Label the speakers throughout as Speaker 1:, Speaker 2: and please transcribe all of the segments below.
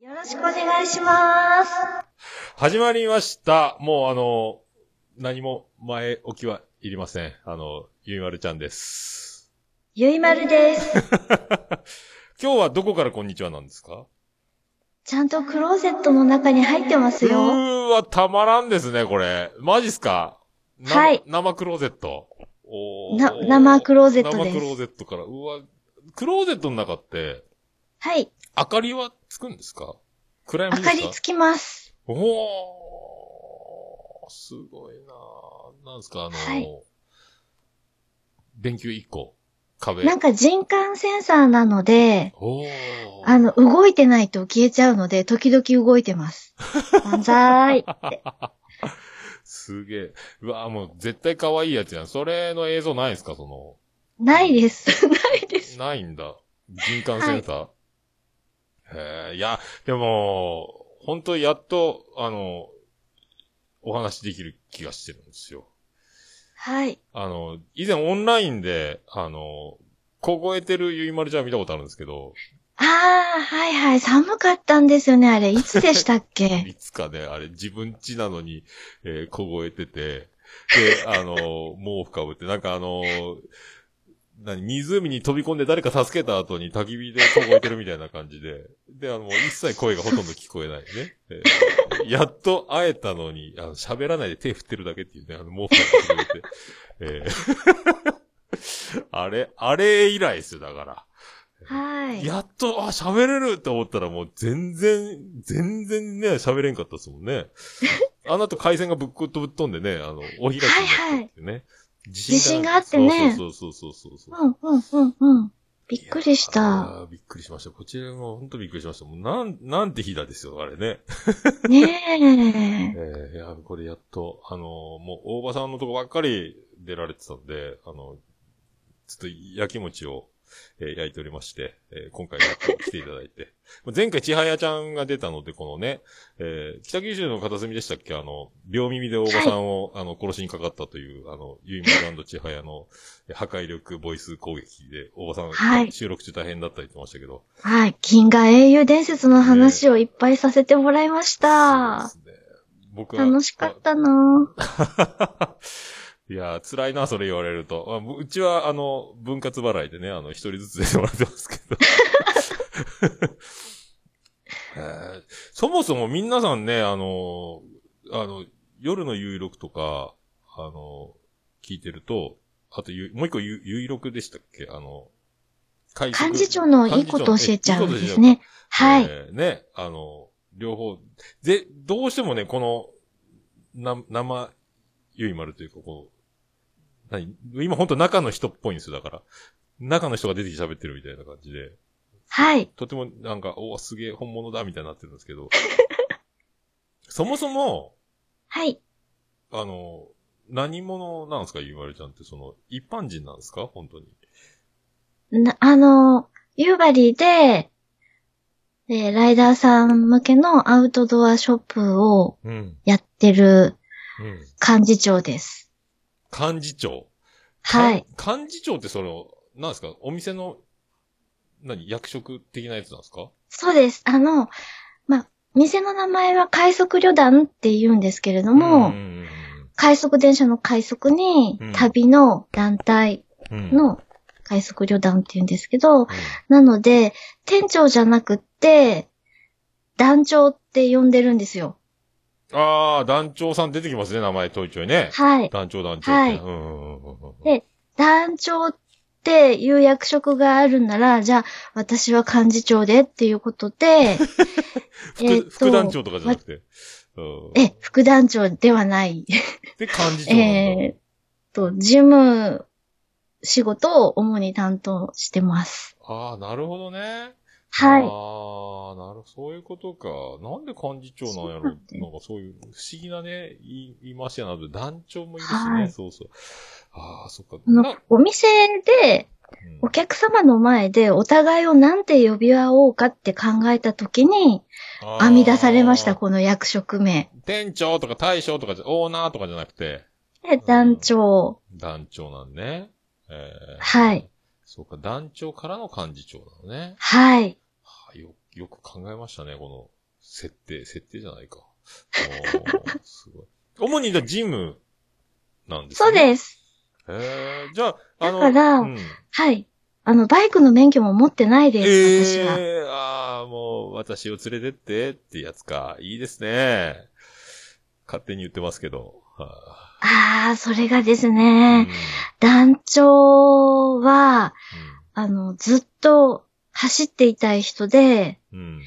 Speaker 1: よろしくお願いします。
Speaker 2: 始まりました。もうあの、何も前置きはいりません。あの、ゆいまるちゃんです。
Speaker 1: ゆいまるです。
Speaker 2: 今日はどこからこんにちはなんですか
Speaker 1: ちゃんとクローゼットの中に入ってます
Speaker 2: う
Speaker 1: よ。
Speaker 2: ーわ、たまらんですね、これ。マジっすかな
Speaker 1: はい
Speaker 2: 生クローゼット。おー
Speaker 1: な、生クローゼット
Speaker 2: 生
Speaker 1: で
Speaker 2: クロー
Speaker 1: す。
Speaker 2: ゼットから。うわ、クローゼットの中って、
Speaker 1: はい。
Speaker 2: 明かりはつくんですか暗
Speaker 1: 明
Speaker 2: 闇です
Speaker 1: か
Speaker 2: か
Speaker 1: りつきます。
Speaker 2: おー、すごいなぁなんですか、あの、
Speaker 1: はい
Speaker 2: 電球1個、壁。
Speaker 1: なんか人感センサーなので、
Speaker 2: おー。
Speaker 1: あの、動いてないと消えちゃうので、時々動いて ます。万歳。
Speaker 2: すげえ。うわぁもう絶対可愛いやつやん。それの映像ないですか、その。
Speaker 1: ない です。ないです。
Speaker 2: ないんだ。人感センター。へえ、いや、でも、本当やっと、あの、お話できる気がしてるんですよ。
Speaker 1: はい。
Speaker 2: あの、以前オンラインで、あの、凍えてるゆいまるちゃん見たことあるんですけど、
Speaker 1: あー、はいはい。寒かったんですよね、あれ。いつでしたっけ
Speaker 2: いつかね、あれ、自分家なのに、えー凍えてて、で、あの、毛布かぶって、なんかあの、何、湖に飛び込んで誰か助けた後に焚き火で凍えてるみたいな感じで、で、あの、もう一切声がほとんど聞こえないね。えーやっと会えたのに、あの、喋らないで手振ってるだけっていうね、あの、毛布かぶってくれて。えー あれ、あれ以来ですよ、だから。
Speaker 1: はい。
Speaker 2: やっと、あ、喋れるって思ったらもう全然、全然ね、喋れんかったですも んね。あの後回線がぶっこぶっ飛んでね、あの、お開きになったっていうね。地
Speaker 1: 地震があってね
Speaker 2: そうそうそうそうそうそう。
Speaker 1: うん、うん、うん、うん。びっくりし
Speaker 2: いや
Speaker 1: た。
Speaker 2: ー。びっくりしました。こちらも本当びっくりしました。もうなん、なんて日だですよ、あれね。
Speaker 1: ねえ。
Speaker 2: えー、いや、これやっと、あのーもう大場さんのとこばっかり出られてたんで、あの、ちょっと焼き餅を、えー焼いておりまして、えー今回やっと来ていただいて。 まあ前回千早ちゃんが出たので、このね、えー北九州の片隅でしたっけあの、両耳で大場さんを、あの、殺しにかかったという、あの、ゆいまるランド千早のえー破壊力ボイス攻撃で、大場さん、
Speaker 1: はい
Speaker 2: 収録中大変だった言ってましたけど。
Speaker 1: はい。銀河英雄伝説の話をいっぱいさせてもらいました。
Speaker 2: そうですね僕は
Speaker 1: 楽しかったなぁ
Speaker 2: いやー、辛いな、それ言われると。まあぶうちは、あの、分割払いでね、あの、一人ずつ出てもらってますけど。 えーそもそも皆さんね、あの、あの、夜の有録とか、あの、聞いてると、あとゆ、もう一個ゆ有録でしたっけあの、会食
Speaker 1: 幹事長のいいことを教えちゃうんですね。は
Speaker 2: え
Speaker 1: い。
Speaker 2: ーね、あの、両方、で、どうしてもね、この、な、生、ゆいまるというか、こう、何今ほんと中の人っぽいんですよ、だから。中の人が出てきて喋ってるみたいな感じで、
Speaker 1: はい。
Speaker 2: とてもなんか、おーすげえ本物だ、みたいになってるんで すけど。そもそも、
Speaker 1: はい。
Speaker 2: あの、何者なんですか、ゆいまるちゃんって、その、一般人なんですか本当に。
Speaker 1: なあの、夕張で、えーライダーさん向けのアウトドアショップを
Speaker 2: うん。
Speaker 1: やってる
Speaker 2: うん。
Speaker 1: 幹事長です。
Speaker 2: 幹事長。
Speaker 1: はい。
Speaker 2: か。幹事長ってその、なんですかお店の、何役職的なやつなんですか
Speaker 1: そうです。あの、ま、店の名前は快速旅団って言うんですけれども、
Speaker 2: うん
Speaker 1: 快速電車の快速に
Speaker 2: うん、
Speaker 1: 旅の団体
Speaker 2: うんうんうん、うん
Speaker 1: の快速旅団って言うんですけど、なので、店長じゃなくって、団長って呼んでるんですよ。
Speaker 2: ああ、団長さん出てきますね、名前ちょいちょいね。
Speaker 1: はい。
Speaker 2: 団長団長って。
Speaker 1: はい
Speaker 2: うんうんうんうん
Speaker 1: で団長っていう役職があるなら、じゃあ、私は幹事長でっていうことで、 え
Speaker 2: 副、
Speaker 1: ーと
Speaker 2: 副団長とかじゃなくて。うん
Speaker 1: え、副団長ではない。
Speaker 2: で、幹事長なんだ。
Speaker 1: えーっと、事務仕事を主に担当してます。
Speaker 2: ああ、なるほどね。
Speaker 1: はい
Speaker 2: ああ。、なるそういうことか。なんで幹事長なん
Speaker 1: そ
Speaker 2: や
Speaker 1: うな
Speaker 2: ろ
Speaker 1: んです
Speaker 2: なんかそういう不思議なね、言い言い回しやなと。団長もいるし
Speaker 1: は
Speaker 2: ね、
Speaker 1: い
Speaker 2: そうそう。ああ、そっか。
Speaker 1: あ
Speaker 2: な
Speaker 1: の、お店で、
Speaker 2: うん
Speaker 1: お客様の前でお互いをなんて呼び合おうかって考えたときに編み出されまし
Speaker 2: あ
Speaker 1: た、
Speaker 2: ー
Speaker 1: この役職名。
Speaker 2: 店長とか大将とかじゃ、オーナーとかじゃなくて、
Speaker 1: で、団長。
Speaker 2: 団長なんね。えー
Speaker 1: はい。
Speaker 2: そうか、団長からの幹事長なのね。
Speaker 1: はい。
Speaker 2: はあよっよく考えましたね、この、設定、設定じゃないか。おー すごい。主にじゃあジム、なんですね。
Speaker 1: そうです。
Speaker 2: えー、じゃあ、あの、
Speaker 1: だから
Speaker 2: うん、
Speaker 1: はい。あの、バイクの免許も持ってないです、私は。
Speaker 2: えー、ああ、もう、私を連れてって、ってやつか。いいですね。勝手に言ってますけど。は
Speaker 1: ああ、それがです
Speaker 2: あ
Speaker 1: ね、団長は、あの、ずっと走っていたい人で、
Speaker 2: うんうんうん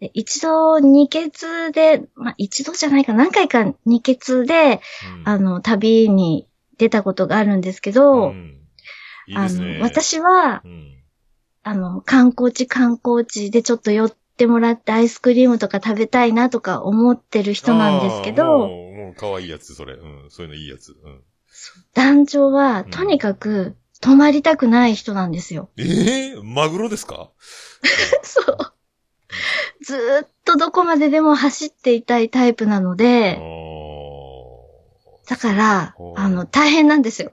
Speaker 1: で一度二血で、まあ、一度じゃないか、何回か二血で、
Speaker 2: うん
Speaker 1: あの、旅に出たことがあるんですけど、
Speaker 2: うんいいですね。
Speaker 1: あの、私は、
Speaker 2: うん、
Speaker 1: あの、観光地観光地でちょっと寄ってもらってアイスクリームとか食べたいなとか思ってる人なんですけ
Speaker 2: あー
Speaker 1: ど、
Speaker 2: もう、もう可愛いやつ、それ。うん、そういうのいいやつ。うん、
Speaker 1: 団長は
Speaker 2: うん
Speaker 1: とにかく泊まりたくない人なんです よ。
Speaker 2: ええマグロですか
Speaker 1: そう。 ずーっとどこまででも走っていたいタイプなの
Speaker 2: あ
Speaker 1: で、
Speaker 2: ー
Speaker 1: だから
Speaker 2: ほ、う
Speaker 1: あの、大変なんですよ。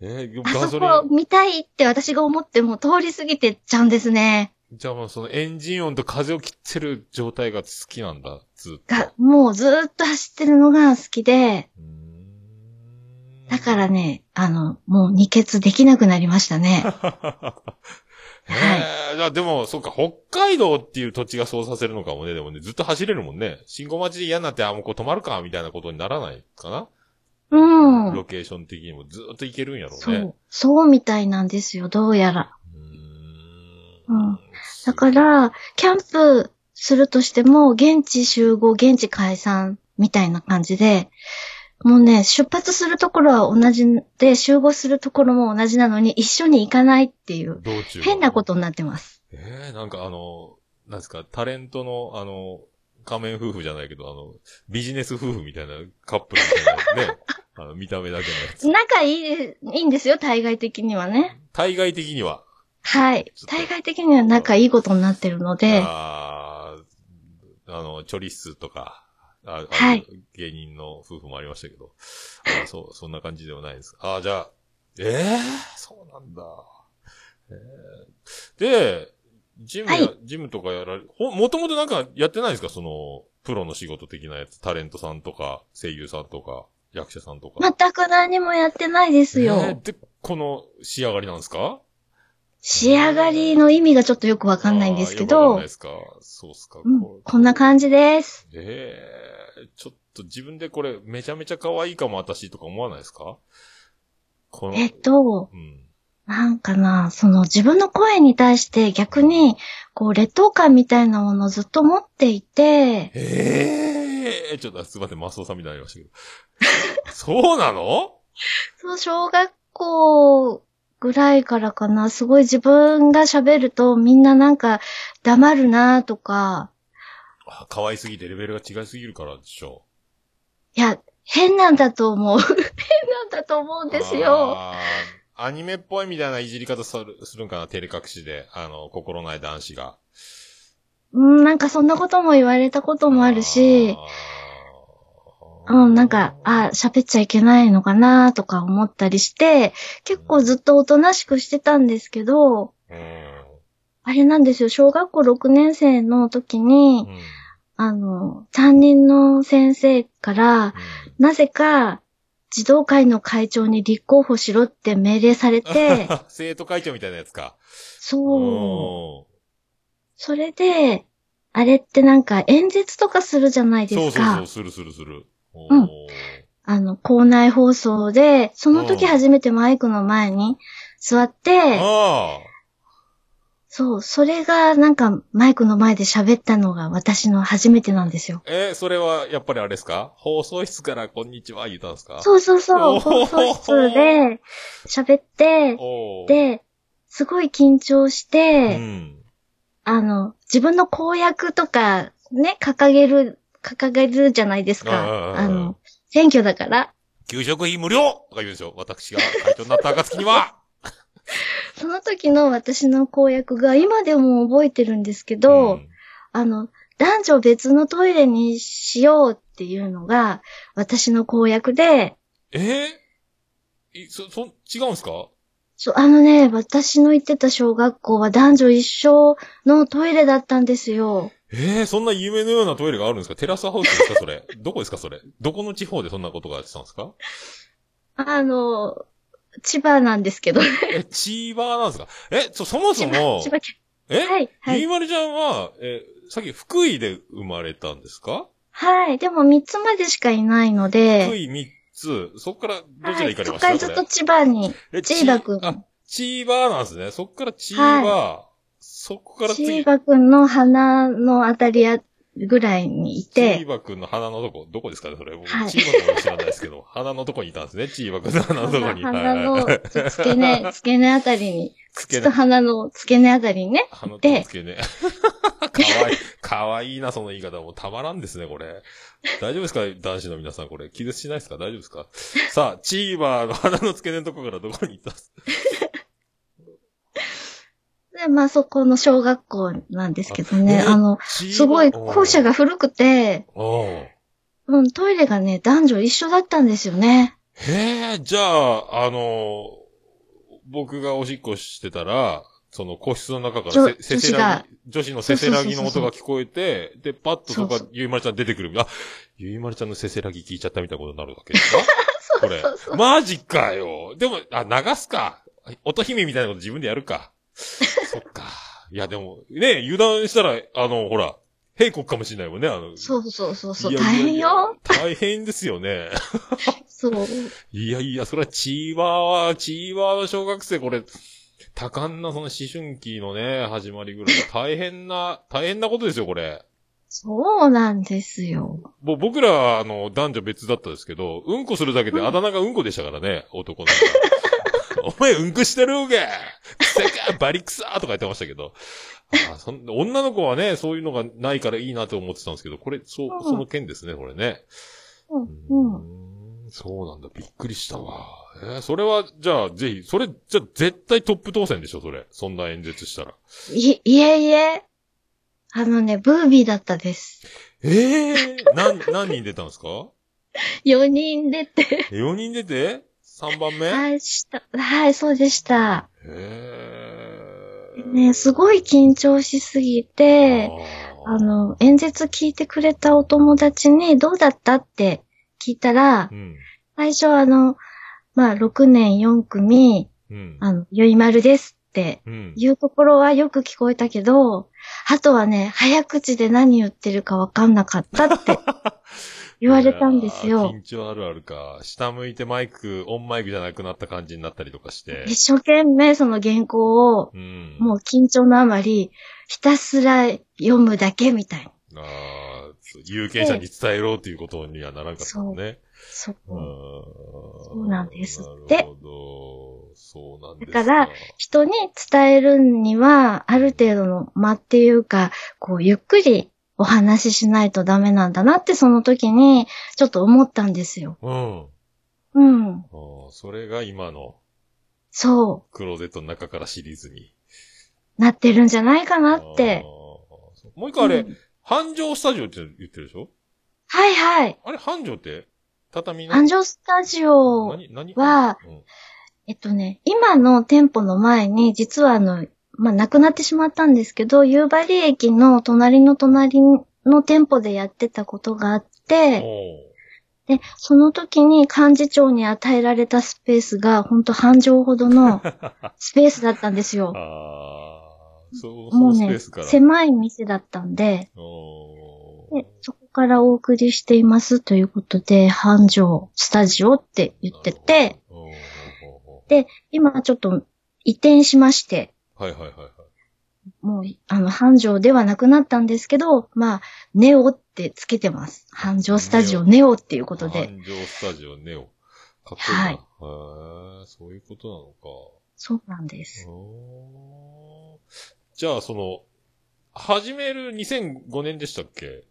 Speaker 2: えー、でも
Speaker 1: あ
Speaker 2: ガ
Speaker 1: そ
Speaker 2: ソ
Speaker 1: こ
Speaker 2: リン、
Speaker 1: 見たいって私が思っても通り過ぎてっちゃうんですね。
Speaker 2: じゃあもうそのエンジン音と風を切ってる状態が好きなんだ、ずっと。
Speaker 1: が、もうずーっと走ってるのが好きで、
Speaker 2: うーん
Speaker 1: だから。ね、あの、もう二血できなくなりました ね。
Speaker 2: えー、じゃあでも、そうか、北海道っていう土地がそうさせるのかもね、でもね、ずっと走れるもんね。信号待ちで嫌になって、あ、もうこう止まるか、みたいなことにならないかな、
Speaker 1: うん
Speaker 2: ロ。ケーション的にもずっと行けるんやろう
Speaker 1: そ
Speaker 2: ね。
Speaker 1: う。そうみたいなんですよ、どうやら。
Speaker 2: うー
Speaker 1: うんん。だか、ら、キャンプするとしても、現地集合、現地解散みたいな感じで、もうね、出発するところは同じで、集合するところも同じなのに、一緒に行かないっていう、
Speaker 2: 道中。
Speaker 1: 変なこ。とになってます。
Speaker 2: ええなんかあの、なんですか、タレントの、あの、仮面夫婦じゃないけど、あの、ビジネス夫婦みたいなカップルみたい なね、あの、見た目だけのやつ。
Speaker 1: 仲いいで、いいんですよ、対外的にはね。
Speaker 2: 対外的には。
Speaker 1: はい
Speaker 2: ちょっ。と
Speaker 1: 対外的には仲いいことになってるので、
Speaker 2: あーあの、チョリスとか、ああの
Speaker 1: はい
Speaker 2: 芸人の夫婦もありましたけど、あーそう、そんな感じではないです。ああ、じゃあ、ええそうなんだ。えーで、ジムや、
Speaker 1: はい
Speaker 2: ジムとかやられ、ほ、もともとなんかやってないんですかその、プロの仕事的なやつ、タレントさんとか、声優さんとか、役者さんとか。
Speaker 1: 全く何もやってないですよ。
Speaker 2: えーで、この仕上がりなんですか
Speaker 1: 仕上がりの意味がちょっとよくわかんないんですけ
Speaker 2: あーよくわかん
Speaker 1: ど
Speaker 2: ない、ですかそうっすか。
Speaker 1: うん、こんな感じです。
Speaker 2: ええちょっと自分でこれめちゃめちゃ可愛いかも私とか思わないですかこの、
Speaker 1: えっと、
Speaker 2: うん。
Speaker 1: なんかな、その自分の声に対して逆に、こう、劣等感みたいなものをずっと持っていて、
Speaker 2: ええちょっとすいません、マスオさんみたいになりましたけど。 そうなの
Speaker 1: その小学校ぐらいからかな、すごい自分が喋るとみんななんか黙るなとか、
Speaker 2: あ可愛すぎてレベルが違いすぎるからでしょ
Speaker 1: いや、変なんだと思う。 変なんだと思うん
Speaker 2: う。
Speaker 1: ですよ。
Speaker 2: あー。アニメっぽいみたいないじり方するするんかな照れ隠しで。あの、心ない男子が。
Speaker 1: うん、なんかそんなことも言われたこともあるし、
Speaker 2: あー
Speaker 1: うん、なんか、あ、喋っちゃいけないのかなとか思ったりして、結構ずっとおとなしくしてたんですけど、
Speaker 2: うん。
Speaker 1: あれなんですよ、小学校6年生の時
Speaker 2: う
Speaker 1: に、
Speaker 2: ん。
Speaker 1: あの、担任の先生から、なぜか、児童会の会長に立候補しろって命令されて
Speaker 2: う、ん生徒会長みたいなやつか。
Speaker 1: そう。
Speaker 2: うん
Speaker 1: それで、あれってなんか演説とかするじゃないですか。
Speaker 2: そうそうそう、するするする。おー
Speaker 1: うんあの、校内放送で、その時
Speaker 2: うん
Speaker 1: 初めてマイクの前に座って、
Speaker 2: あ
Speaker 1: そう、それがなんかマイクの前で喋ったのが私の初めてなんですよ
Speaker 2: あ。。えーそれは、やっぱりあれですか放送室からこんにちは言うたんですかう。
Speaker 1: そうそうそ
Speaker 2: お
Speaker 1: う、
Speaker 2: ー
Speaker 1: 放送室で喋って、
Speaker 2: おー、
Speaker 1: で、すごい緊張し
Speaker 2: う
Speaker 1: て、
Speaker 2: ん。
Speaker 1: あの、自分の公約とか、ね、掲げる、掲げるじゃないです
Speaker 2: うんうんう
Speaker 1: か。
Speaker 2: ん
Speaker 1: あの、選挙だから。
Speaker 2: 給食費無料とか言うでしょ私が会長になった暁 には
Speaker 1: その時の私の公約が今でも覚えてるんですけど、
Speaker 2: ん
Speaker 1: あの、男女別のトイレにしようっていうのが、私の公約で、
Speaker 2: えーいそ、そ、違うんですか
Speaker 1: そう、あのね、私の行ってた小学校は男女一緒のトイレだったんですよ。
Speaker 2: ええそんな夢のようなトイレがあるんですかテラスハウスですかそれ。 どこですかそれ。どこの地方でそんなことがやってたんですか
Speaker 1: あの、千葉なんですけど。
Speaker 2: え、千葉なんですかえ、そ、そもそ
Speaker 1: 千
Speaker 2: も
Speaker 1: 葉、、 千葉県。
Speaker 2: え、
Speaker 1: はい、は
Speaker 2: ゆい
Speaker 1: い。
Speaker 2: まるちゃんは、えーさっき福井で生まれたんですか、
Speaker 1: はい。でも3つまでしかいないので。
Speaker 2: 福井三つ、そこからどちら
Speaker 1: はい。
Speaker 2: 行かれ
Speaker 1: そ
Speaker 2: ま
Speaker 1: こ
Speaker 2: した、
Speaker 1: からずっと千葉に。
Speaker 2: え
Speaker 1: 千葉くん
Speaker 2: あ、千葉なんですね。そこから千葉、そこから次
Speaker 1: 千葉くんの鼻のあたりやぐらいにい
Speaker 2: チー
Speaker 1: て、
Speaker 2: バくんの鼻のとこ、どこですかね、それ。僕、チ
Speaker 1: はい
Speaker 2: ーバくんは知らないですけど、鼻のとこにいたんですね、チーバくんの鼻のとこに。
Speaker 1: 鼻
Speaker 2: はい
Speaker 1: の
Speaker 2: はいはい
Speaker 1: 付け根、付け根あたりに、
Speaker 2: 付け
Speaker 1: 口
Speaker 2: 根
Speaker 1: と鼻の付け根あたりにね。
Speaker 2: 鼻のとこつけね。 かわいい、かわいいな、その言い方。もうたまらんですね、これ。大丈夫ですか男子の皆さん、これ。気絶しないですか大丈夫ですかさあ、チーバーの鼻の付け根のとこからどこに行ったんです
Speaker 1: で、まあそこの小学校なんですけどね、
Speaker 2: あ
Speaker 1: あの、
Speaker 2: か
Speaker 1: すごい校舎。が古くて、
Speaker 2: チーバーおうおう
Speaker 1: うん、トイレがね、男女一緒だったんですよね。
Speaker 2: へえ、じゃあ、あのー僕がおしっこしてたら、その個室の中か
Speaker 1: じょ
Speaker 2: らせせせらぎ、女子のせせらぎ
Speaker 1: そう
Speaker 2: の
Speaker 1: そ
Speaker 2: 音
Speaker 1: うそ
Speaker 2: が
Speaker 1: う
Speaker 2: 聞こえて、で、パッとそ
Speaker 1: そ
Speaker 2: こ
Speaker 1: う
Speaker 2: が
Speaker 1: そう
Speaker 2: ゆいまるちゃん出てくる。あ、ゆいまるちゃんのせせらぎ聞いちゃったみたいなことになるわけですかこ れ
Speaker 1: そうそ。
Speaker 2: マジかよ。でも、あ、流すか。音姫みたいなこと自分でやる か。そっか。いや、でも、ね、油断したら、あの、ほら、閉国かもしれないもんね、あの。
Speaker 1: そうそうそうそう、
Speaker 2: いや
Speaker 1: 大変。
Speaker 2: いやい
Speaker 1: よ。
Speaker 2: や大変ですよね。
Speaker 1: そう。
Speaker 2: いやいや、それはチーバーは、チーバーの小学生、これ、多感なその思春期のね、始まりぐらい、大変な、大変なことですよ、これ。
Speaker 1: そうなんですよ。
Speaker 2: もう僕らは、あの、男女別だったですけど、うんこするだけであだ名がうんこでしたからね、男の子は お前うんこしてるんかくせかバリクサーとか言ってましたけど。あーそん女の子はね、そういうのがないからいいなと思ってたんですけど、これ、そう
Speaker 1: う、ん
Speaker 2: その件ですね、これね。
Speaker 1: うん、うん。
Speaker 2: うーんそうなんだ。びっくりしたわ。えーそれは、じゃあ、ぜひ、それ、じゃあ、絶対トップ当選でしょ、それ。そんな演説したら。
Speaker 1: い、いえいえ。あのね、ブービーだったです。
Speaker 2: ええ 何、何人出たんですか
Speaker 1: 4人出て、
Speaker 2: ?4 人出て ?3 番目
Speaker 1: はい、した。はい、そうでした。
Speaker 2: ええ
Speaker 1: ね、すごい緊張しすぎて、あ
Speaker 2: ー、
Speaker 1: の、演説聞いてくれたお友達にどうだったって聞いたら
Speaker 2: う、ん。
Speaker 1: 最初あの、まあ、6年4組、
Speaker 2: うん。
Speaker 1: あの、ゆいまるですって
Speaker 2: うん。
Speaker 1: いうところはよく聞こえたけど、あとはね、早口で何言ってるかわかんなかったって言われたんです
Speaker 2: いや
Speaker 1: よ
Speaker 2: ー。緊張あるあるか。下向いてマイク、オンマイクじゃなくなった感じになったりとかして
Speaker 1: 一。生懸命その原稿を、
Speaker 2: うん。
Speaker 1: もう緊張のあまり、ひたすら読むだけみたいな。
Speaker 2: ああ、そう有権者に伝えろっていうことにはならなかったのね。
Speaker 1: そうう。
Speaker 2: ー
Speaker 1: うなんですって
Speaker 2: なるほど。そうなんです
Speaker 1: だから、人に伝えるには、ある程度の間っていうか、こう、ゆっくりお話ししないとダメなんだなって、その時に、ちょっと思ったんですよ。
Speaker 2: うん。あ
Speaker 1: うん。
Speaker 2: ーそれが今の
Speaker 1: そ
Speaker 2: クローゼットの中からシリーズに。
Speaker 1: う、なってるんじゃないか
Speaker 2: あ
Speaker 1: なって。
Speaker 2: ー。もう一個あ
Speaker 1: う
Speaker 2: れ、
Speaker 1: ん
Speaker 2: 繁盛スタジオって言ってるでしょ
Speaker 1: はいはい。
Speaker 2: あれ、繁盛って畳の
Speaker 1: 繁盛スタジオ、
Speaker 2: 何何
Speaker 1: は、
Speaker 2: うん
Speaker 1: えっとね、今の店舗の前に、実はあの、まあ、なくなってしまったんですけど、夕張駅の隣の隣の店舗でやってたことがあって、
Speaker 2: お
Speaker 1: で、その時に幹事長に与えられたスペースが、ほんと半畳ほど のスペースだったんです
Speaker 2: ー
Speaker 1: よ。
Speaker 2: あーそう、そ
Speaker 1: も
Speaker 2: の
Speaker 1: う
Speaker 2: スペ
Speaker 1: ね
Speaker 2: ースから。、
Speaker 1: 狭い店だったんで
Speaker 2: おー
Speaker 1: で、そこからお送りしていますということで、繁盛スタジオって言ってて、、
Speaker 2: なるほどおーおーおー
Speaker 1: で、今ちょっと移転しまして、
Speaker 2: はいはいはいはい。
Speaker 1: もう、あの、繁盛ではなくなったんですけど、まあ、ネオってつけてます。繁盛スタジオネオっていうことで。
Speaker 2: 繁盛スタジオネオ。かっこ
Speaker 1: はいい
Speaker 2: いな。へーそういうことなのか。
Speaker 1: そうなんです。
Speaker 2: おーじゃあ、その、始める2005年でしたっけ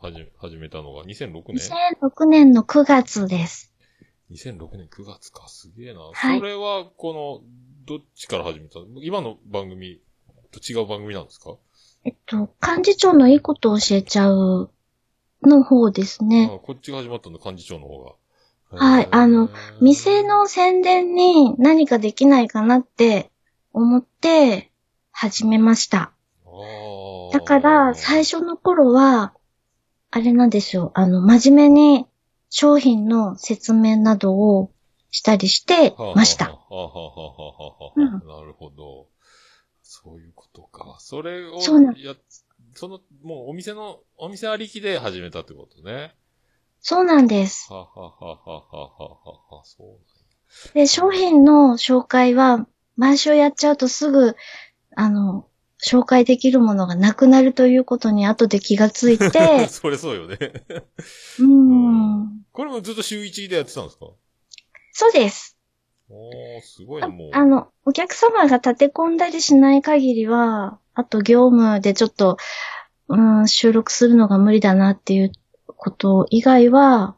Speaker 2: はじ、始めたのが2006年
Speaker 1: 2006年の9月です。
Speaker 2: ?2006 年9月か、すげえな。
Speaker 1: はい
Speaker 2: それは、この、どっちから始めたの今の番組と違う番組なんですか
Speaker 1: えっと、幹事長のいいことを教えちゃうの方です
Speaker 2: あ
Speaker 1: ね。
Speaker 2: こっちが始まったの、幹事長の方が。
Speaker 1: はいあの、店の宣伝に何かできないかなって思って始めました。だから、最
Speaker 2: 初、
Speaker 1: 初の頃は、あれなんですよ。あの、真面目に商品の説明などをしたりしてまし
Speaker 2: は
Speaker 1: た。
Speaker 2: あはあはあはあはあ
Speaker 1: うん
Speaker 2: なるほど。そういうことか。それを
Speaker 1: そうなん
Speaker 2: やっ、その、もうお店の、お店ありきで始めたってことね。
Speaker 1: そうなんです。
Speaker 2: はあはあはあはあはあはあそうなんや
Speaker 1: で、商品の紹介は、毎週やっちゃうとすぐ、あの、紹介できるものがなくなるということに後で気がつい て、
Speaker 2: それそうよね。
Speaker 1: うーん。
Speaker 2: これもずっと週1でやってたんですか
Speaker 1: そうです。
Speaker 2: おー、すごい
Speaker 1: あ
Speaker 2: ね、もう。
Speaker 1: あの、お客様が立て込んだりしない限りは、あと業務でちょっと、うーん、収録するのが無理だなっていうこと以外は、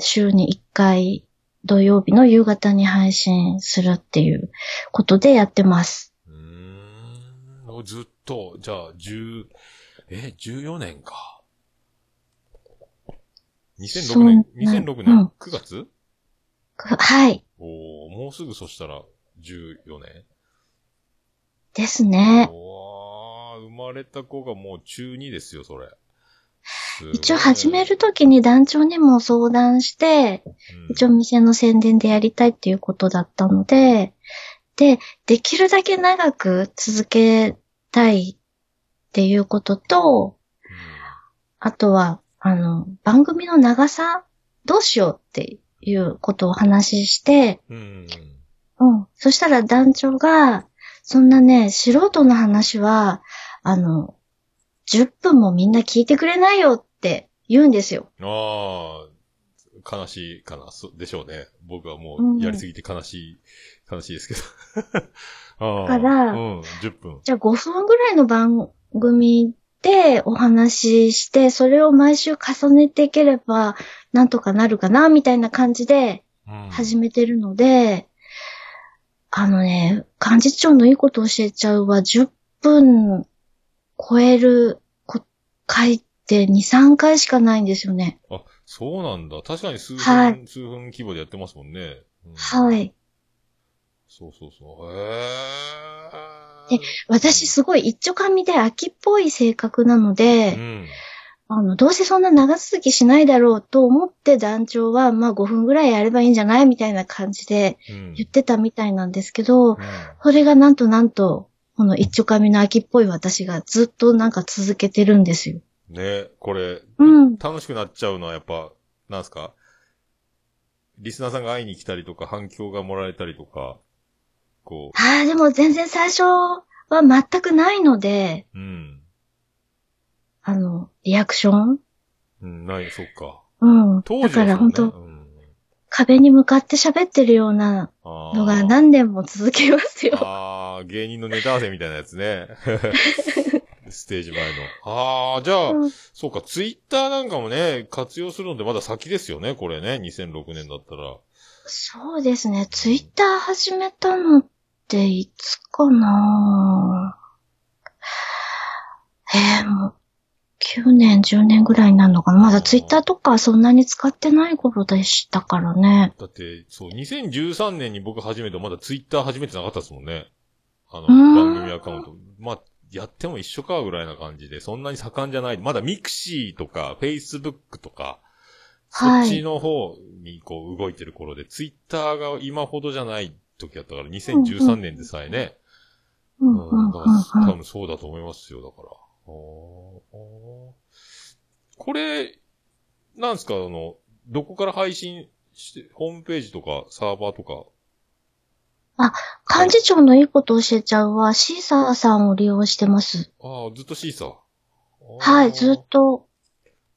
Speaker 1: 週に1回土曜日の夕方に配信するっていうことでやってます。
Speaker 2: うーん。もうずっと、じゃあ、10、え、14年か。
Speaker 1: そ
Speaker 2: 2006
Speaker 1: う
Speaker 2: 年
Speaker 1: ね、
Speaker 2: 2006
Speaker 1: う
Speaker 2: 年
Speaker 1: ん
Speaker 2: 9月、
Speaker 1: くはい。
Speaker 2: おー、もうすぐそしたら14年。
Speaker 1: ですね。
Speaker 2: おー、生まれた子がもう中2ですよ、それ。すごいね
Speaker 1: 一応始める、ときに団長にも相談して、
Speaker 2: うん
Speaker 1: 一応店の宣伝でやりたいっていうことだったので、で、できるだけ長く続けたいっていうことと、あとは、あの、番組の長さ、どうしようっていうことをお話しして、
Speaker 2: うん。うん。
Speaker 1: うん。そしたら団長が、そんなね、素人の話は、あの、10分もみんな聞いてくれないよって言うんですよ。
Speaker 2: あー、悲しいかな、そでしょうね。僕はもうやりすぎて悲しい、悲しいですけど。 あ
Speaker 1: だ
Speaker 2: ー
Speaker 1: から
Speaker 2: うん、10分。
Speaker 1: じゃあ5分ぐらいの番組でお話しして、それを毎週重ねていければ、なんとかなるかな、みたいな感じで
Speaker 2: うん
Speaker 1: 始めてるので、あのね、幹事長のいいことを教えちゃうは、10分超えるこ回って2、3回しかないんですよね。
Speaker 2: あ、そうなんだ。確かに数分、
Speaker 1: はい
Speaker 2: 数分規模でやってますもんね。うん
Speaker 1: は。い。
Speaker 2: そうそうそう。へえ。
Speaker 1: で私すごい一丁紙で秋っぽい性格なの
Speaker 2: う
Speaker 1: で、
Speaker 2: ん。
Speaker 1: あの、どうせそんな長続きしないだろうと思って団長は、まあ5分ぐらいやればいいんじゃないみたいな感じで
Speaker 2: うん。
Speaker 1: 言ってたみたいなんですけど
Speaker 2: う、ん
Speaker 1: それがなんとなんと、この一丁紙の秋っぽい私がずっとなんか続けてるんですよ。
Speaker 2: ね、これ、
Speaker 1: うん。
Speaker 2: 楽しくなっちゃうのはやっぱ、なんすかリスナーさんが会いに来たりとか、反響がもらえたりとか、こ
Speaker 1: ああ、でも全然最初は全くないので、
Speaker 2: う、うん。
Speaker 1: あの、リアクション
Speaker 2: うん、ない、そっか。
Speaker 1: うん。
Speaker 2: 当
Speaker 1: だ
Speaker 2: 時は
Speaker 1: から
Speaker 2: そう
Speaker 1: 本
Speaker 2: ね
Speaker 1: 当
Speaker 2: うん
Speaker 1: 壁に向かって喋ってるような
Speaker 2: あー
Speaker 1: のが何年も続けますよ。
Speaker 2: ああ、芸人のネタ合わせみたいなやつね。 ステージ前の。ああ、じゃあ、
Speaker 1: うん
Speaker 2: そうか、ツイッターなんかもね、活用するのでまだ先ですよね、これね、2006年だったら。
Speaker 1: そうですね。ツイッター始めたのっていつかなえー、もう、9年、10年ぐらいになるのかなまだツイッターとかそんなに使ってない頃でしたからね。
Speaker 2: だって、そう、2013年に僕初めて、まだツイッター始めてなかったですもんね。あ
Speaker 1: う
Speaker 2: の、
Speaker 1: ーん
Speaker 2: 番組アカウント。まあ、やっても一緒か、ぐらいな感じで、そんなに盛んじゃない。まだミクシーとか、フェイスブックとか、そ
Speaker 1: は
Speaker 2: っ
Speaker 1: い
Speaker 2: ちの方にこう動いてる頃で、ツイッターが今ほどじゃない時だったから、2013年でさえね、
Speaker 1: うんうん
Speaker 2: うん、だ
Speaker 1: う
Speaker 2: か
Speaker 1: んう
Speaker 2: ら
Speaker 1: ん
Speaker 2: 多分そうだと思いますよ、だから。おーおーこれ、なんですか、あの、どこから配信して、ホームページとかサーバーとか。
Speaker 1: 幹事長のいいこと教えちゃうは、シーサーさんを利用してます。
Speaker 2: ああ、ずっとシーサー。あー
Speaker 1: はい、ずっ。と。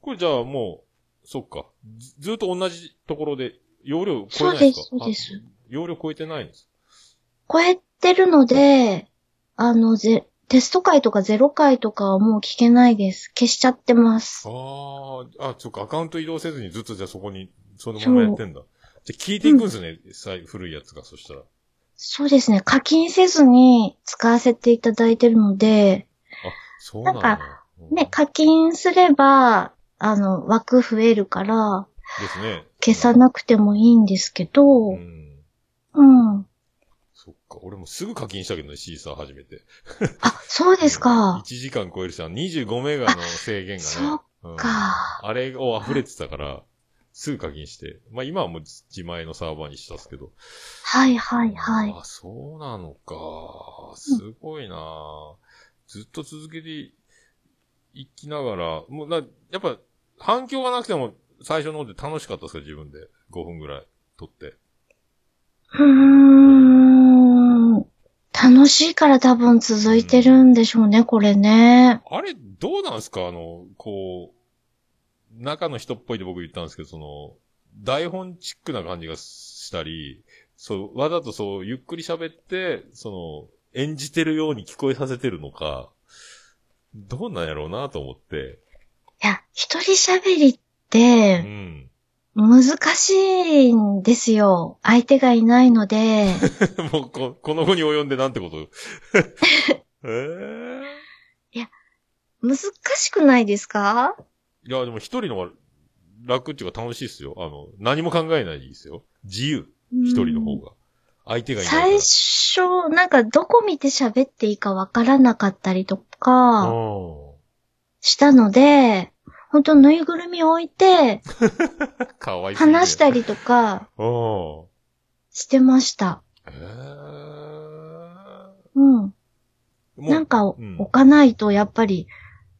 Speaker 2: これじゃあもう、そっか。ずずっと同じところで、容量超え
Speaker 1: そ
Speaker 2: な
Speaker 1: う
Speaker 2: いで
Speaker 1: です
Speaker 2: か
Speaker 1: す、そうです。
Speaker 2: あ容量超えてないんです。
Speaker 1: 超えてるので、あの、ぜ、テスト回とかゼロ回とかはもう聞けないです。消しちゃってます。
Speaker 2: ああ、あ、そっか、アカウント移動せずにずっとじゃあそこに、そのままやってんだ。じゃあ聞いていくんですね、さい古いやつが、そしたら。
Speaker 1: そうですね。課金せずに使わせていただいてるので、
Speaker 2: そうなん
Speaker 1: な
Speaker 2: だ
Speaker 1: ん。
Speaker 2: うん
Speaker 1: ね、課金すれば、あの、枠増えるから、
Speaker 2: ですね。
Speaker 1: 消さなくてもいいんですけど、
Speaker 2: う
Speaker 1: うん。
Speaker 2: ん。
Speaker 1: あ、
Speaker 2: そっか。俺もすぐ課金したけどね、シーサー初めて。
Speaker 1: そうです
Speaker 2: 1
Speaker 1: か。
Speaker 2: 時間超えるし、あの25メガの制限がね。
Speaker 1: そっ
Speaker 2: うん
Speaker 1: か。
Speaker 2: あれを溢れてたから、すぐ課金して。まあ今はもう自前のサーバーにしたんですけど。
Speaker 1: はいはいはい。
Speaker 2: あ、そうなのか。すごいな、ずっと続けていきながら、もうな、やっぱ反響がなくても最初の方で楽しかったですか自分で。5分ぐらい撮って。
Speaker 1: うーん。楽しいから多分続いてるんでしょうね、これね。
Speaker 2: あれ、どうなんすかあの、こう、中の人っぽいで僕言ったんですけど、その、台本チックな感じがしたり、そう、わざとそう、ゆっくり喋って、その、演じてるように聞こえさせてるのか、どうなんやろうなと思って。
Speaker 1: いや、一人喋りっ
Speaker 2: う
Speaker 1: て
Speaker 2: ん。
Speaker 1: 難しいんですよ。相手がいないので。
Speaker 2: もうこ、この後に及んでなんてこと ええ
Speaker 1: 難しくないですか
Speaker 2: いや、でも一人の方が楽っていうか楽しいっすよ。あの、何も考えないでいいっすよ。自由。一人の方が。相手がいないから。
Speaker 1: 最初、なんかどこ見て喋っていいかわからなかったりとか
Speaker 2: うん
Speaker 1: したので、ほんとぬいぐるみ置いて
Speaker 2: かわい
Speaker 1: 話した
Speaker 2: い。
Speaker 1: りとか
Speaker 2: うん。
Speaker 1: してました。
Speaker 2: えー
Speaker 1: うん。
Speaker 2: もう
Speaker 1: なんか
Speaker 2: う
Speaker 1: 置かないとやっぱり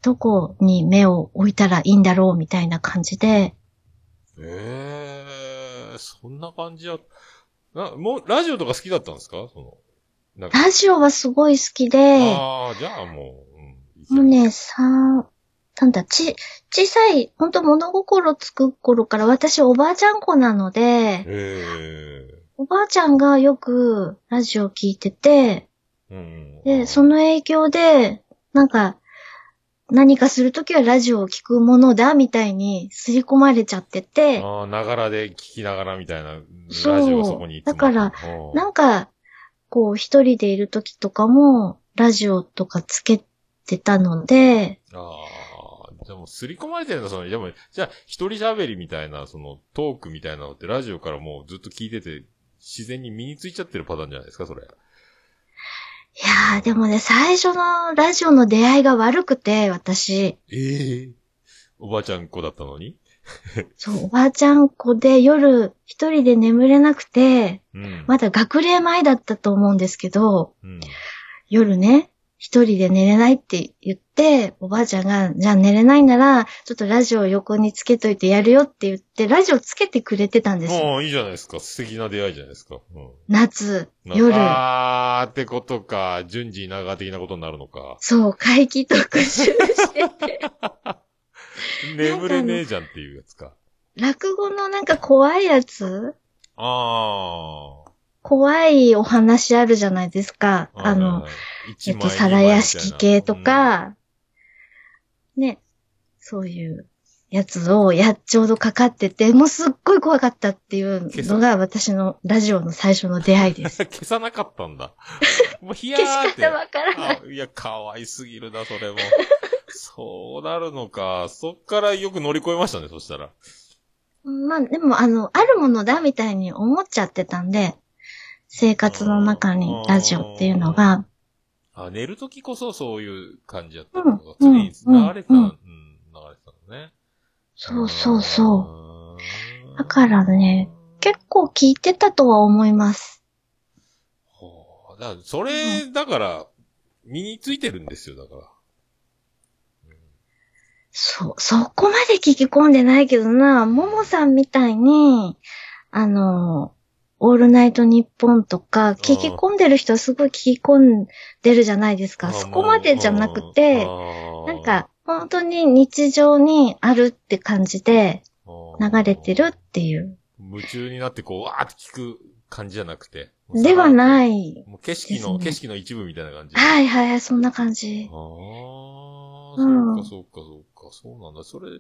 Speaker 1: どこに目を置いたらいいんだろうみたいな感じで。
Speaker 2: えー、そんな感じや。な、もう、ラジオとか好きだったんですかその、なんか。
Speaker 1: ラジオはすごい好きで、
Speaker 2: ああ、じゃあもう、うん。
Speaker 1: もうね、さ、なんだ、ち、小さい、ほんと物心つく頃から私おばあちゃん子なので、
Speaker 2: え
Speaker 1: おばあちゃんがよくラジオ聞いてて、
Speaker 2: えー。うん。
Speaker 1: で、その影響で、なんか、何かするときはラジオを聞くものだ、みたいに刷り込まれちゃってて、
Speaker 2: ああ、ながらで聞きながらみたいな、
Speaker 1: そう
Speaker 2: ラジオがそこにいつも
Speaker 1: だから、
Speaker 2: うん
Speaker 1: なんか、こう一人でいるときとかも、ラジオとかつけてたので、
Speaker 2: ああ、でも、刷り込まれてるんだ、その、でも、じゃあ、一人喋りみたいな、その、トークみたいなのって、ラジオからもうずっと聞いてて、自然に身についちゃってるパターンじゃないですか、それ。
Speaker 1: いやーでもね、最初のラジオの出会いが悪くて、私、
Speaker 2: ええおばあちゃん子だったのに
Speaker 1: そう、おばあちゃん子で夜一人で眠れなくて、
Speaker 2: うん。
Speaker 1: まだ学齢前だったと思うんですけど、
Speaker 2: うん。
Speaker 1: 夜ね、一人で寝れないって言って、おばあちゃんが、じゃあ寝れないなら、ちょっとラジオ横につけといてやるよって言って、ラジオつけてくれてたんですよ。
Speaker 2: ああ、いいじゃないですか。素敵な出会いじゃないですか。うん。
Speaker 1: 夏、
Speaker 2: な
Speaker 1: 夜。
Speaker 2: ああ、ってことか。順次長的なことになるのか。
Speaker 1: そう、怪奇特集して て。
Speaker 2: 眠れねえじゃんっていうやつか。
Speaker 1: 落語のなんか怖いやつ
Speaker 2: ああ。
Speaker 1: 怖いお話あるじゃないですか。あの、、え
Speaker 2: 一
Speaker 1: っ
Speaker 2: 枚
Speaker 1: と、皿屋敷系と、か、ね、そういうやつをやっちょうどかかってて、もうすっごい怖かったっていうのが私のラジオの最初の出会いです。
Speaker 2: 二枚 みたいなうん消さなかったんだ。もう、ひ や
Speaker 1: 消
Speaker 2: ーっ。
Speaker 1: して方わからない。
Speaker 2: あいや、かわいすぎるな、それも。そうなるのか。そっからよく乗り越えましたね、そしたら。
Speaker 1: まあ、でもあの、あるものだみたいに思っちゃってたんで、生活の中にラジオっていうのが、
Speaker 2: あ、寝るときこそそういう感じやった
Speaker 1: うん
Speaker 2: のが、常に流れて
Speaker 1: う
Speaker 2: た、うんん、
Speaker 1: うん
Speaker 2: 流れてたのね。
Speaker 1: そうそうそう。
Speaker 2: うーん
Speaker 1: だからね、結構聞いてたとは思います。
Speaker 2: ほうだからそれ、だから、身についてるんですよ、だから。
Speaker 1: そ、そこまで聞き込んでないけどな、ももさんみたいに、あの、オールナイトニッポンとか、聞き込んでる人はすごい聞き込んでるじゃないですか。
Speaker 2: あ
Speaker 1: そこまでじゃなくて、、
Speaker 2: な
Speaker 1: なんか、、本当に日常にあるって感じで流れてるっ
Speaker 2: あー。
Speaker 1: ていう。
Speaker 2: 夢中になってこう、わーって聞く感じじゃなくて。
Speaker 1: ではいない。
Speaker 2: もう景色の、
Speaker 1: ですね
Speaker 2: 景色の一部みたいな感じ。。
Speaker 1: はいいはいはい、そんな感じ
Speaker 2: ああ。、
Speaker 1: うん
Speaker 2: そうかそうかそうか、そうなんだ。それ、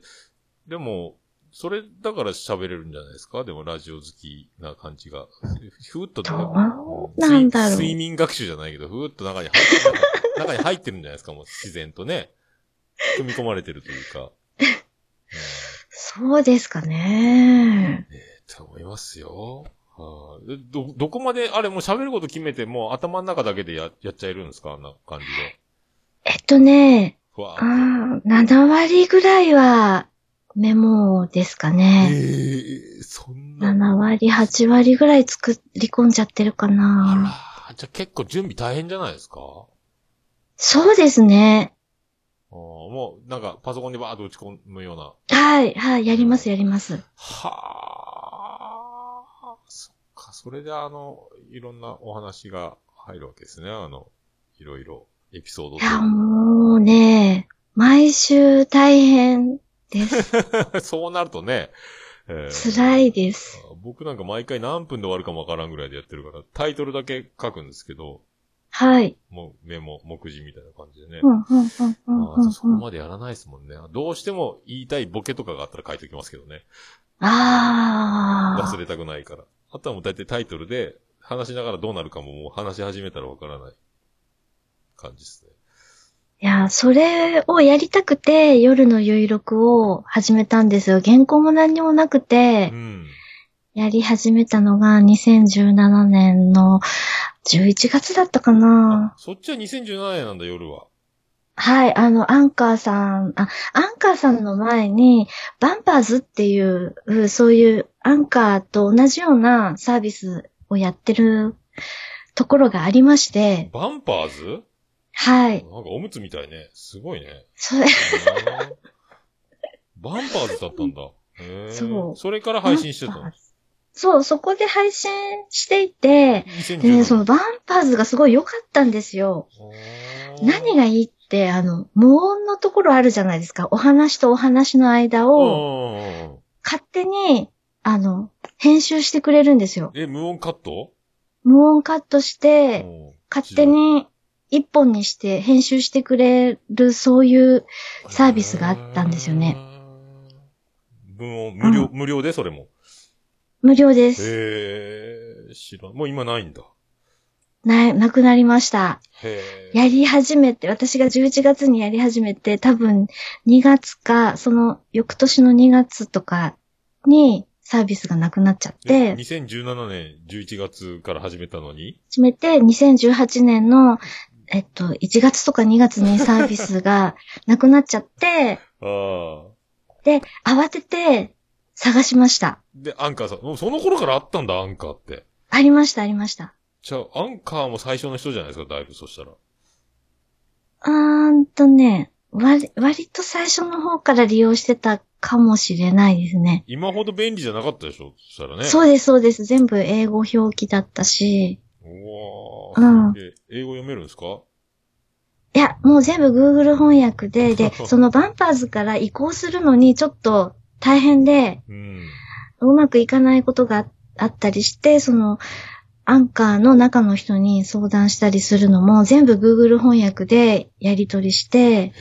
Speaker 2: でも、それだから喋れるんじゃないですかでもラジオ好きな感じが。ふふーっとね、
Speaker 1: どうなんだろう
Speaker 2: 睡睡眠学習じゃないけど、ふーっと中に入って、中に入ってるんじゃないですかもう自然とね。組み込まれてるというか。うん
Speaker 1: そうですかね。
Speaker 2: えと思いますよ。はいでど、どこまで、あれもう喋ること決めて、もう頭の中だけでや、やっちゃえるんですかあんな感じで。
Speaker 1: えっとね、
Speaker 2: ふわ
Speaker 1: あ
Speaker 2: ーっ
Speaker 1: ー7割ぐらいはメモですか
Speaker 2: と。
Speaker 1: ね。
Speaker 2: ええそんな。
Speaker 1: 7割、8割ぐらい作り込んじゃってるかな。
Speaker 2: あら、じゃあ結構準備大変じゃないですか
Speaker 1: そうですね。
Speaker 2: あーもう、なんか、パソコンにバーっと打ち込むような。
Speaker 1: はい、はい、やります、やります。
Speaker 2: はあ、そっか、それであの、いろんなお話が入るわけですね。あの、いろいろ、エピソード
Speaker 1: いや、
Speaker 2: と
Speaker 1: もうね、毎週大変です。
Speaker 2: か。 そうなるとね、えー
Speaker 1: 辛いです。
Speaker 2: 僕なんか毎回何分で終わるかもわからんぐらいでやってるから、タイトルだけ書くんですけど、
Speaker 1: はい。
Speaker 2: もうメモ、目次みたいな感じでね。
Speaker 1: うん、うん、うん、うん
Speaker 2: あーそこ
Speaker 1: うん。うん
Speaker 2: までやらないですもんね。どうしても言いたいボケとかがあったら書いておきますけどね。
Speaker 1: あ
Speaker 2: 忘
Speaker 1: あ。
Speaker 2: れたくないから。あとはもう大体タイトルで、話しながらどうなるかももう話し始めたらわからない感じですね。
Speaker 1: いや、それをやりたくて、夜の有録を始めたんですよ。原稿も何にもなくて
Speaker 2: う、ん。
Speaker 1: やり始めたのが2017年の11月だったかな
Speaker 2: あ。、そっちは2017年なんだ、夜は。
Speaker 1: はい、あの、アンカーさん、あ、アンカーさんの前に、バンパーズっていう、うんそういうアンカーと同じようなサービスをやってるところがありまして、
Speaker 2: バンパーズ
Speaker 1: は
Speaker 2: なん
Speaker 1: い
Speaker 2: か。おむつみたいね。すごいね。
Speaker 1: それ、
Speaker 2: バンパーズだったんだ。へー
Speaker 1: そう
Speaker 2: それから配信してたの。
Speaker 1: そう、そこで配信していて、
Speaker 2: 2017
Speaker 1: で、
Speaker 2: 年。
Speaker 1: そのバンパーズがすごい良かったんですよ。何がいいって、あの、無音のところあるじゃないですか。お話とお話の間を、
Speaker 2: を
Speaker 1: 勝手に、あの、編集してくれるんですよ。
Speaker 2: え、無音カット
Speaker 1: 無音カットして、
Speaker 2: うん
Speaker 1: 勝手に一本にして編集してくれる、そういう、サービスがあったんですよね。
Speaker 2: 無音、無料、
Speaker 1: う
Speaker 2: 無料でそれも。
Speaker 1: 無料です。
Speaker 2: へえ、知らん。もう今ないんだ。
Speaker 1: な、なくなりました。
Speaker 2: へえ。
Speaker 1: やり始めて、私が11月にやり始めて、多分2月か、その翌年の2月とかにサービスがなくなっちゃって、始
Speaker 2: 2017年11月から始めたのに
Speaker 1: めて2018年の、えっと、1月とか2月にサービスがなくなっちゃって、
Speaker 2: ああ。
Speaker 1: で、慌てて探しました。
Speaker 2: で、アンカーさん。もうその頃からあったんだ、アンカーって。
Speaker 1: ありました、ありました。
Speaker 2: じゃあ、アンカーも最初の人じゃないですか、だいぶ、そしたら。
Speaker 1: うーんとね、割、割と最初の方から利用してたかもしれないですね。
Speaker 2: 今ほど便利じゃなかったでしょ、そしたらね。
Speaker 1: そうです、そうです。全部英語表記だったし。
Speaker 2: うわ
Speaker 1: うん
Speaker 2: ーすげえ英語読めるんですか
Speaker 1: いや、もう全部 Google 翻訳で、で、そのバンパーズから移行するのにちょっと大変で、
Speaker 2: うん。
Speaker 1: うまくいかないことがあったりして、その、アンカーの中の人に相談したりするのも、全部 Google 翻訳でやり取りして、
Speaker 2: へえ、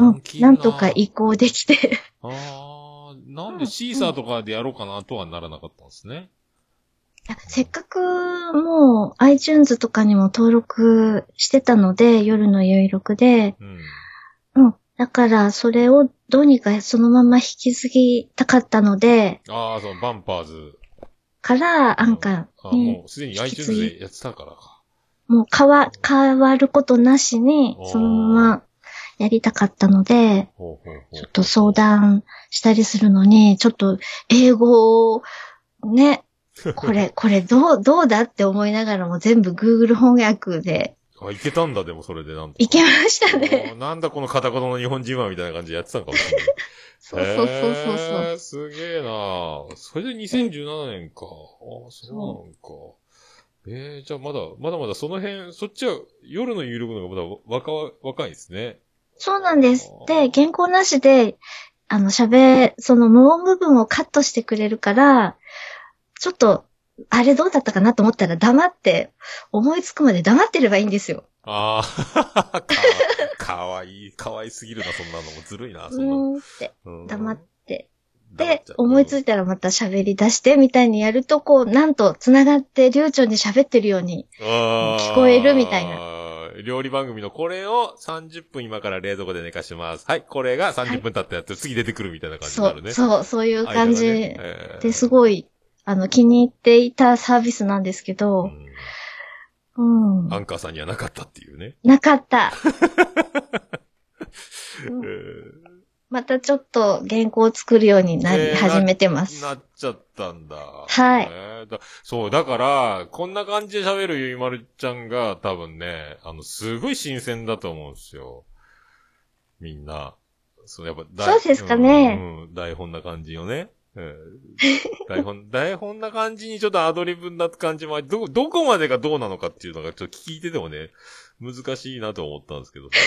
Speaker 1: うん
Speaker 2: 根気いい
Speaker 1: なんとか移行できて。
Speaker 2: ああ、なんでシーサーとかでやろうかなとはならなかったんですね。
Speaker 1: いやせっかくもう iTunes とかにも登録してたので、夜の有録で。
Speaker 2: うん。
Speaker 1: うん。だから、それをどうにかそのまま引き継ぎたかったので、
Speaker 2: ああ、そのバンパーズ。
Speaker 1: から、アンカ
Speaker 2: あ
Speaker 1: ー
Speaker 2: ー
Speaker 1: に
Speaker 2: も、うすでに
Speaker 1: 引き継
Speaker 2: iTunes
Speaker 1: ぎ
Speaker 2: でやってたからか。
Speaker 1: もう変わ、変わることなしに
Speaker 2: お、ー
Speaker 1: そのままやりたかったので、
Speaker 2: ほうほうほ
Speaker 1: ちょっ
Speaker 2: う。
Speaker 1: と相談したりするのに、ちょっと英語を、 ね、これ、これどう、どうだって思いながらも全部 Google 翻訳で
Speaker 2: あ、いけたんだ、でもそれでなんとか。
Speaker 1: いけましたね。
Speaker 2: おーなんだこの片言の日本人はみたいな感じでやってたのかもしれない。
Speaker 1: そうそうそうそうそう。
Speaker 2: へーすげえなそれで2017年か。ああ、そうなんか。ええじゃあまだ、まだまだその辺、そっちは夜の有力の方がまだ若々、若いですね。
Speaker 1: そうなんです
Speaker 2: あ。
Speaker 1: で、
Speaker 2: ー
Speaker 1: 原稿なしで、あの、喋、その無音部分をカットしてくれるから、ちょっと、あれどうだったかなと思ったら黙って、思いつくまで黙ってればいいんですよ。
Speaker 2: ああ、かかわいい、かわいすぎるな、そんなのもずるいな、
Speaker 1: う
Speaker 2: そんなの。
Speaker 1: ーんって。
Speaker 2: うん
Speaker 1: 黙って。
Speaker 2: 黙っ
Speaker 1: で
Speaker 2: ちゃ、う
Speaker 1: 思いついたらまた喋り出してみたいにやると、こう、なんと繋がって流暢に喋ってるように
Speaker 2: あ
Speaker 1: 聞
Speaker 2: ー
Speaker 1: こえるみたいな
Speaker 2: え料理番組のこれを30分今から冷蔵庫で寝かします。はい、これが30分経ったやつ、次出てくるみたいな感じにな
Speaker 1: そ
Speaker 2: る
Speaker 1: う、
Speaker 2: ね。
Speaker 1: そう、そういう感じで、す
Speaker 2: い。
Speaker 1: ごい、あの、気に入っていたサービスなんですけ
Speaker 2: う
Speaker 1: ど、
Speaker 2: ん
Speaker 1: うん。
Speaker 2: アンカーさんにはなかったっていうね。
Speaker 1: なか った。
Speaker 2: え
Speaker 1: うん
Speaker 2: ー
Speaker 1: またちょっと原稿を作るようにな
Speaker 2: え
Speaker 1: り
Speaker 2: ー
Speaker 1: 始めてます。
Speaker 2: なっちゃったんだ。
Speaker 1: はい
Speaker 2: ねえだそう、だから、こんな感じで喋るゆいまるちゃんが多分ね、あの、すごい新鮮だと思うんですよ。みんな。そう、やっぱ、だい
Speaker 1: そうですかね
Speaker 2: うん、うん台本な感じよね。うん台本、 台本な感じにちょっとアドリブな感じもあり、ど、どこまでがどうなのかっていうのがちょっと聞いててもね、難しいなと思ったんですけど。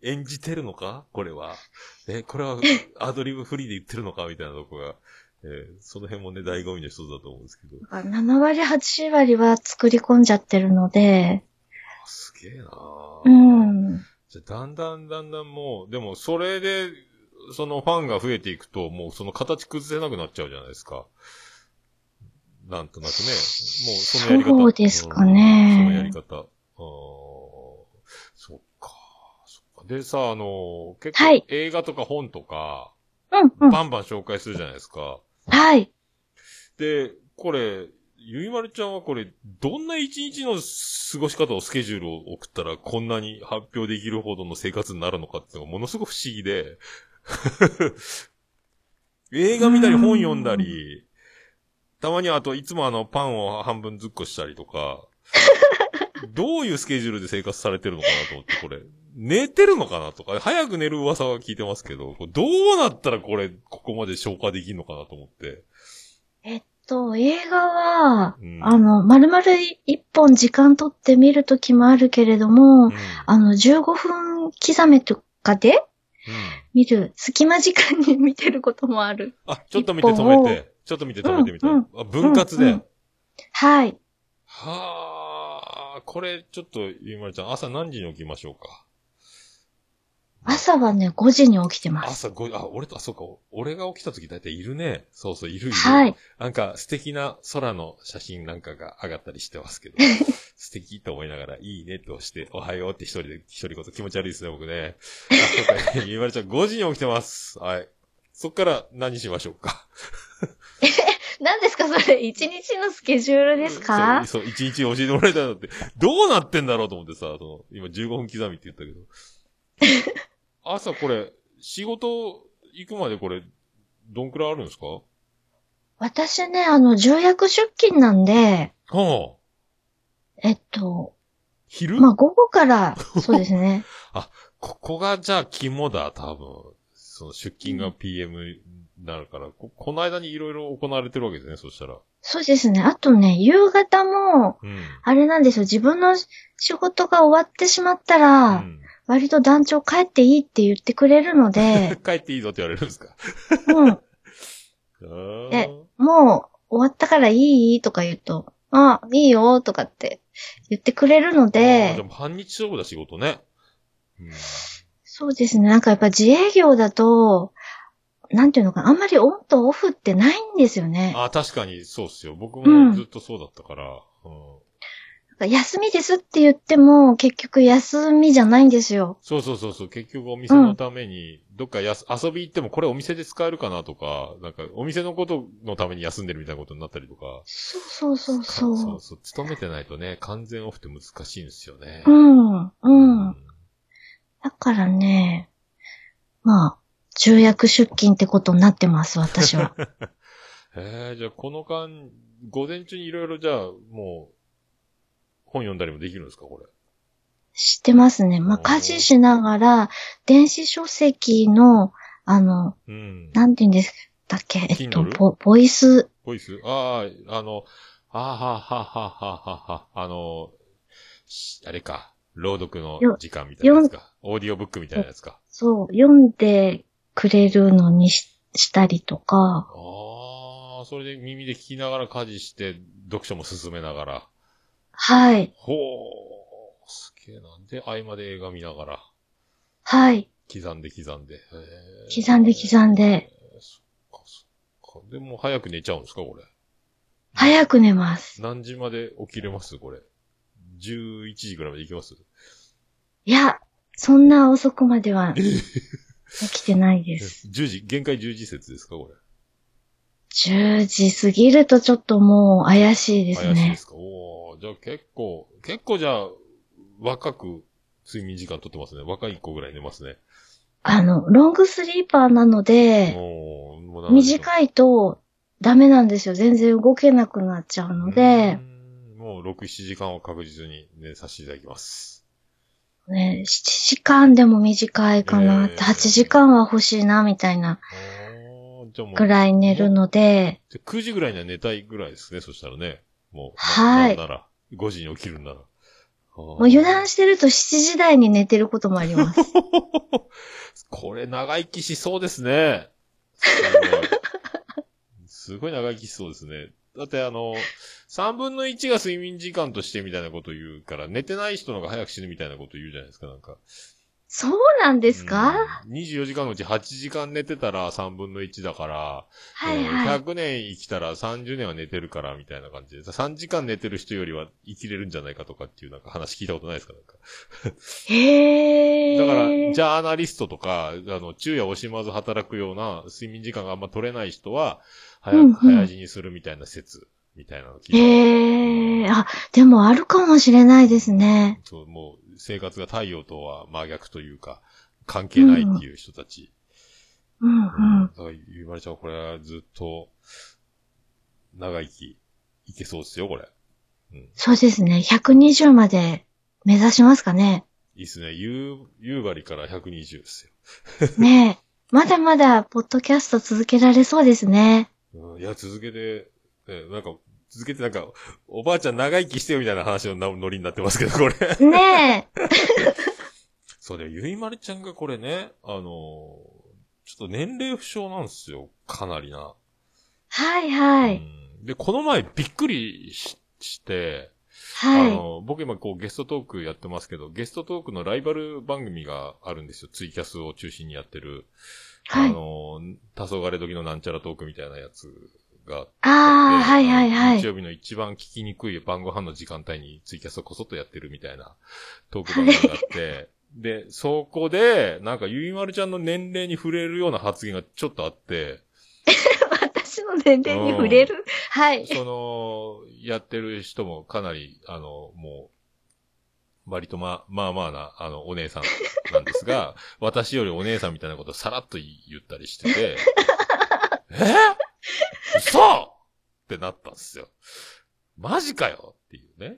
Speaker 2: 演じてるのかこれは。え、これはアドリブフリーで言ってるのかみたいなとこが。えーその辺もね、醍醐味の一つだと思うんですけど。
Speaker 1: 7割、8割は作り込んじゃってるので、
Speaker 2: あすげえなー
Speaker 1: うん。
Speaker 2: じゃあだんだんだんだんもう、でもそれで、そのファンが増えていくと、もうその形崩せなくなっちゃうじゃないですか。なんとなくね。もうそのやり方。
Speaker 1: そうですかね
Speaker 2: うんそのやり方。あーそっか。そっか。でさ、あの、結
Speaker 1: は
Speaker 2: 構
Speaker 1: い
Speaker 2: 映画とか本とか、
Speaker 1: うん、うん。
Speaker 2: バンバン紹介するじゃないですか。
Speaker 1: はい。
Speaker 2: で、これ、ゆいまるちゃんはこれ、どんな一日の過ごし方をスケジュールを送ったらこんなに発表できるほどの生活になるのかっていうのがものすごく不思議で。 映画見たり本読んだり、たまにあといつもあのパンを半分ずっこしたりとか、どういうスケジュールで生活されてるのかなと思って、これ。寝てるのかなとか、早く寝る噂は聞いてますけど、これどうなったらこれ、ここまで消化できるのかなと思って。
Speaker 1: えっと、映画は、
Speaker 2: うん
Speaker 1: あの、丸々一本時間取って見るときもあるけれども、
Speaker 2: うん
Speaker 1: あの、15分刻めとかで
Speaker 2: うん
Speaker 1: 見る、隙間時間に見てることもある。
Speaker 2: あ、ちょっと見て止めて、ちょっと見て止めてみたいな。あ、分割で。
Speaker 1: うんうんはい。
Speaker 2: はあ、これ、ちょっと、ゆいまるちゃん、朝何時に起きましょうか。
Speaker 1: 朝はね、5時に起きてます。
Speaker 2: 朝5、あ、俺と、あ、そうか、俺が起きた時大体いるね。そうそう、いるいる。
Speaker 1: はい。
Speaker 2: なんか、素敵な空の写真なんかが上がったりしてます けど、素敵と思いながら、いいねと押して、おはようって一人で、一人言気持ち悪いですね、僕ね。あ、そうか、 ゆいまるちゃん、5時に起きてます。はい。そっから何しましょうか。
Speaker 1: 何ですかそれ、一日のスケジュールですか
Speaker 2: そう、そう一日教えてもらいたいなって。どうなってんだろうと思ってさ、その、今15分刻みって言ったけど。 朝これ、仕事行くまでこれ、どんくらいあるんですかは
Speaker 1: 私ね、あの、重役出勤なんで、
Speaker 2: あ、
Speaker 1: えっと、
Speaker 2: 昼、
Speaker 1: まあ、午後から、そうです ね。
Speaker 2: ここがじゃあ肝だ、多分。その出勤が PM になるから、こ、この間にいろいろ行われてるわけですね、そしたら。
Speaker 1: そうですね。あとね、夕方も、
Speaker 2: うん。
Speaker 1: あれなんですよ。自分の仕事が終わってしまった
Speaker 2: う
Speaker 1: ら、
Speaker 2: ん、、
Speaker 1: 割と団長帰っていいって言ってくれるので
Speaker 2: 帰っていいぞって言われるんですか
Speaker 1: うん、
Speaker 2: あー
Speaker 1: えもう終わったからいいとか言うと、あ、いいよとかって言ってくれるの
Speaker 2: あーで
Speaker 1: で、
Speaker 2: も半日勝負だ、仕事ね。うん
Speaker 1: そうですね。なんかやっぱ自営業だと、なんていうのかな、あんまりオンとオフってないんですよね。
Speaker 2: あ、確かにそうっすよ。僕
Speaker 1: う
Speaker 2: も
Speaker 1: ん
Speaker 2: ずっとそうだったから。うん
Speaker 1: なんか休みですって言っても、結局休みじゃないんですよ。
Speaker 2: そうそうそうそう。結局お店のために、どっかやす、遊び行ってもこれお店で使えるかなとか、なんかお店のことのために休んでるみたいなことになったりとか。
Speaker 1: そうそうそう
Speaker 2: かそ
Speaker 1: そう
Speaker 2: そう。勤めてないとね、完全オフって難しいんですよね。
Speaker 1: う。うん、うん。
Speaker 2: うん
Speaker 1: だからね、まあ、重役出勤ってことになってます、私は。
Speaker 2: えー、じゃあこの間、午前中にいろいろじゃあ、もう、本読んだりもできるんですか、これ。
Speaker 1: 知ってますね。まあ、
Speaker 2: おー
Speaker 1: 家事しながら、電子書籍の、あの、
Speaker 2: うん。
Speaker 1: なんて言うんですだっけ、えっと、
Speaker 2: Kindle？
Speaker 1: ボボイス、
Speaker 2: ボイスああ、あの、あははははは、あの、しあれか、朗読の時間みたいなやつか。オーディオブックみたいなやつか。
Speaker 1: そう、読んでくれるのにししたりとか、
Speaker 2: ああ、それで耳で聞きながら家事して、読書も進めながら。
Speaker 1: はい、
Speaker 2: ほう、すげえなんで、合間で映画見ながら、
Speaker 1: はい、
Speaker 2: 刻んで刻んで。へー
Speaker 1: 刻んで刻んで、
Speaker 2: そっかそっか。でも早く寝ちゃうんですか、これ。
Speaker 1: 早く寝ます。
Speaker 2: 何時まで起きれますこれ。 11時ぐらいまで行きます
Speaker 1: いや、そんな遅くまでは起きてないです。
Speaker 2: ?10 時、限界10時説ですかこ
Speaker 1: 10時過ぎるとちょっともう怪しいで
Speaker 2: れ。
Speaker 1: す
Speaker 2: 怪しいで
Speaker 1: ね。
Speaker 2: すかおーじゃあ結構、結構じゃあ、若く睡眠時間取ってますね。若い子ぐらい寝ますね。
Speaker 1: あの、ロングスリーパーなので、
Speaker 2: おーもう長い時間
Speaker 1: 短いとダメなんですよ。全然動けなくなっちゃうので、
Speaker 2: うーん、もう6、7時間は確実に寝させていただきます。
Speaker 1: ね、7時間でも短いかなって、
Speaker 2: えー
Speaker 1: 8時間は欲しいな、みたいな
Speaker 2: おーじゃあもう。
Speaker 1: ぐらい寝るので、
Speaker 2: じゃあ9時ぐらいには寝たいぐらいですね、そしたらね。もう。
Speaker 1: はい
Speaker 2: ななんなら、5時に起きるんなら。も
Speaker 1: もう油断
Speaker 2: し
Speaker 1: してると7時台に寝てることもあります。
Speaker 2: これ長生きしそうですね。すごい。すごい長生きしそうですね。だってあの、3分の1が睡眠時間としてみたいなこと言うから、寝てない人の方が早く死ぬみたいなこと言うじゃないですか、なんか。
Speaker 1: そうなんですか、
Speaker 2: うん ?24 時間のうち8時間寝てたら3分の1だから、
Speaker 1: はいはい。
Speaker 2: 100年生きたら30年は寝てるから、みたいな感じで、3時間寝てる人よりは生きれるんじゃないかとかっていうなんか話聞いたことないですかなんか。
Speaker 1: へー。
Speaker 2: だから、ジャーナリストとか、あの、昼夜惜しまず働くような睡眠時間があんま取れない人は、早く、
Speaker 1: うんうん
Speaker 2: 早死にするみたいな説、みたいなの聞いた
Speaker 1: へえ、あ、でもあるかもしれないですね。
Speaker 2: そう、もう生活が太陽とは真逆というか、関係ないっていう人たち。
Speaker 1: うんう
Speaker 2: だか
Speaker 1: ん。
Speaker 2: らゆまりちゃん、これはずっと、長生き、いけそうですよ、これ。うん。
Speaker 1: そうですね。120まで目指しますか ね。
Speaker 2: いいっすね。夕、夕張から120です
Speaker 1: ねえ。まだまだ、ポッドキャスト続けられそうですね。
Speaker 2: よ。うん、いや、続けて、ね、なんか、続けてなんか、おばあちゃん長生きしてよみたいな話のなノリになってますけど、これ。
Speaker 1: ねえ。
Speaker 2: そうだよ、ゆいまるちゃんがこれね、あのーちょっと年齢不詳なんですよ。かなりな。
Speaker 1: はいは
Speaker 2: う
Speaker 1: い。
Speaker 2: んで、この前びっくりしして、あ
Speaker 1: は
Speaker 2: の、僕今こうゲストトークやってますけど、ゲストトークのライバル番組があるんですよ。ツイキャスを中心にやってる。
Speaker 1: はい
Speaker 2: あの、黄昏時のなんちゃらトークみたいなやつがあって。
Speaker 1: い。ああ、はいはいは
Speaker 2: 日
Speaker 1: い。
Speaker 2: 曜日の一番聞きにくい晩ご飯の時間帯にツイキャスをこそっとやってるみたいなトーク番組があって。で、そこで、なんかゆいまるちゃんの年齢に触れるような発言がちょっとあって、
Speaker 1: 私の年齢に触れる。はい。
Speaker 2: その、やってる人もかなり、あの、もう、割とま、まあまあな、あの、お姉さんなんです が、私よりお姉さんみたいなことをさらっと言ったりし てて、え嘘ってなったんですよ。マジかよっていうね。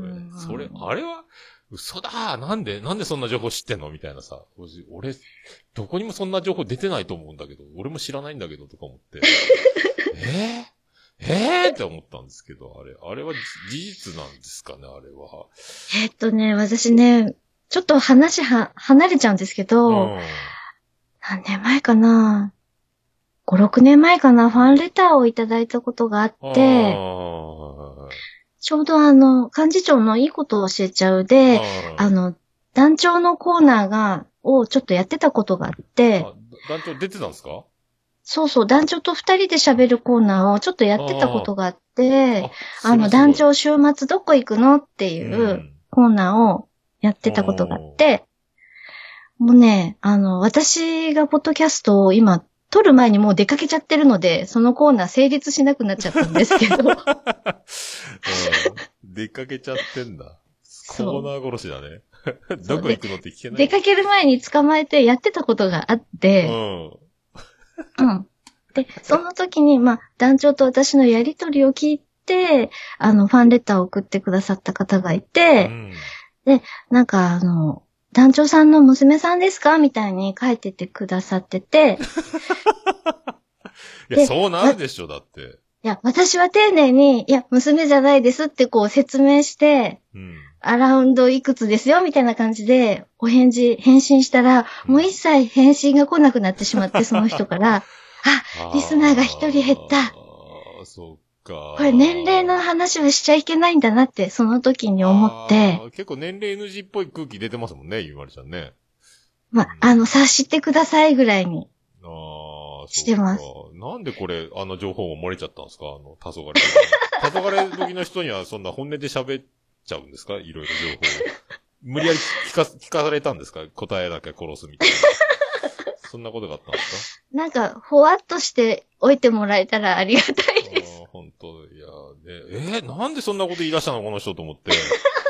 Speaker 1: うん
Speaker 2: それ、あれは嘘だーなんで、なんでそんな情報知ってんのみたいなさ。俺、どこにもそんな情報出てないと思うんだけど、俺も知らないんだけど、とか思 って。えー、えー、って思ったんですけど、あれ、あれはじ事実なんですかね、あれは。
Speaker 1: えっとね、私ね、ちょっと話は、離れちゃうんですけど、
Speaker 2: ん。
Speaker 1: 何年前かな ?5、6年前かなファンレターをいただいたことがあ
Speaker 2: あー
Speaker 1: って、ちょうどあの、幹事長のいいことを教えちゃうで、
Speaker 2: あ
Speaker 1: あの、団長のコーナーが、をちょっとやってたことがあって、
Speaker 2: あ団長出てたんですか
Speaker 1: そうそう、団長と二人で喋るコーナーをちょっとやってたことがあって、あの、
Speaker 2: すごい
Speaker 1: 団
Speaker 2: すごい
Speaker 1: 長週末どこ行くのっていううコーナーをやってたことがあって、もうね、あの、私がポッドキャストを今、撮る前にもう出かけちゃってるので、そのコーナー成立しなくなっちゃったんです けど、
Speaker 2: うん出かけちゃってんだ。コ
Speaker 1: そう
Speaker 2: ーナー殺しだね。 どこ行くのって聞けない。
Speaker 1: 出かける前に捕まえてやってたことがあっ
Speaker 2: う
Speaker 1: て、
Speaker 2: ん。
Speaker 1: うん。で、その時に、まあ、団長と私のやりとりを聞いて、あの、ファンレターを送ってくださった方がいうて、
Speaker 2: ん。
Speaker 1: なんかあの、団長さんの娘さんですかみたいに書いててくださって て、
Speaker 2: いや、
Speaker 1: で
Speaker 2: そうなるでしょ、だって。
Speaker 1: いや、私は丁寧に、いや、娘じゃないですってこう説明して、
Speaker 2: うん。
Speaker 1: アラウンドいくつですよみたいな感じで、お返事、返信したら、もう一切返信が来なくなってしまって、その人から、
Speaker 2: あ
Speaker 1: リスナーが一人減った
Speaker 2: あーそっか。
Speaker 1: これ年齢の話はしちゃいけないんだなって、その時に思って
Speaker 2: あ、ー。結構年齢 NG っぽい空気出てますもんね、ゆまりちゃんね。
Speaker 1: まあ、あの、察してくださいぐらいに。
Speaker 2: ああ、そっか
Speaker 1: してます。
Speaker 2: なんでこれ、あの情報も漏れちゃったんですかあの、黄昏時。黄昏時の人にはそんな本音で喋っちゃうんですかいろいろ情報を。無理やり聞か、聞かされたんですか答えだけ殺すみたいな。そんなことがあったんです
Speaker 1: なんか、ほわっとしておいてもらえたらありがたいです。
Speaker 2: かあー本当いやー、ね、えーなんでそんなこと言い出したのこの人と思って。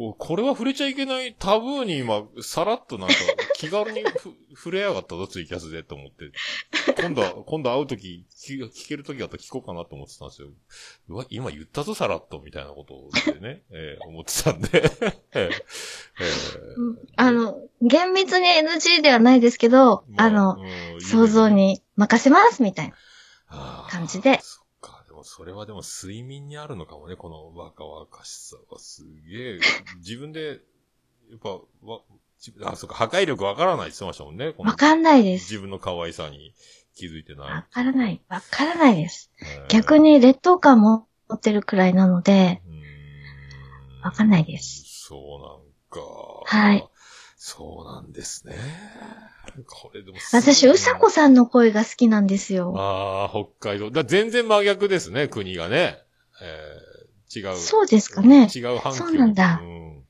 Speaker 2: おこれは触れちゃいけないタブーに今、さらっとなんか、気軽にふ触れやがったぞ、ツイキャスで、と思って。今度は、今度会うとき、聞聞けるときだったら聞こうかなと思ってたんですよ。うわ、今言ったぞ、さらっと、みたいなことでね、えー思ってたんで。 えーえー
Speaker 1: うんあの、厳密に NG ではないですけど、
Speaker 2: ま
Speaker 1: あの、、
Speaker 2: うん
Speaker 1: 想像に任せますみたいな。
Speaker 2: 感
Speaker 1: 感じで
Speaker 2: そっか、でもそれはでも睡眠にあるのかもね、この若々しさはすげえ。自分で、やっぱ、わ、自分あ、そっか、破壊力わからないって言ってましたもんね。この
Speaker 1: わかんないです。
Speaker 2: 自分の可愛さに気づいてない。
Speaker 1: わからない。わからないです。
Speaker 2: えー
Speaker 1: 逆。に劣等感も持ってるくらいなので、
Speaker 2: うーん
Speaker 1: わかんないです。
Speaker 2: そうなんか。
Speaker 1: はい。
Speaker 2: そうなんですね。これでもすごいな
Speaker 1: 私、うさこさんの声が好きなんですよ。
Speaker 2: ああ、北海道。だ全然真逆ですね、国がね。えー違う。
Speaker 1: そうですかね。
Speaker 2: 違う半
Speaker 1: そうなんだ
Speaker 2: うん。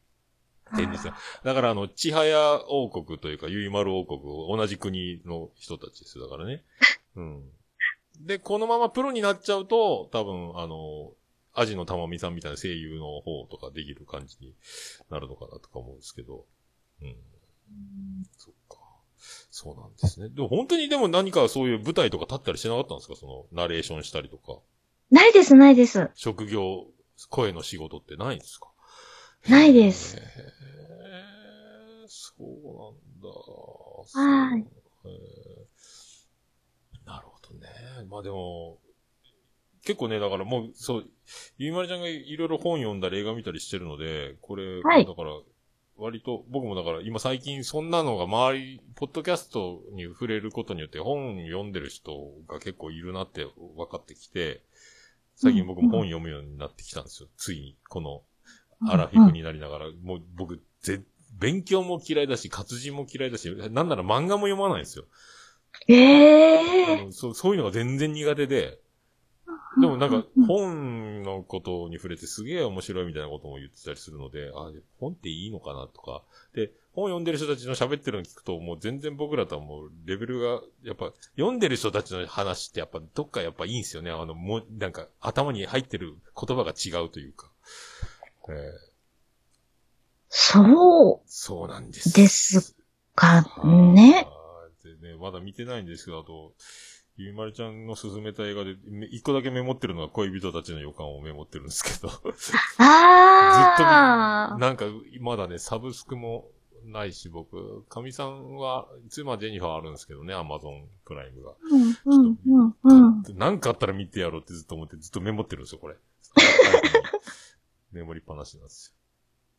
Speaker 2: 全然だから、あの、ちはや王国というか、ゆいまる王国、同じ国の人たちですよ。だ からね。うん。で、このままプロになっちゃうと、多分、あの、アジのたまみさんみたいな声優の方とかできる感じになるのかなとか思うんですけど。うん。そっか。そうなんですね。でも本当にでも何かそういう舞台とか立ったりしなかったんですかその、ナレーションしたりとか。
Speaker 1: ないです、ないです。
Speaker 2: 職業、声の仕事ってないんですか
Speaker 1: ないです。
Speaker 2: へーそうなんだ。
Speaker 1: はい
Speaker 2: そう。へーなるほどね。まあでも、結構ね、だからもう、そう、ゆいまるちゃんがいろいろ本読んだり映画見たりしてるので、これ、
Speaker 1: はい
Speaker 2: だから、割と、僕もだから今最近そんなのが周り、ポッドキャストに触れることによって本読んでる人が結構いるなって分かってきて、最近僕も本読むようになってきたんですよ。ついに、このアラフィフになりながら、もう僕、ぜ、勉強も嫌いだし、活字も嫌いだし、なんなら漫画も読まないんですよ。
Speaker 1: ええ
Speaker 2: あのそうそういうのが全然苦手で、でもなんか
Speaker 1: うん
Speaker 2: 本のことに触れてすげえ面白いみたいなことも言ってたりするので、あ、本っていいのかなとか、で、本読んでる人たちの喋ってるの聞くと、もう全然僕らとはもうレベルが、やっぱ、読んでる人たちの話ってやっぱどっかやっぱいいんですよね。あの、もう、なんか頭に入ってる言葉が違うというか。えー
Speaker 1: そ
Speaker 2: そうなんです。
Speaker 1: ですうか
Speaker 2: はい
Speaker 1: ね。。
Speaker 2: でね、まだ見てないんですけど、あと、ゆいまるちゃんの勧めた映画で、め一個だけメモってるのが恋人たちの予感をメモってるんですけ ど、ずっと見
Speaker 1: ああ。
Speaker 2: なんか、まだね、サブスクもないし、僕、神さんは、妻ジェニファーあるんですけどね、アマゾンプライムが。
Speaker 1: うん、うん、うん、うん。
Speaker 2: なんかあったら見てやろうってずっと思って、ずっとメモってるんです よ、これ。メモりっぱなしなんです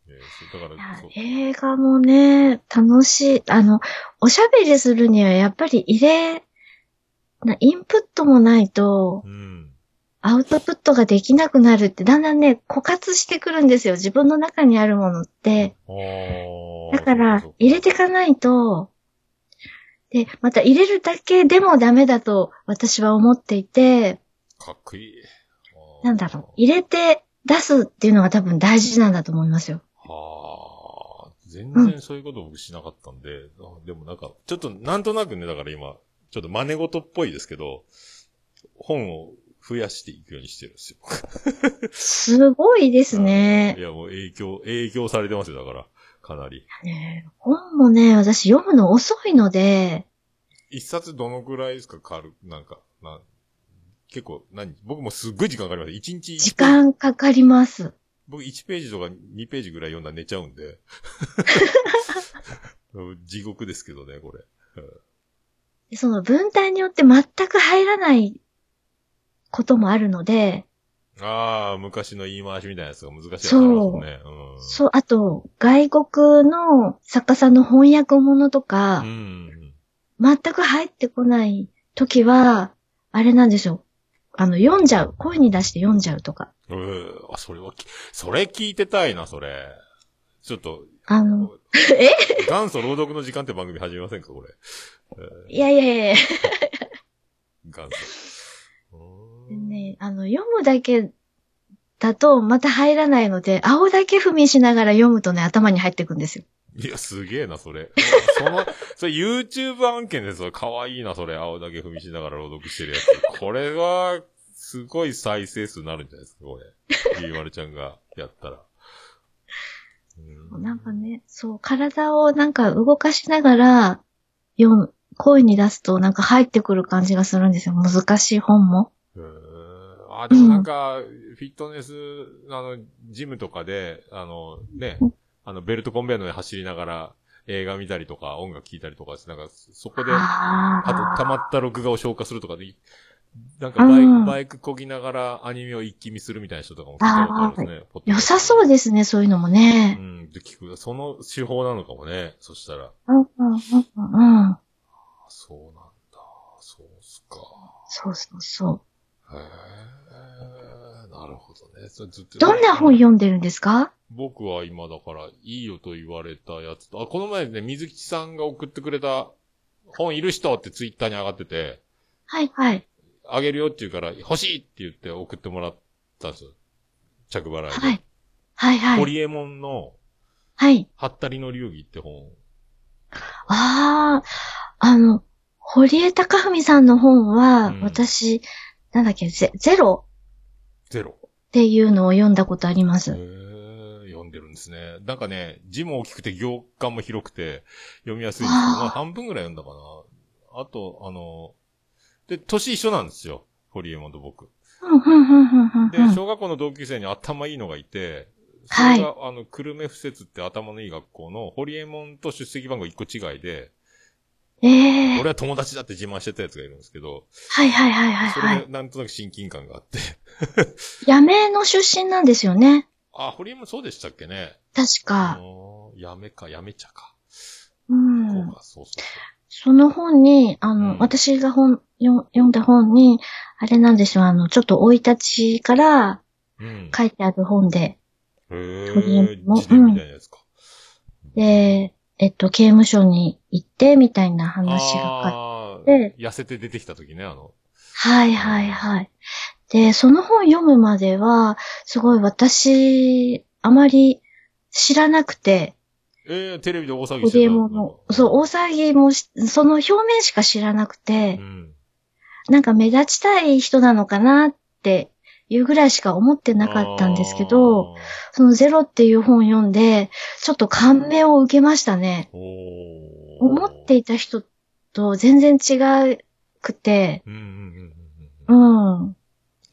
Speaker 2: よ。えーそうだから、そう。
Speaker 1: 映画もね、楽しい。あの、おしゃべりするにはやっぱり入れ、なインプットもないと、
Speaker 2: うん。
Speaker 1: アウトプットができなくなるって、だんだんね、枯渇してくるんですよ。自分の中にあるものって。
Speaker 2: あー
Speaker 1: だから
Speaker 2: そう、
Speaker 1: 入れていかないと、で、また入れるだけでもダメだと私は思っていて、
Speaker 2: かっこいい。あー
Speaker 1: なんだろう、入れて出すっていうのが多分大事なんだと思いますよ。
Speaker 2: はあ、全然そういうこと僕しなかったんで、あでもなんか、ちょっとなんとなくね、だから今、ちょっと真似事っぽいですけど、本を増やしていくようにしてるんですよ。
Speaker 1: すごいですね
Speaker 2: い。や、もう影響、影響されてますよ、だから、かなり。
Speaker 1: ねえ本もね、私読むの遅いので、
Speaker 2: 一冊どのくらいですか、軽く、なんか、な結構、何僕もすっごい時間かかります。一日
Speaker 1: 時間かかります。
Speaker 2: 僕1ページとか2ページぐらい読んだら寝ちゃう んで。 地獄ですけどね、これ。
Speaker 1: でその文体によって全く入らないこともあるので、
Speaker 2: ああ、昔の言い回しみたいなやつが難しいやつあ
Speaker 1: そう
Speaker 2: りますもんね。うん。
Speaker 1: そう、あと、外国の作家さんの翻訳ものと
Speaker 2: う
Speaker 1: か、
Speaker 2: ん。
Speaker 1: 全く入ってこない時は、あれなんでしょう。あの、読んじゃう。声に出して読んじゃうとか。
Speaker 2: うーあ、それはき、それ聞いてたいな、それ。ちょっと、
Speaker 1: あの、
Speaker 2: 元祖朗読の時間って番組始めませんか、これ。
Speaker 1: いやいやいやいや、
Speaker 2: 元祖。うー ん
Speaker 1: ね、あの、読むだけだとまた入らないので、青だけ踏みしながら読むとね、頭に入ってくんですよ。
Speaker 2: いや、すげえな、それ。その、 それ YouTube 案件ですよ。かわいいな、それ。青だけ踏みしながら朗読してるやつ。これは、すごい再生数になるんじゃないですか、これ。ゆいまるちゃんがやったら。うん
Speaker 1: なんかね、そう、体をなんか動かしながら読む、声に出すとなんか入ってくる感じがするんですよ。難しい本も。
Speaker 2: へーあ、でもなんか、フィットネス、あの、ジムとかで、あの、ね
Speaker 1: うん、
Speaker 2: あの、ベルトコンベアの上走りながら、映画見たりとか、音楽聴いたりとかして、なんか、そこで、あ
Speaker 1: あ
Speaker 2: と、
Speaker 1: あ
Speaker 2: 溜まった録画を消化するとかでい、なんかバ
Speaker 1: う
Speaker 2: イ
Speaker 1: ん
Speaker 2: ク、バイクこぎながらアニメを一気見するみたいな人とかも聞いたことあるんですね。ポッドキャ
Speaker 1: 良
Speaker 2: スト
Speaker 1: さそうですね、そういうのもね
Speaker 2: う。ん、で聞く。その手法なのかもね、そしたら。
Speaker 1: うん、うん、うん、うん。
Speaker 2: あそうなんだ。そうっすか。
Speaker 1: そうそうそう。
Speaker 2: へえ、なるほどね。それずっと
Speaker 1: どんな本読んでるんですか
Speaker 2: 僕は今だから、いいよと言われたやつと、あ、この前ね、水木さんが送ってくれた、本いる人ってツイッターに上がってて、
Speaker 1: はい、はい。
Speaker 2: あげるよって言うから、欲しいって言って送ってもらったんですよ。着払いで。
Speaker 1: はい。はい、は
Speaker 2: ホ
Speaker 1: い。
Speaker 2: リエモンの、
Speaker 1: はい。
Speaker 2: ハッタリの流儀って本。
Speaker 1: ああ、あの、堀江貴文さんの本は
Speaker 2: うん、
Speaker 1: 私、なんだっけゼ、ゼロ
Speaker 2: ゼロ。
Speaker 1: っていうのを読んだことありま
Speaker 2: へ
Speaker 1: す。
Speaker 2: ー読んでるんですね。なんかね、字も大きくて行間も広くて読みやすいんですけど、まあ半分ぐらい読んだかな。あと、あの、で、年一緒なんですよ。ホリエモンと僕。
Speaker 1: うん、うん、うん、うん、
Speaker 2: で、
Speaker 1: うん。
Speaker 2: 小学校の同級生に頭いいのがいて、そ
Speaker 1: はい
Speaker 2: れが、あの、久留米不設って頭のいい学校の、ホリエモンと出席番号一個違いで、
Speaker 1: ええ
Speaker 2: 俺は友達だって自慢してたやつがいるんですけど、
Speaker 1: はい、はい、はい、はい、
Speaker 2: そ
Speaker 1: は
Speaker 2: れ
Speaker 1: い
Speaker 2: で。なんとなく親近感があって、
Speaker 1: やめの出身なんですよね。
Speaker 2: あ、ホリエモンそうでしたっけね。
Speaker 1: 確か。
Speaker 2: あやめか、やめちゃか。
Speaker 1: う。
Speaker 2: そうんか、そうそうそう。
Speaker 1: その本に、あ
Speaker 2: うん
Speaker 1: の、私が本、よ読んだ本に、あれなんですよ、あの、ちょっと生い立ちから
Speaker 2: うん。
Speaker 1: 書いてある本で、
Speaker 2: へ
Speaker 1: 鳥
Speaker 2: ぇ
Speaker 1: 山
Speaker 2: ー、
Speaker 1: も
Speaker 2: 自伝みたいなやつか。
Speaker 1: で、えっと、刑務所に行って、みたいな話が書いて
Speaker 2: あ
Speaker 1: で
Speaker 2: ー痩せて出てきた時ね、あの。
Speaker 1: はいはいはい。で、その本読むまでは、すごい私、あまり知らなくて、
Speaker 2: えー、テレビで大騒ぎ
Speaker 1: ホ
Speaker 2: してた。
Speaker 1: リエモンの、そう、大騒ぎもし、その表面しか知らなくて
Speaker 2: う、ん。
Speaker 1: なんか目立ちたい人なのかなっていうぐらいしか思ってなかったんですけど、
Speaker 2: あー。
Speaker 1: そのゼロっていう本読んで、ちょっと感銘を受けましたね。
Speaker 2: おー
Speaker 1: 思っていた人と全然違くて、
Speaker 2: うんう
Speaker 1: う
Speaker 2: んうんうんうん。
Speaker 1: ん。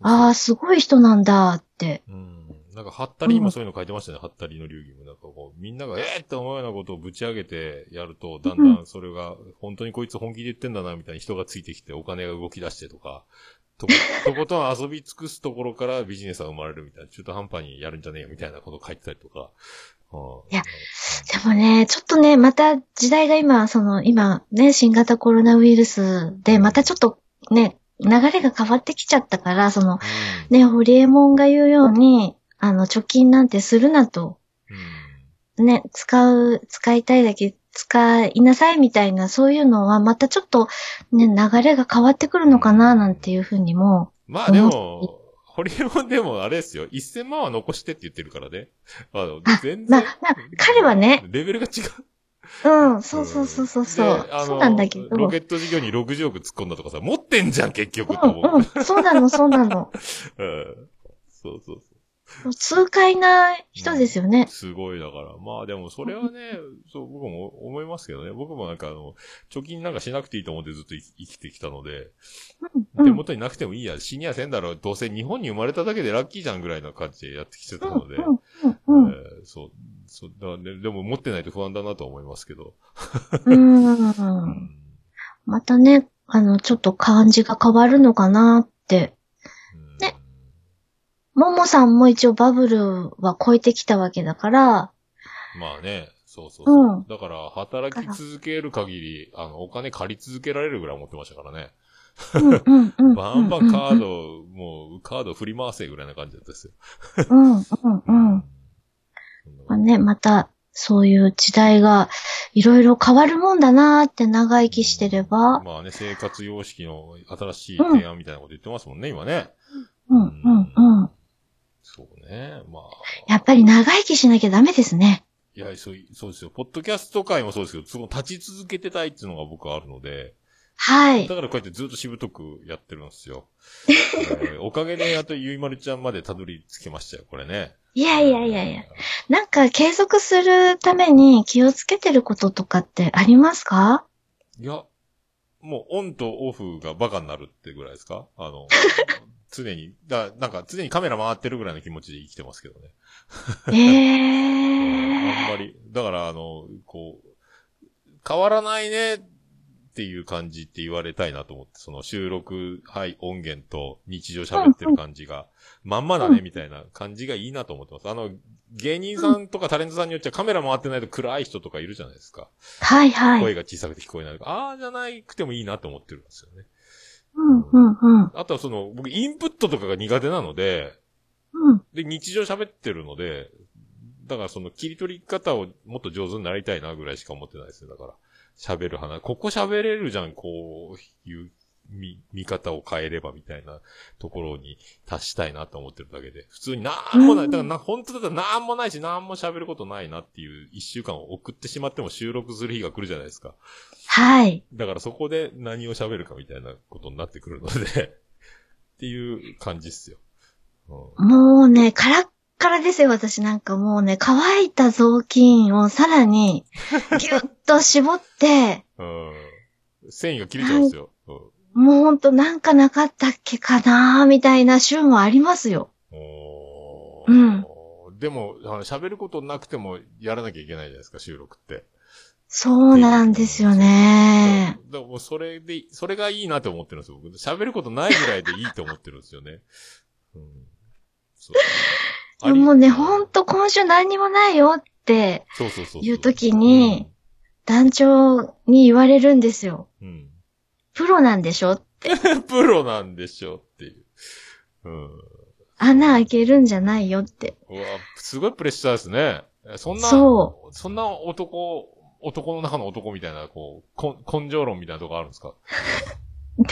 Speaker 1: ああ、すごい人なんだって。
Speaker 2: うん。なんか、ハッタリにもそういうの書いてましたね、ハッタリの流儀も。なんかこう、みんなが、えーって思うようなことをぶち上げてやると、だんだんそれが、本当にこいつ本気で言ってんだな、みたいに人がついてきて、お金が動き出してとか、 とことことん遊び尽くすところからビジネスは生まれるみたいな、中途半端にやるんじゃねえよ、みたいなこと書いてたりとか。うん
Speaker 1: いやでもね、ちょっとね、また時代が今、その、今ね、新型コロナウイルスで、またちょっとね、流れが変わってきちゃったから、その、
Speaker 2: うん
Speaker 1: ね、ホリエモンが言うように、あの、貯金なんてするなと、ね、使う、使いたいだけ使いなさいみたいな、そういうのは、またちょっと、ね、流れが変わってくるのかな、なんていうふうにも、
Speaker 2: まあでも、ホリエモンでもあれですよ、1000万は残してって言ってるからね。あの
Speaker 1: あ、
Speaker 2: 全然。
Speaker 1: まあ、まあ、彼はね、
Speaker 2: レベルが違う。
Speaker 1: うん、そうそうそうそうそう
Speaker 2: で、あの
Speaker 1: そうなんだけど。
Speaker 2: ロケット事業に60億突っ込んだとかさ、持ってんじゃん、結局、と
Speaker 1: うん、
Speaker 2: 思
Speaker 1: う
Speaker 2: う。
Speaker 1: ん、そうなの、そうなの。
Speaker 2: うんそうそうそ
Speaker 1: 痛快な人ですよ
Speaker 2: う。
Speaker 1: ね。
Speaker 2: すごいだから。まあでも、それはね、そう、僕も思いますけどね。僕もなんかあの、貯金なんかしなくていいと思ってずっと生き生きてきたので、
Speaker 1: うん
Speaker 2: 手元になくてもいいや、死にはせんだろう、どうせ日本に生まれただけでラッキーじゃんぐらいな感じでやってきてたので。
Speaker 1: うんうんうん
Speaker 2: えーそう、そうだ、ね、でも持ってないと不安だなとは思いますけど。
Speaker 1: うんうんまたね、あの、ちょっと感じが変わるのかなって。
Speaker 2: うん
Speaker 1: ね。ももさんも一応バブルは超えてきたわけだから、
Speaker 2: まあね、そうそうそう。
Speaker 1: うん
Speaker 2: だから、働き続ける限り、あの、お金借り続けられるぐらい持ってましたからね。
Speaker 1: うんうんうん。
Speaker 2: バンバンカー
Speaker 1: ド。
Speaker 2: ド、もう、カード振り回せぐらいな感じだったですよ。
Speaker 1: うんうんうん。ま
Speaker 2: そんな
Speaker 1: あ
Speaker 2: 感じ。
Speaker 1: ね、また、そういう時代が、いろいろ変わるもんだなーって長生きしてれば、
Speaker 2: まあね、生活様式の新しい提案みたいなこと言ってますもんね、今ね。
Speaker 1: うんうんうん。
Speaker 2: そうね。まあ。
Speaker 1: やっぱり長生きしなきゃダメですね。
Speaker 2: いや、そう、そうですよ。ポッドキャスト界もそうですけど、その立ち続けてたいっていうのが僕はあるので、
Speaker 1: はい
Speaker 2: だ。からこうやってずっとしぶとくやってるんですよ。えーおかげで、あとゆいまるちゃんまでたどり着きましたよ、これね。
Speaker 1: い
Speaker 2: い
Speaker 1: やいやいやいや。。なんか継続するために気をつけてることとかってあります か
Speaker 2: いや、もうオンとオフがバカになるってぐらいですかあの、常に、だなんか常にカメラ回ってるぐらいの気持ちで生きてますけどね。
Speaker 1: え
Speaker 2: あん
Speaker 1: え
Speaker 2: まり、だからあの、こう、変わらないねっていう感じって言われたいなと思って、その収録、はい、音源と日常喋ってる感じが、まんまだねみたいな感じがいいなと思ってます。あの、芸人さんとかタレントさんによっちゃカメラ回ってないと暗い人とかいるじゃないですか。
Speaker 1: はいはい。
Speaker 2: 声が小さくて聞こえないとか、ああじゃなくてもいいなと思ってるんですよね。
Speaker 1: うんうんうん。
Speaker 2: あとはその、僕インプットとかが苦手なので、
Speaker 1: うん。
Speaker 2: で、日常喋ってるので、だからその切り取り方をもっと上手になりたいなぐらいしか思ってないですね。だから、喋る話、ここ喋れるじゃん、こういう見、見方を変えればみたいなところに達したいなと思ってるだけで、普通になんもない、
Speaker 1: うん
Speaker 2: だからな、本当だったらなんもないし、なんも喋ることないなっていう一週間を送ってしまっても収録する日が来るじゃないですか。
Speaker 1: はい。
Speaker 2: だからそこで何を喋るかみたいなことになってくるので、っていう感じっすよ。う
Speaker 1: もうね、カラッカラですよ、私なんかもうね、乾いた雑巾をさら に、ぎゅっと絞って、
Speaker 2: ん。うん。繊維が切れちゃうんですよ。うん
Speaker 1: もうほんとなんかなかったっけかなーみたいな週もありますよ。
Speaker 2: おー
Speaker 1: うん
Speaker 2: でも、あの喋ることなくてもやらなきゃいけないじゃないですか、収録って。
Speaker 1: そうなんですよね。
Speaker 2: だからもうそれで、それがいいなと思ってるんですよ、僕。喋ることないぐらいでいいと思ってるんですよね。うん。 そう。
Speaker 1: もうね、ほ
Speaker 2: ほ
Speaker 1: んと今週何にもないよって
Speaker 2: そうそうそう。
Speaker 1: いう時に、団長に言われるんですよ。
Speaker 2: うん、うん。
Speaker 1: プロなんでしょ
Speaker 2: プロなんでしょっていう。うん。
Speaker 1: 穴開けるんじゃないよって。
Speaker 2: うわ、すごいプレッシャーですね。そんな、
Speaker 1: そ
Speaker 2: そんな男、男の中の男みたいな、こう、こん根性論みたいなとこあるんですか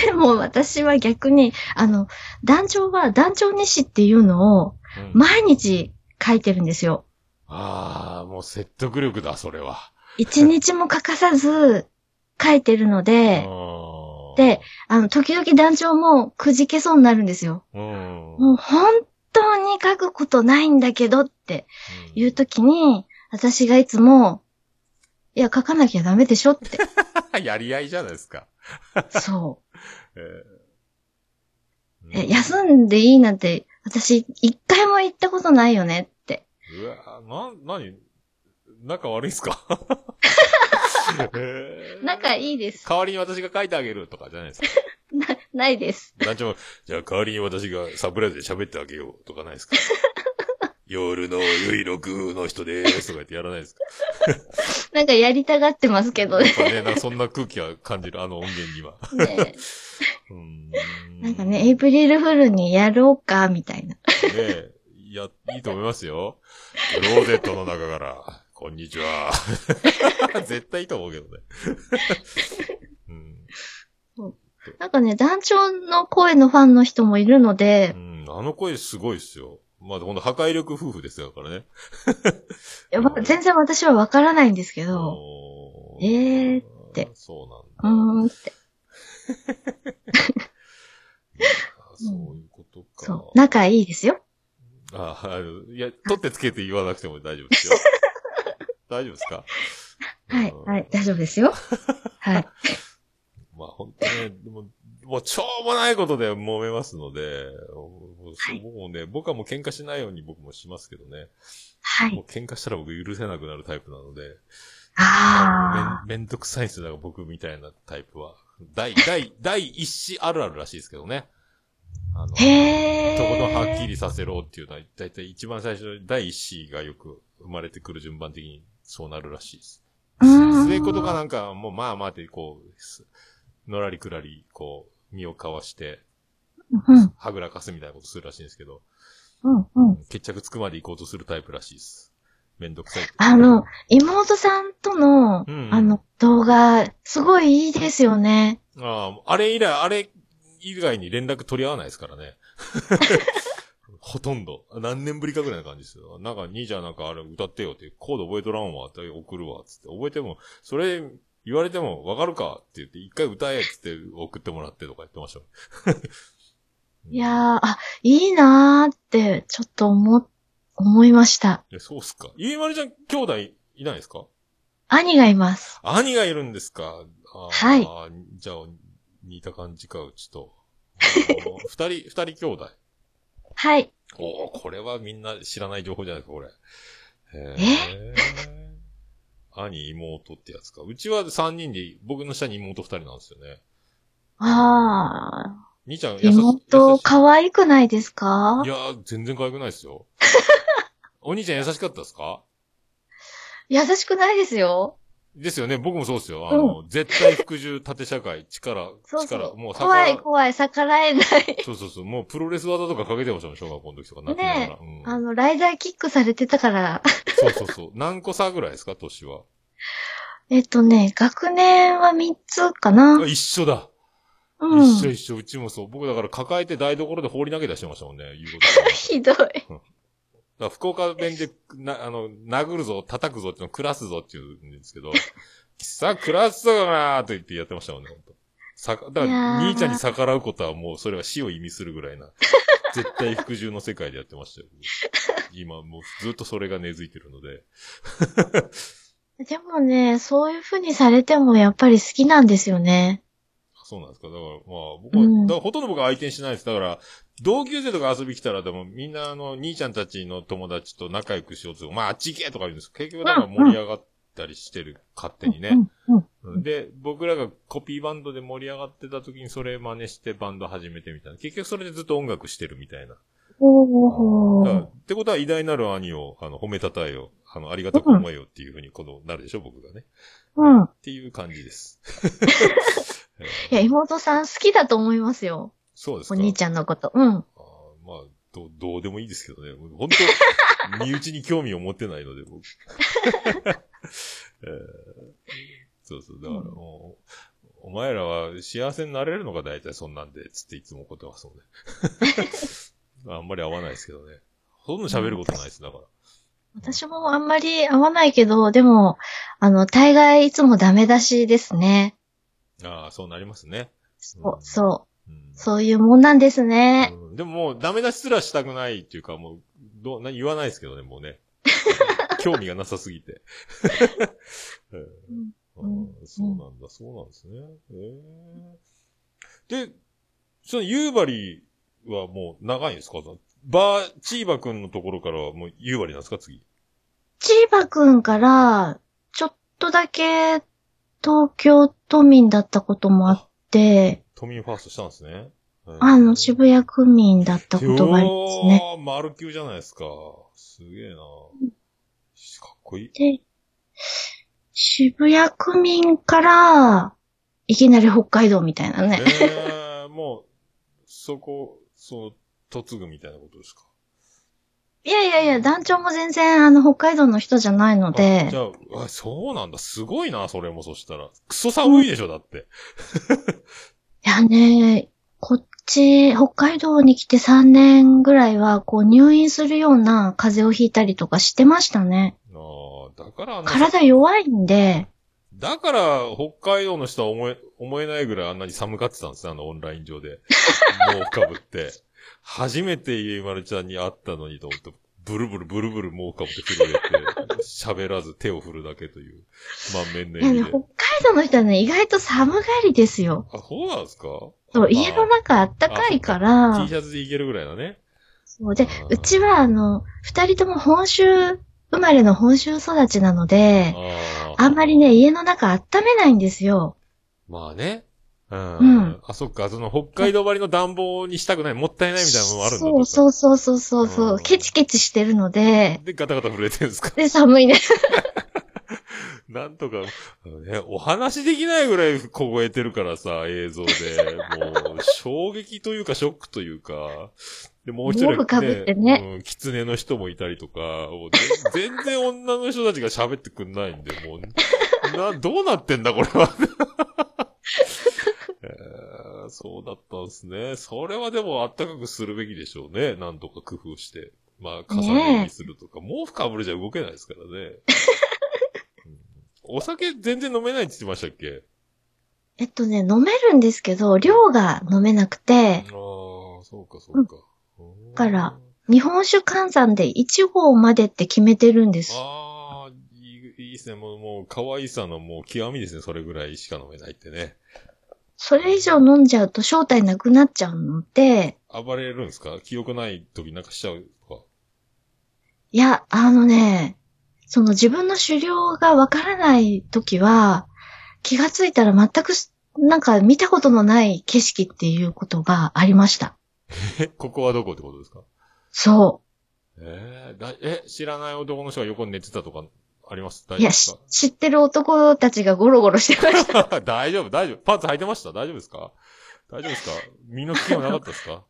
Speaker 1: でも私は逆に、あの、団長は団長日誌っていうのを
Speaker 2: うん
Speaker 1: 毎日書いてるんですよ。
Speaker 2: ああ、もう説得力だ、それは。
Speaker 1: 一日も欠かさず書いてるの
Speaker 2: う
Speaker 1: で、
Speaker 2: ん
Speaker 1: で、あの、時々団長もくじけそうになるんですよ。
Speaker 2: うん。
Speaker 1: もう本当に書くことないんだけどって言うときに、私がいつも、いや、書かなきゃダメでしょって。
Speaker 2: うんやり合いじゃないですか。
Speaker 1: そ
Speaker 2: え
Speaker 1: う。
Speaker 2: ー
Speaker 1: え休んでいいなんて、私、一回も言ったことないよねって。
Speaker 2: うわな、なに、仲悪いっすか えー
Speaker 1: 仲いいです。
Speaker 2: 代わりに私が書いてあげるとかじゃないですか。
Speaker 1: な、ないです。
Speaker 2: 団長も、 じゃあ代わりに私がサプライズで喋ってあげようとかないですか 夜のゆいろくの人でーすとか言ってやらないですか
Speaker 1: なんかやりたがってますけど
Speaker 2: や
Speaker 1: ね。
Speaker 2: っぱね、なんかそんな空気は感じる、あの音源に は。
Speaker 1: ね
Speaker 2: うーん
Speaker 1: なんかね、エイプリルフールにやろうか、みたいな。
Speaker 2: ねえ、いや、いいと思いますよ。クローゼットの中から、こんにちは。 絶対いいと思うけどね。 うん
Speaker 1: なんかね、団長の声のファンの人もいるので
Speaker 2: う、ん、あの声すごいっすよ。まあ、ほんと破壊力夫婦ですよだからね。
Speaker 1: いやわ全然私はわからないんですけど、
Speaker 2: お
Speaker 1: えーって。
Speaker 2: そ
Speaker 1: う
Speaker 2: うな
Speaker 1: ーん
Speaker 2: んだ。
Speaker 1: って。
Speaker 2: そういうことか。
Speaker 1: そう。仲いいですよ。
Speaker 2: あ、あのいや、取ってつけて言わなくても大丈夫 ですよ。大丈夫ですか
Speaker 1: はい、
Speaker 2: うん
Speaker 1: はい、大丈夫ですよ。はい。
Speaker 2: まあ本当ね、 でももうしょうもないことで揉めますので、もうそうもうね、僕はもう喧嘩しないように僕もしますけどね。
Speaker 1: は
Speaker 2: も
Speaker 1: い。
Speaker 2: う喧嘩したら僕許せなくなるタイプなので、
Speaker 1: あ
Speaker 2: めんめんどくさいんですよ、だから僕みたいなタイプは。第、 第、第一子あるあるらしいですけどね。あの
Speaker 1: ー。、へー。
Speaker 2: とことんはっきりさせろっていうのは、だいたい一番最初の第一子がよく生まれてくる順番的にそうなるらしいです。
Speaker 1: うーん
Speaker 2: 末っ子とかなんか、もうまあまあって、こうす、のらりくらり、こう、身をかわして、
Speaker 1: うん、
Speaker 2: はぐらかすみたいなことするらしいんですけど、
Speaker 1: うん、うん。
Speaker 2: 決着つくまで行こうとするタイプらしいです。めんどくさい。
Speaker 1: あの、、妹さんとの、
Speaker 2: うん
Speaker 1: あの、動画、すごいいいですよね。
Speaker 2: ああ、あれ以来、あれ以外に連絡取り合わないですからね。 ほとんど。何年ぶりかぐらいな感じですよ。なんか、にじゃなんかあれ歌ってよって、コード覚えとらんわ、って送るわ、つって。覚えても、それ言われてもわかるかって言って、一回歌え、つって送ってもらってとか言ってましたね。
Speaker 1: いやー、あ、いいなーって、ちょっと思、思いました。
Speaker 2: いや、そうっすか。ゆいまるちゃん、兄弟いないですか
Speaker 1: 兄がいます。
Speaker 2: 兄がいるんですかあー
Speaker 1: はい。
Speaker 2: じゃあ、似た感じか、うちと。 あー二人、二人兄弟。
Speaker 1: はい。
Speaker 2: おーこれはみんな知らない情報じゃないですか、これ。へー 兄、妹ってやつか。うちは三人で、僕の下に妹二人なんですよね。
Speaker 1: あ
Speaker 2: 兄ちゃん、
Speaker 1: ー、
Speaker 2: 優し
Speaker 1: 妹
Speaker 2: 優しい
Speaker 1: 可愛くないですか
Speaker 2: いやー、全然可愛くないで すよ。お兄ちゃん優しかったですか
Speaker 1: 優しくないですよ。
Speaker 2: ですよね。僕もそうですよ。あの、絶対服従縦社会、力、
Speaker 1: そうそ
Speaker 2: 力、
Speaker 1: う。
Speaker 2: もう逆
Speaker 1: 怖い怖い、逆らえない。
Speaker 2: そうそうそう。もうプロレス技とかかけてましたもん、小学校の時とか。泣きながら。うん
Speaker 1: あの、ライダーキックされてたから。
Speaker 2: そうそうそう。何個差ぐらいですか、年は。
Speaker 1: えっとね、学年は3つかな。
Speaker 2: あ一緒だ。
Speaker 1: うん。
Speaker 2: 一緒一緒。うちもそう。僕だから抱えて台所で放り投げ出してましたもんね、言うこと聞かない
Speaker 1: ひどい。
Speaker 2: だから福岡弁で、な、あの、殴るぞ、叩くぞっていうのを、暮らすぞっていうんですけど、さあ、暮らすぞなーと言ってやってましたもんね、ほんと。さか、だか
Speaker 1: いや
Speaker 2: ら、
Speaker 1: ー
Speaker 2: 兄ちゃんに逆らうことはもう、それは死を意味するぐらいな、絶対服従の世界でやってましたよ。今、もうずっとそれが根付いてるので。
Speaker 1: でもね、そういう風にされてもやっぱり好きなんですよね。
Speaker 2: そうなんですか。だから、まあ、僕は、
Speaker 1: うん
Speaker 2: だからほとんど僕は相手にしないです。だから、同級生とか遊び来たら、でもみんな、あの、兄ちゃんたちの友達と仲良くしようと、まあ、あっち行けとか言うんです結局、だから盛り上がったりしてる、勝手にね。
Speaker 1: うんうんうん
Speaker 2: で、僕らがコピーバンドで盛り上がってた時にそれ真似してバンド始めてみたいな。結局それでずっと音楽してるみたいな。
Speaker 1: お
Speaker 2: だから
Speaker 1: ー。
Speaker 2: ってことは偉大なる兄を、あの、褒めたたえよ。あの、ありがたく思えよっていうふうに、この、なるでしょ、僕がね。
Speaker 1: うん。
Speaker 2: っていう感じです。えー
Speaker 1: いや、妹さん好きだと思いますよ。
Speaker 2: そうです
Speaker 1: お
Speaker 2: か。
Speaker 1: 兄ちゃんのこと。うん。
Speaker 2: あーまあ、どう、どうでもいいですけどね。本当身内に興味を持ってないので、僕。 えーそうそう。だから
Speaker 1: うん
Speaker 2: もう、お前らは幸せになれるのが大体そんなんで、つっていつも言ってますもんね。あんまり合わないですけどね。ほとんど喋ることないです、だから。
Speaker 1: 私もあんまり合わないけど、でも、あの、大概いつもダメ出しですね。
Speaker 2: ああ、そうなりますね。
Speaker 1: そう
Speaker 2: う、ん
Speaker 1: そ
Speaker 2: うん
Speaker 1: う、そういうもんなんですね。
Speaker 2: うんでももうダメ出しすらしたくないっていうか、もう、どう、な言わないですけどね、もう ね。興味がなさすぎて。 えー
Speaker 1: うん
Speaker 2: あーそうなんだ、そうなんですね。えーで、その夕張はもう長いんですかバー、チーバくんのところからはもう夕張なんですか次。
Speaker 1: チーバくんから、ちょっとだけ、東京都民だったこともあって、
Speaker 2: 都民ファーストしたんですね。えー
Speaker 1: あの、渋谷区民だったことがありますね。
Speaker 2: よー丸級じゃないですか。すげえな。かっこいい。
Speaker 1: で、渋谷区民から、いきなり北海道みたいなね。
Speaker 2: えー、もう、そこ、その、嫁ぐみたいなことですか。
Speaker 1: いやいやいや、団長も全然、あの、北海道の人じゃないの
Speaker 2: あじ
Speaker 1: で、
Speaker 2: ゃあ、あそうなんだ。すごいな、それもそしたら。クソ寒いでしょ、だって。
Speaker 1: いやね、こっち、北海道に来て3年ぐらいは、こう、入院するような風邪をひいたりとかしてましたね。
Speaker 2: ああ、だからあんな
Speaker 1: 体弱いんで、
Speaker 2: だから、北海道の人は思え、思えないぐらいあんなに寒がってたんですね、あのオンライン 上で。もうかぶって。初めてゆいまるちゃんに会ったのにと思って、ブルブルブルブルもうかぶって震えて、喋らず手を振るだけという、満面の
Speaker 1: いや
Speaker 2: 意
Speaker 1: ね、
Speaker 2: 味で
Speaker 1: 北。海道の人はね、意外と寒がりですよ。
Speaker 2: あ、そうなんですか
Speaker 1: そ
Speaker 2: まあ
Speaker 1: う、家の中あったかいか
Speaker 2: T
Speaker 1: ら、
Speaker 2: シャツでいけるぐらいだね。
Speaker 1: そうで、
Speaker 2: あー
Speaker 1: うちはあの、二人とも本州、生まれの本州育ちなので、
Speaker 2: あー
Speaker 1: あんまり。ね、家の中温めないんですよ。
Speaker 2: まあね。うん。
Speaker 1: うん
Speaker 2: あ、そっか。その、北海道張りの暖房にしたくない。もったいないみたいなのもあるんだ
Speaker 1: そう
Speaker 2: う
Speaker 1: そうそうそうそうそう、
Speaker 2: うん
Speaker 1: ケチケチしてるので、
Speaker 2: で、ガタガタ震えてるんですか
Speaker 1: で、寒いね。
Speaker 2: なんとか、あのね、お話できないぐらい凍えてるからさ、映像で。もう、衝撃というか、ショックというか。で、もう一人、
Speaker 1: 毛布かぶってね
Speaker 2: うん、狐の人もいたりとか、もうぜ全然女の人たちが喋ってくんないんで、もう、な、どうなってんだ、これは。えーーそうだったんですね。それはでもあったかくするべきでしょうね。なんとか工夫して。まあ、重ね着するとか。毛布かぶるじゃ動けないですから ね。うんお酒全然飲めないって言ってましたっけ
Speaker 1: えっとね、飲めるんですけど、量が飲めなく
Speaker 2: ああ
Speaker 1: て、、
Speaker 2: そうかそうか。うん
Speaker 1: から日本酒換算で1合までって決めてるんです。
Speaker 2: ああ、いいいいですね。もう、もう、可愛さのもう極みですね。それぐらいしか飲めないってね。
Speaker 1: それ以上飲んじゃうと正体なくなっちゃうので、
Speaker 2: 暴れるんですか記憶ない時なんかしちゃうとか。
Speaker 1: いや、あのね、その自分の狩猟がわからない時は、気がついたら全くす、なんか見たことのない景色っていうことがありました。
Speaker 2: え、ここはどこってことですか
Speaker 1: そ
Speaker 2: えーだえ、知らない男の人が横に寝てたとか、あります
Speaker 1: う。
Speaker 2: 大
Speaker 1: い
Speaker 2: 丈夫
Speaker 1: や、
Speaker 2: です
Speaker 1: し知ってる男たちがゴロゴロしてま した。
Speaker 2: か大丈夫、大丈夫。パンツ履いてました大丈夫ですか大丈夫ですか身の危険はなかったで すか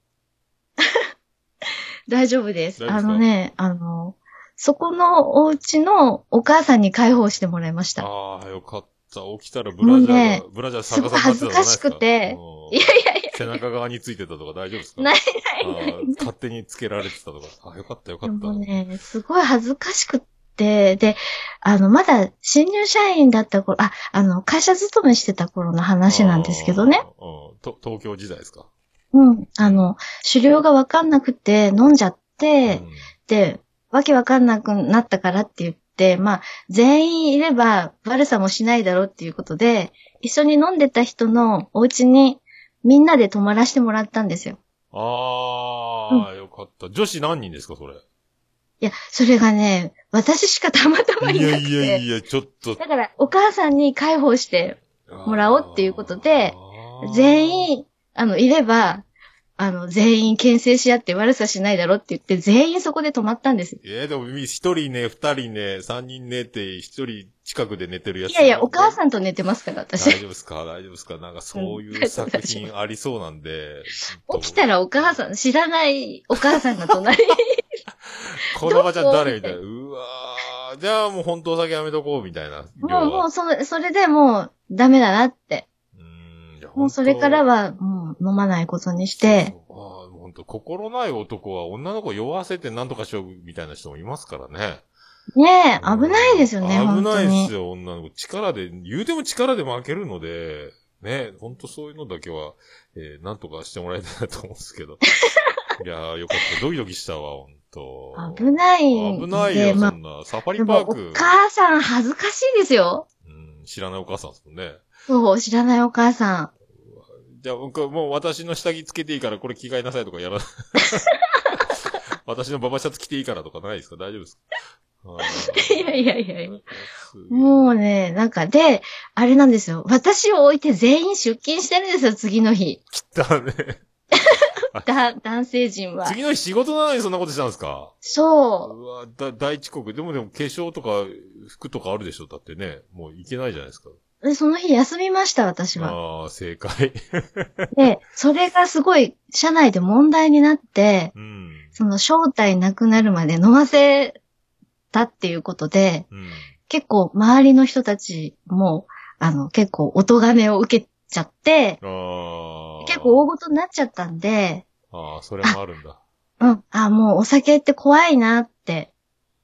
Speaker 1: 大丈夫です。
Speaker 2: 大丈夫で
Speaker 1: あ
Speaker 2: すか
Speaker 1: のね、あの、そこのお家のお母さんに解放してもらいました。
Speaker 2: ああ、よかった。起きたらブラジャーが、
Speaker 1: もうね
Speaker 2: ブラジャー逆さまになってたとかないです
Speaker 1: すごい恥ずか
Speaker 2: か
Speaker 1: しくて
Speaker 2: うん
Speaker 1: いやいやい
Speaker 2: 背中側についてたとか大丈夫ですか
Speaker 1: や、ない
Speaker 2: あー勝手につけられてたとか。あ、よかったよか
Speaker 1: で
Speaker 2: った。
Speaker 1: もね、すごい恥ずかしくって、で、あの、まだ新入社員だった頃、あ、あの、会社勤めしてた頃の話なんですけどね。
Speaker 2: あー。うんと東京時代ですか。
Speaker 1: うん。あの、狩猟がわかんなくて飲んじゃって、
Speaker 2: うん
Speaker 1: で、わけわかんなくなったからって言って、まあ、全員いれば悪さもしないだろうっていうことで、一緒に飲んでた人のお家にみんなで泊まらせてもらったんですよ。
Speaker 2: ああ、よかった。女子何人ですか、それ。
Speaker 1: いや、それがね、私しかたまたまい
Speaker 2: い
Speaker 1: なく
Speaker 2: や
Speaker 1: て。
Speaker 2: いやいや、ちょっと。
Speaker 1: だから、お母さんに介抱してもらおうっていうことで
Speaker 2: あー、
Speaker 1: 全員、あの、いれば、あの、全員牽制し合って悪さしないだろって言って、全員そこで泊まったんです。
Speaker 2: えー、でも、み一人ね、二人ね、三人寝て、一人近くで寝てるやつ。
Speaker 1: いやいや、お母さんと寝てますから、私。
Speaker 2: 大丈夫ですか大丈夫ですかなんかそうい う作品ありそうなんで。
Speaker 1: 起きた
Speaker 2: ら、
Speaker 1: らお母さん、知らないお母さんが隣に。
Speaker 2: この場じゃ
Speaker 1: どこ
Speaker 2: 誰みたいな。うわーじゃあもう本当お酒やめとこう、みたいな。
Speaker 1: もう、も
Speaker 2: う
Speaker 1: う、それ、それでもう、ダメだなって。
Speaker 2: ーんいや、
Speaker 1: もう、それから
Speaker 2: は
Speaker 1: は、もう、飲まないことにして。
Speaker 2: ああ、本当心ない男は女の子酔わせて何とかしようみたいな人もいますからね。
Speaker 1: ねえ、危ないですよね、
Speaker 2: うん
Speaker 1: 本
Speaker 2: 危な
Speaker 1: 当
Speaker 2: いです
Speaker 1: に。
Speaker 2: よ、女の子。力で、言うても力で負けるので、ね、本当そういうのだけは、えー、なんとかしてもらいたいなと思うんで すけど。いやー、よかった。ドキドキしたわ、本当
Speaker 1: 危ないんで。
Speaker 2: 危ないよ、
Speaker 1: ま
Speaker 2: そ
Speaker 1: あ
Speaker 2: んな。サファ
Speaker 1: で
Speaker 2: リパ
Speaker 1: も、
Speaker 2: ー
Speaker 1: お
Speaker 2: ク。
Speaker 1: 母さん恥ずかしいですよ。
Speaker 2: うん、知らないお母さんですもんね。
Speaker 1: そう、知らないお母さ ん。
Speaker 2: じゃあ、僕はもう私の下着つけていいからこれ着替えなさいとか やらない。私のババシャツ着ていいからとかないですか大丈夫 ですかあー
Speaker 1: いやいやいやいや。
Speaker 2: すげえ
Speaker 1: もうね、なんか、で、あれなんですよ。私を置いて全員出勤してるんですよ、次の日。
Speaker 2: だね。
Speaker 1: だ、男性陣は。
Speaker 2: 次の日仕事なのにそんなことしたんですか
Speaker 1: そう。
Speaker 2: うわ、だ、大遅刻。でもでも化粧とか服とかあるでしょだってね。もういけないじゃないですか。
Speaker 1: で、その日休みました、私は。
Speaker 2: ああ、正解。
Speaker 1: で、それがすごい、社内で問題になって、
Speaker 2: うん。
Speaker 1: その正体なくなるまで飲ませたっていうことで、
Speaker 2: うん。
Speaker 1: 結構周りの人たちも、あの、結構お咎めを受けちゃって、
Speaker 2: ああ。
Speaker 1: 結構大事になっちゃったんで、
Speaker 2: ああ、それもあるんだ。
Speaker 1: うん、あ、もうお酒って怖いなって、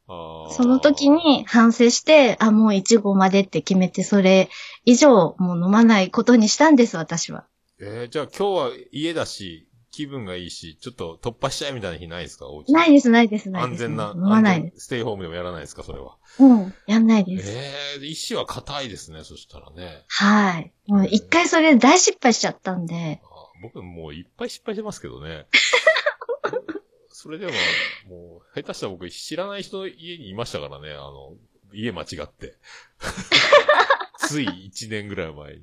Speaker 2: ああ。
Speaker 1: その時に反省して、あ、もう一合までって決めて、それ以上もう飲まないことにしたんです、私は。
Speaker 2: えー、じゃあ今日は家だし、気分がいいし、ちょっと突破しちゃえみたいな日ないですかお家
Speaker 1: ないです、ないです、ない
Speaker 2: 安
Speaker 1: です。
Speaker 2: 全な、
Speaker 1: 飲まない
Speaker 2: 安
Speaker 1: で
Speaker 2: 全ステイホームでもやらないですかそれは。
Speaker 1: す。うん、やんないです。
Speaker 2: ええー、意志は硬いですね、そしたらね。
Speaker 1: はい。もう一回それ大失敗しちゃったんで
Speaker 2: あ、ー僕もういっぱい失敗してますけど ね。それでも、もう、下手したら僕知らない人の家にいましたからね、あの、家間違 って。つい1年ぐらい 前に。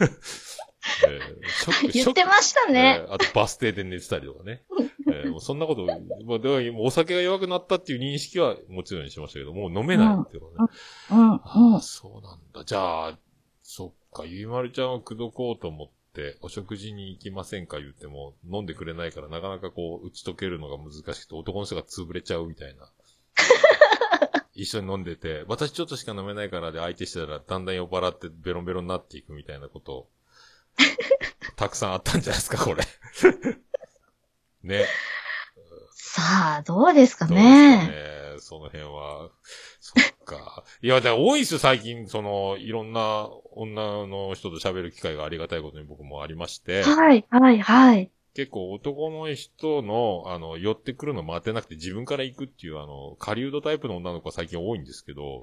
Speaker 2: えーショックショ
Speaker 1: 言
Speaker 2: ッ
Speaker 1: っ
Speaker 2: ク
Speaker 1: てましたね。
Speaker 2: えーあとバス停で寝てたりとかね。えーもうそんなこと、まあ、でもお酒が弱くなったっていう認識はもちろんしましたけど、もう飲めないっていうのはね。
Speaker 1: うん、うん。
Speaker 2: ああ、そうなんだ。じゃあ、そっか、ゆいまるちゃんを口説こうと思って、お食事に行きませんか言っても、飲んでくれないからなかなかこう、打ち解けるのが難しくて、男の人が潰れちゃうみたいな。一緒に飲んでて、私ちょっとしか飲めないからで相手してたら、だんだん酔っ払ってベロンベロンになっていくみたいなことを、たくさんあったんじゃないですか、これ。ね。
Speaker 1: さあ、どうですか
Speaker 2: どうですか
Speaker 1: ね。
Speaker 2: ね。その辺は。そっか。 いや、だから多いですよ、最近、その、いろんな女の人と喋る機会がありがたいことに僕もありまして、
Speaker 1: はい、はい、はい。
Speaker 2: 結構男の人の、あの、寄ってくるの待ってなくて自分から行くっていう、あの、狩人タイプの女の子が最近多いんですけど、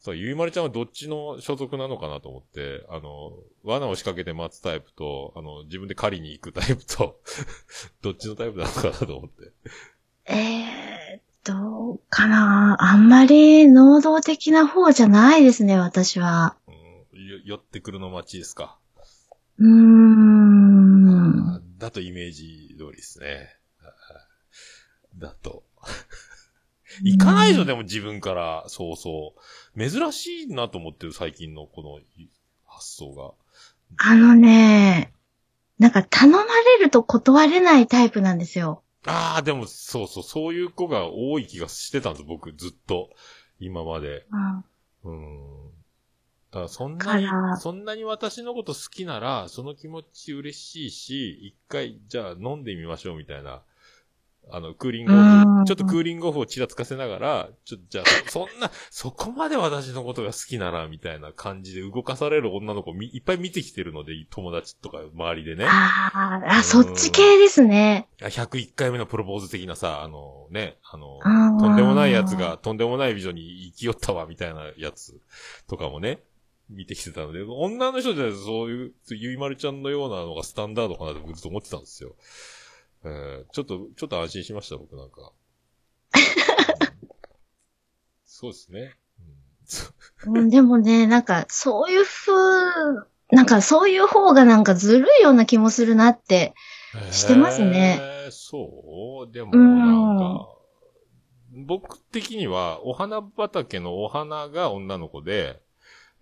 Speaker 2: そう、ゆいまるちゃんはどっちの所属なのかなと思って、あの、罠を仕掛けて待つタイプと、あの、自分で狩りに行くタイプと、 どっちのタイプなのかなと思って。
Speaker 1: えーっと、かなあんまり能動的な方じゃないですね、私は。
Speaker 2: うんよ寄ってくるの待ちですか。
Speaker 1: うーん。
Speaker 2: だとイメージ通りですね。だと。行かないでしょ、でも自分から、そうそう。珍しいなと思ってる、最近のこのい発想が。
Speaker 1: あのね、なんか頼まれると断れないタイプなんですよ。
Speaker 2: ああ、でも、そうそう、そういう子が多い気がしてたんです、僕、ずっと。今まで。
Speaker 1: うん、
Speaker 2: うん。だから、そんなに
Speaker 1: だから、
Speaker 2: そんなに私のこと好きなら、その気持ち嬉しいし、一回、じゃあ飲んでみましょうみたいな。あの、クーリングオ
Speaker 1: う
Speaker 2: フ、
Speaker 1: ん
Speaker 2: ちょっとクーリングオフをちらつかせながら、ちょ、じゃあ、そそんな、そこまで私のことが好きなら、みたいな感じで動かされる女の子み、いっぱい見てきてるので、友達とか周りでね。
Speaker 1: あー
Speaker 2: う
Speaker 1: あ、
Speaker 2: ん
Speaker 1: そっち系ですね。
Speaker 2: あ101回目のプロポーズ的なさ、あのね、あの、
Speaker 1: あー
Speaker 2: とんでもないやつが、とんでもない美女に生きよったわ、みたいなやつとかもね、見てきてたので、女の人じゃそういう、ゆいまるちゃんのようなのがスタンダードかなって僕ずっと思ってたんですよ。えーちょっと、ちょっと安心しました、僕なんか。 うんそうですね。うんそう
Speaker 1: うん、でもね、なんかそういう風、なんかそういう方がなんかずるいような気もするなって。してますね
Speaker 2: えーそうでも、
Speaker 1: うん
Speaker 2: なんか、僕的には、お花畑のお花が女の子で、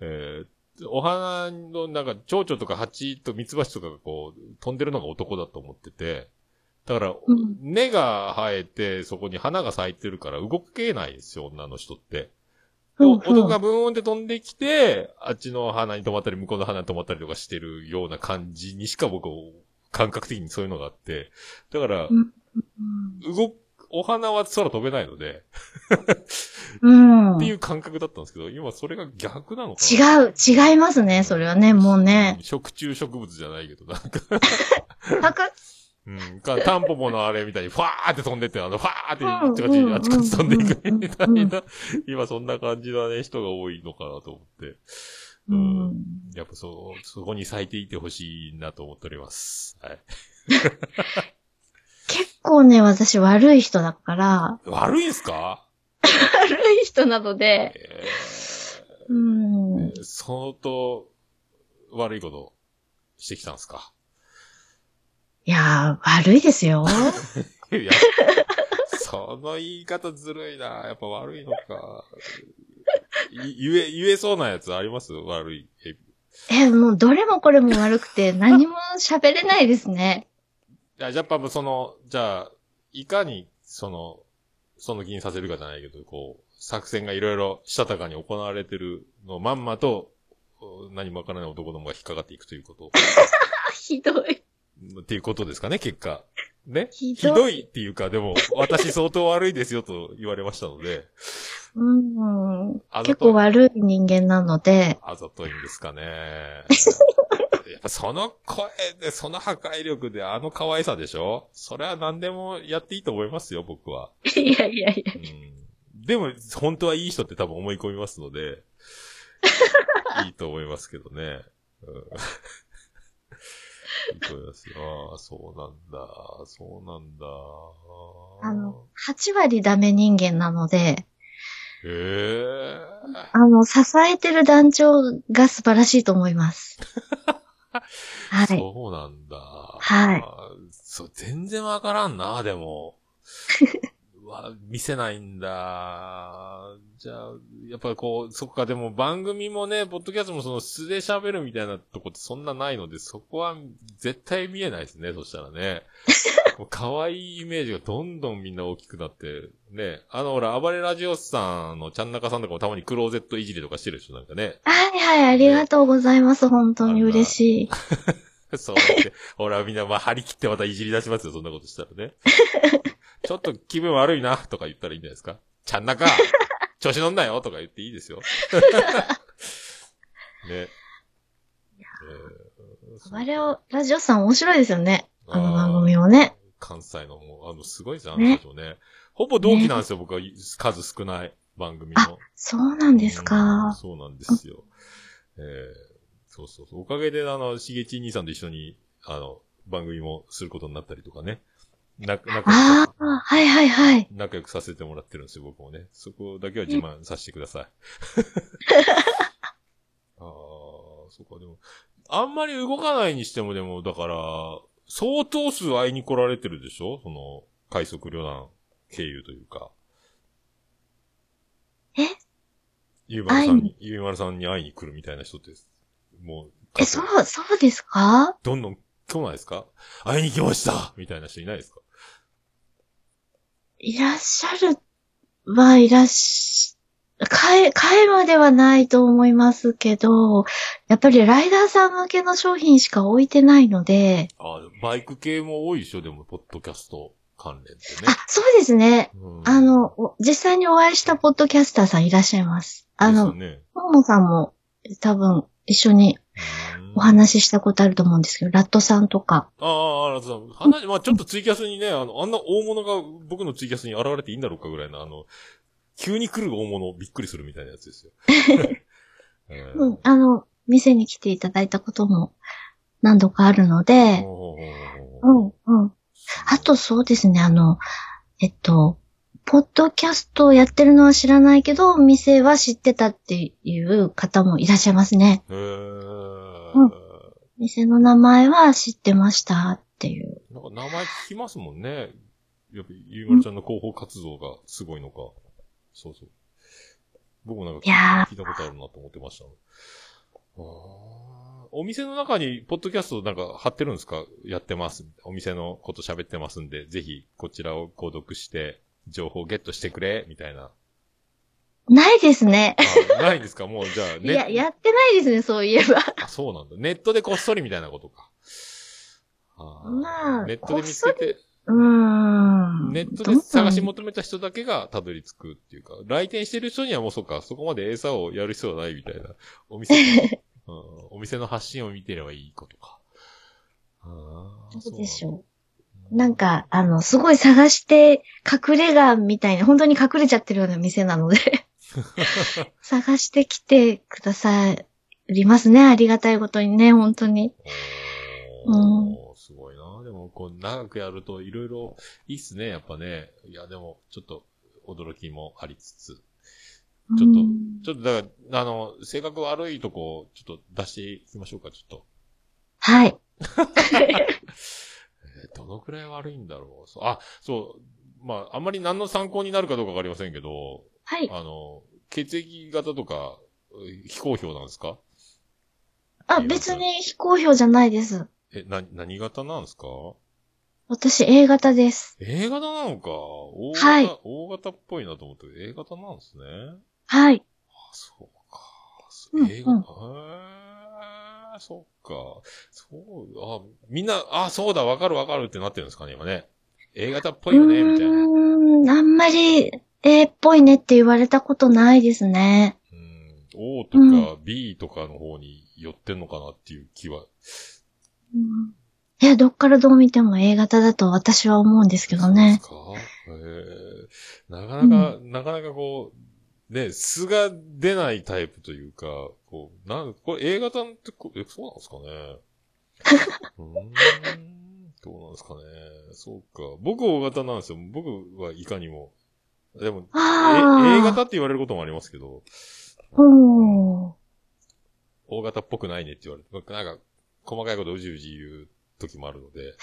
Speaker 2: えーお花の、なんか、蝶々とか蜂と蜜蜂とかがこう、飛んでるのが男だと思ってて、だから、
Speaker 1: うん
Speaker 2: 根が生えて、そこに花が咲いてるから動けないんですよ、女の人って。で
Speaker 1: うんうん
Speaker 2: 男がブーンって飛んできて、あっちの花に止まったり、向こうの花に止まったりとかしてるような感じにしか僕、感覚的にそういうのがあって。だから、
Speaker 1: うん
Speaker 2: 動く、お花は空飛べないので、
Speaker 1: うん。
Speaker 2: ってい
Speaker 1: 違う、
Speaker 2: う感覚だったんですけど、今それが逆なのかな
Speaker 1: 違いますね、それはね、もうね。。
Speaker 2: 食虫植物じゃないけど、なんか、
Speaker 1: パクッ
Speaker 2: うん、か、タンポポのあれみたいに、ファーって飛んでって、あの、ファーって、あっちこっ
Speaker 1: うんうんうん
Speaker 2: ち、あっちこっち飛んでいくみた
Speaker 1: うんう
Speaker 2: い
Speaker 1: んう
Speaker 2: な、今そんな感じだね、人が多いのかなと思って。
Speaker 1: う
Speaker 2: うん
Speaker 1: ん。
Speaker 2: やっぱそう、そこに咲いていてほしいなと思っております。はい。
Speaker 1: 結構ね、私悪い人だから、
Speaker 2: 悪いんすか
Speaker 1: 悪い人なので、
Speaker 2: え
Speaker 1: うん。
Speaker 2: ー、相当悪いことしてきたんすか
Speaker 1: いやー、悪いですよ。
Speaker 2: いや、その言い方ずるいな。やっぱ悪いのか。い言え、言えそうなやつあります悪いエピ。
Speaker 1: え、もうどれもこれも悪くて、何も喋れないですね。
Speaker 2: いや、やっぱその、じゃあ、いかに、その、その気にさせるかじゃないけど、こう、作戦がいろいろしたたかに行われてるのをまんまと、お何もわからない男どもが引っかかっていくということ。
Speaker 1: あひどい。
Speaker 2: っていうことですかね、結果。ね
Speaker 1: ひ
Speaker 2: ひ
Speaker 1: どい
Speaker 2: どいっていうか、でも、私相当悪いですよと言われましたので、
Speaker 1: うん。
Speaker 2: あざ
Speaker 1: 結構
Speaker 2: とい、
Speaker 1: 悪い人間なので、
Speaker 2: あざといんですかね。やっぱその声で、その破壊力で、あの可愛さでしょそれは何でもやっていいと思いますよ、僕は。
Speaker 1: いやいやいや。
Speaker 2: うんでも、本当はいい人って多分思い込みますの で、いいと思いますけどね。うんいいと思いますよ。ああ、そうなんだ。そうなんだ。
Speaker 1: あの、8割ダメ人間なので、
Speaker 2: へえ。
Speaker 1: あの、支えてる団長が素晴らしいと思い ます。はい。
Speaker 2: そうなんだ。
Speaker 1: はい
Speaker 2: そう、全然わからんな、でも。うわ、見せないんだ。じゃあ、やっぱりこう、そっか、でも番組もね、ポッドキャストもその素で 喋るみたいなとこってそんなないので、そこは絶対見えないですね、そしたらね。もう可愛いイメージがどんどんみんな大きくなって、ね、あの、ほら、暴れラジオスさんのちゃん中さんとかもたまにクローゼットいじりとかしてるでしょ、なんかね。
Speaker 1: はいはい、ありがとうございます。本当に嬉しい。
Speaker 2: そうやって、ほら、みんな、まあ、張り切ってまたいじり出しますよ、そんなことしたらね。 ちょっと気分悪いな、とか言ったらいいんじゃないですか。ちゃん 中、調子乗んなよ、とか言っていいですよ。ね。
Speaker 1: あれを、ラジオさん面白いですよね。あの番組
Speaker 2: を
Speaker 1: もね。
Speaker 2: 関西のもう、あの、すごいですね、あの
Speaker 1: ね
Speaker 2: 人もね。ほぼ同期なんですよ、僕は、数少ない番組の。
Speaker 1: そうなんです
Speaker 2: うん
Speaker 1: か。
Speaker 2: そうなんですよ。えー、そうそうそう。おかげで、あの、しげち兄さんと一緒に、あの、番組もすることになったりとかね。な仲良く
Speaker 1: ああ、はいはいはい。
Speaker 2: 仲良くさせてもらってるんですよ、僕もね。そこだけは自慢させてください。 ああ、そうか、でも、あんまり動かないにしても、でも、だから、相当数会いに来られてるでしょその、快速旅団経由というか。
Speaker 1: え
Speaker 2: ゆうまるさんに、ゆうまるさんに会いに来るみたいな人って、もう、
Speaker 1: え、そう、そうですか
Speaker 2: どんどん来ないですか会いに来ましたみたいな人いないですか
Speaker 1: いらっしゃるはいらっし、買え、買えまではないと思いますけど、やっぱりライダーさん向けの商品しか置いてないので、
Speaker 2: ああ、バイク系も多いでしょでも、ポッドキャスト関連ってね
Speaker 1: あ。、そうですね。
Speaker 2: うん
Speaker 1: あの、、お実際にお会いしたポッドキャスターさんいらっしゃいます。あの、
Speaker 2: ですよね、
Speaker 1: ももさんも多分一緒に
Speaker 2: うん
Speaker 1: お話ししたことあると思うんですけど、ラットさんとか。
Speaker 2: ああ、あらさ、話、まあちょっとツイキャスにね、あの、あんな大物が僕のツイキャスに現れていいんだろうかぐらいの、あの、急に来る大物、びっくりするみたいなやつですよ。えー
Speaker 1: うん、あの、店に来ていただいたことも何度かあるので、
Speaker 2: ほうほうほう
Speaker 1: う
Speaker 2: ほう。
Speaker 1: ん、うん。あとそうですね、あの、えっと、ポッドキャストをやってるのは知らないけど、お店は知ってたっていう方もいらっしゃいますね。
Speaker 2: へー
Speaker 1: うん店の名前は知ってましたっていう。
Speaker 2: なんか名前聞きますもんね。やっぱ、ゆうまるちゃんの広報活動がすごいのか。そうそう。僕もなんか
Speaker 1: いや
Speaker 2: 聞いたことあるなと思ってました。あーお店の中に、ポッドキャストなんか貼ってるんですかやってます。お店のこと喋ってますんで、ぜひこちらを購読して、情報ゲットしてくれ、みたいな。
Speaker 1: ないですね。
Speaker 2: あないんですかもう、じゃあ、
Speaker 1: いや、
Speaker 2: ね。
Speaker 1: やってないですね、そういえば。
Speaker 2: あそうなんだ。ネットでこっそりみたいなことか。あー
Speaker 1: まあ
Speaker 2: ネットで見つけて、
Speaker 1: うーん。
Speaker 2: ネットで探し求めた人だけがたどり着くっていうか、来店してる人にはもうそうか、そこまで餌をやる必要はないみたいな、お店の、うんお店の発信を見てればいいことか。あ
Speaker 1: ど
Speaker 2: ー
Speaker 1: んどん。どうでしょ
Speaker 2: そう
Speaker 1: う。なんか、あの、すごい探して、隠れ家みたいな、本当に隠れちゃってるような店なの で、探してきてくださりますね。ありがたいことにね、本当に。
Speaker 2: おーすごいな。でも、こう、長くやるといろいろいいっすね、やっぱね。いや、でも、ちょっと、驚きもありつつ。ちょっと
Speaker 1: うん
Speaker 2: ちょっと、だから、あの、性格悪いとこ、ちょっと出していきましょうか、ちょっと。
Speaker 1: はい。
Speaker 2: えーどのくらい悪いんだろう。そうあ、そう。まあ、あんまり何の参考になるかどうかわかりませんけど、
Speaker 1: はい。
Speaker 2: あの、血液型とか、え非公表なんですか
Speaker 1: あ、別に非公表じゃないです。
Speaker 2: え、な、何型なんですか
Speaker 1: 私 A 型です。
Speaker 2: ?A 型なのか。大型、
Speaker 1: はい
Speaker 2: O 型っぽいなと思って、A 型なんですね。
Speaker 1: はい。
Speaker 2: あ、そうか。そ
Speaker 1: うん
Speaker 2: A 型、
Speaker 1: うん
Speaker 2: へーそっか。そう、あ、みんな、あ、そうだ、わかるわかるってなってるんですかね、今ね。A 型っぽいよね、みたいな。
Speaker 1: うーん、あんまり A っぽいねって言われたことないですね。
Speaker 2: うん、O とか B とかの方に寄ってんのかなっていう気は。
Speaker 1: うんいや、どっからどう見ても A 型だと私は思うんですけどね。
Speaker 2: そうですかへえなかなか、なかなかこう、ね、素が出ないタイプというか、こう、なんこれ A 型ってこ、え、そうなんですかねうーん、どうなんですかねそうか。僕 O 型なんですよ。僕はいかにも。でも、
Speaker 1: ああ。
Speaker 2: A, A 型って言われることもありますけど、
Speaker 1: おー
Speaker 2: O 型っぽくないねって言われて、僕なんか、細かいことうじうじ言う時もあるので、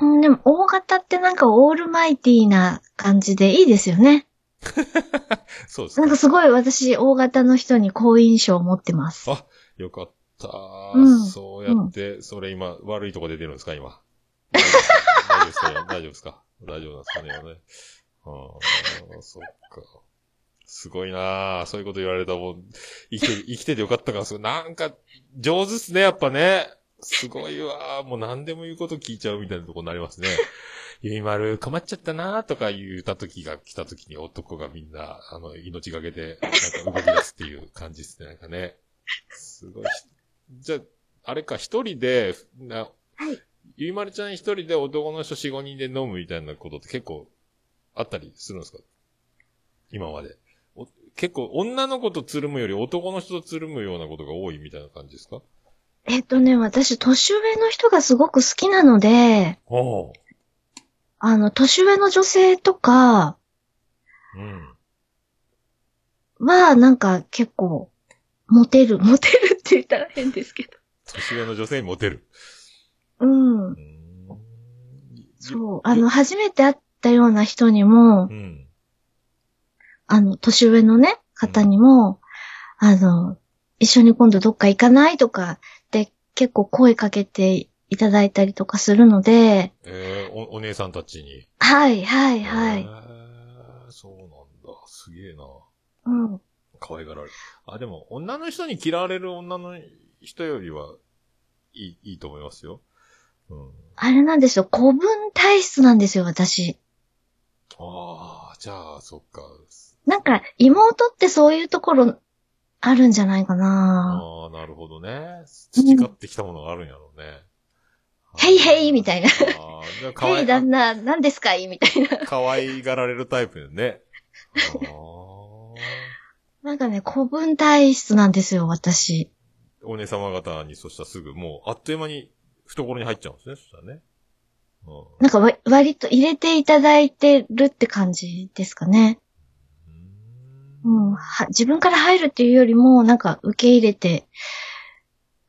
Speaker 2: うん
Speaker 1: うん。でも O 型ってなんかオールマイティーな感じでいいですよね。
Speaker 2: そうです
Speaker 1: なん
Speaker 2: か
Speaker 1: か。すごい私 O 型の人に好印象を持ってます。
Speaker 2: あよかった、
Speaker 1: うん
Speaker 2: そうやって、それ今、悪いとこ出てるんですか、今。大丈夫ですか丈夫ですか大丈夫ですか大丈夫なんですかね今ね。ああ、そっか。すごいなあそういうこと言われたもん。生きて、生きててよかったから、すごい。なんか、上手っすね、やっぱね。すごいわもう何でも言うこと聞いちゃうみたいなとこになりますね。ゆいまる、困っちゃったなとか言った時が来た時に男がみんな、あの、命がけで、なんか動き出すっていう感じですね、なんかね。すごい。じゃあ、あれか、一人で、な、ゆいまるちゃん一人で男の人四五人で飲むみたいなことって結構あったりするんですか今まで。お結構女の子とつるむより男の人とつるむようなことが多いみたいな感じですか
Speaker 1: えっとね、私、年上の人がすごく好きなので、
Speaker 2: おう。
Speaker 1: あの、年上の女性とか
Speaker 2: うん。
Speaker 1: は、なんか結構、モテる、 モテるって言ったら変ですけど。
Speaker 2: 年上の女性にモテる。
Speaker 1: うん
Speaker 2: う。ーん
Speaker 1: そう。あの、初めて会ったような人にも
Speaker 2: う、ん。
Speaker 1: あの、年上のね、方にも、あの、一緒に今度どっか行かないとかって結構声かけていただいたりとかするので、
Speaker 2: えー、お、お姉さんたちに。
Speaker 1: はい、はい、は
Speaker 2: え
Speaker 1: い。
Speaker 2: ーそうなんだ。すげえな。
Speaker 1: うん。
Speaker 2: 可愛がられる。あ、でも、女の人に嫌われる女の人よりは、いい、いいと思いますよ。うん。
Speaker 1: あれなんですよ。古文体質なんですよ、私。
Speaker 2: ああ、じゃあ、そっか。
Speaker 1: なんか、妹ってそういうところ、あるんじゃないかな
Speaker 2: ああ、なるほどね。培ってきたものがあるんやろうね。
Speaker 1: へいへいみたいな
Speaker 2: ああ、じゃあ、可
Speaker 1: へ
Speaker 2: 愛
Speaker 1: い、
Speaker 2: い、
Speaker 1: 旦那、何ですかいみたいな。
Speaker 2: 可愛がられるタイプね。ああ。
Speaker 1: なんかね、古文体質なんですよ、私。
Speaker 2: お姉様方に、そしたらすぐ、もう、あっという間に、懐に入っちゃうんですね、そしたらね。うん
Speaker 1: なんかわ、割と入れていただいてるって感じですかね。うん、は自分から入るっていうよりも、なんか受け入れて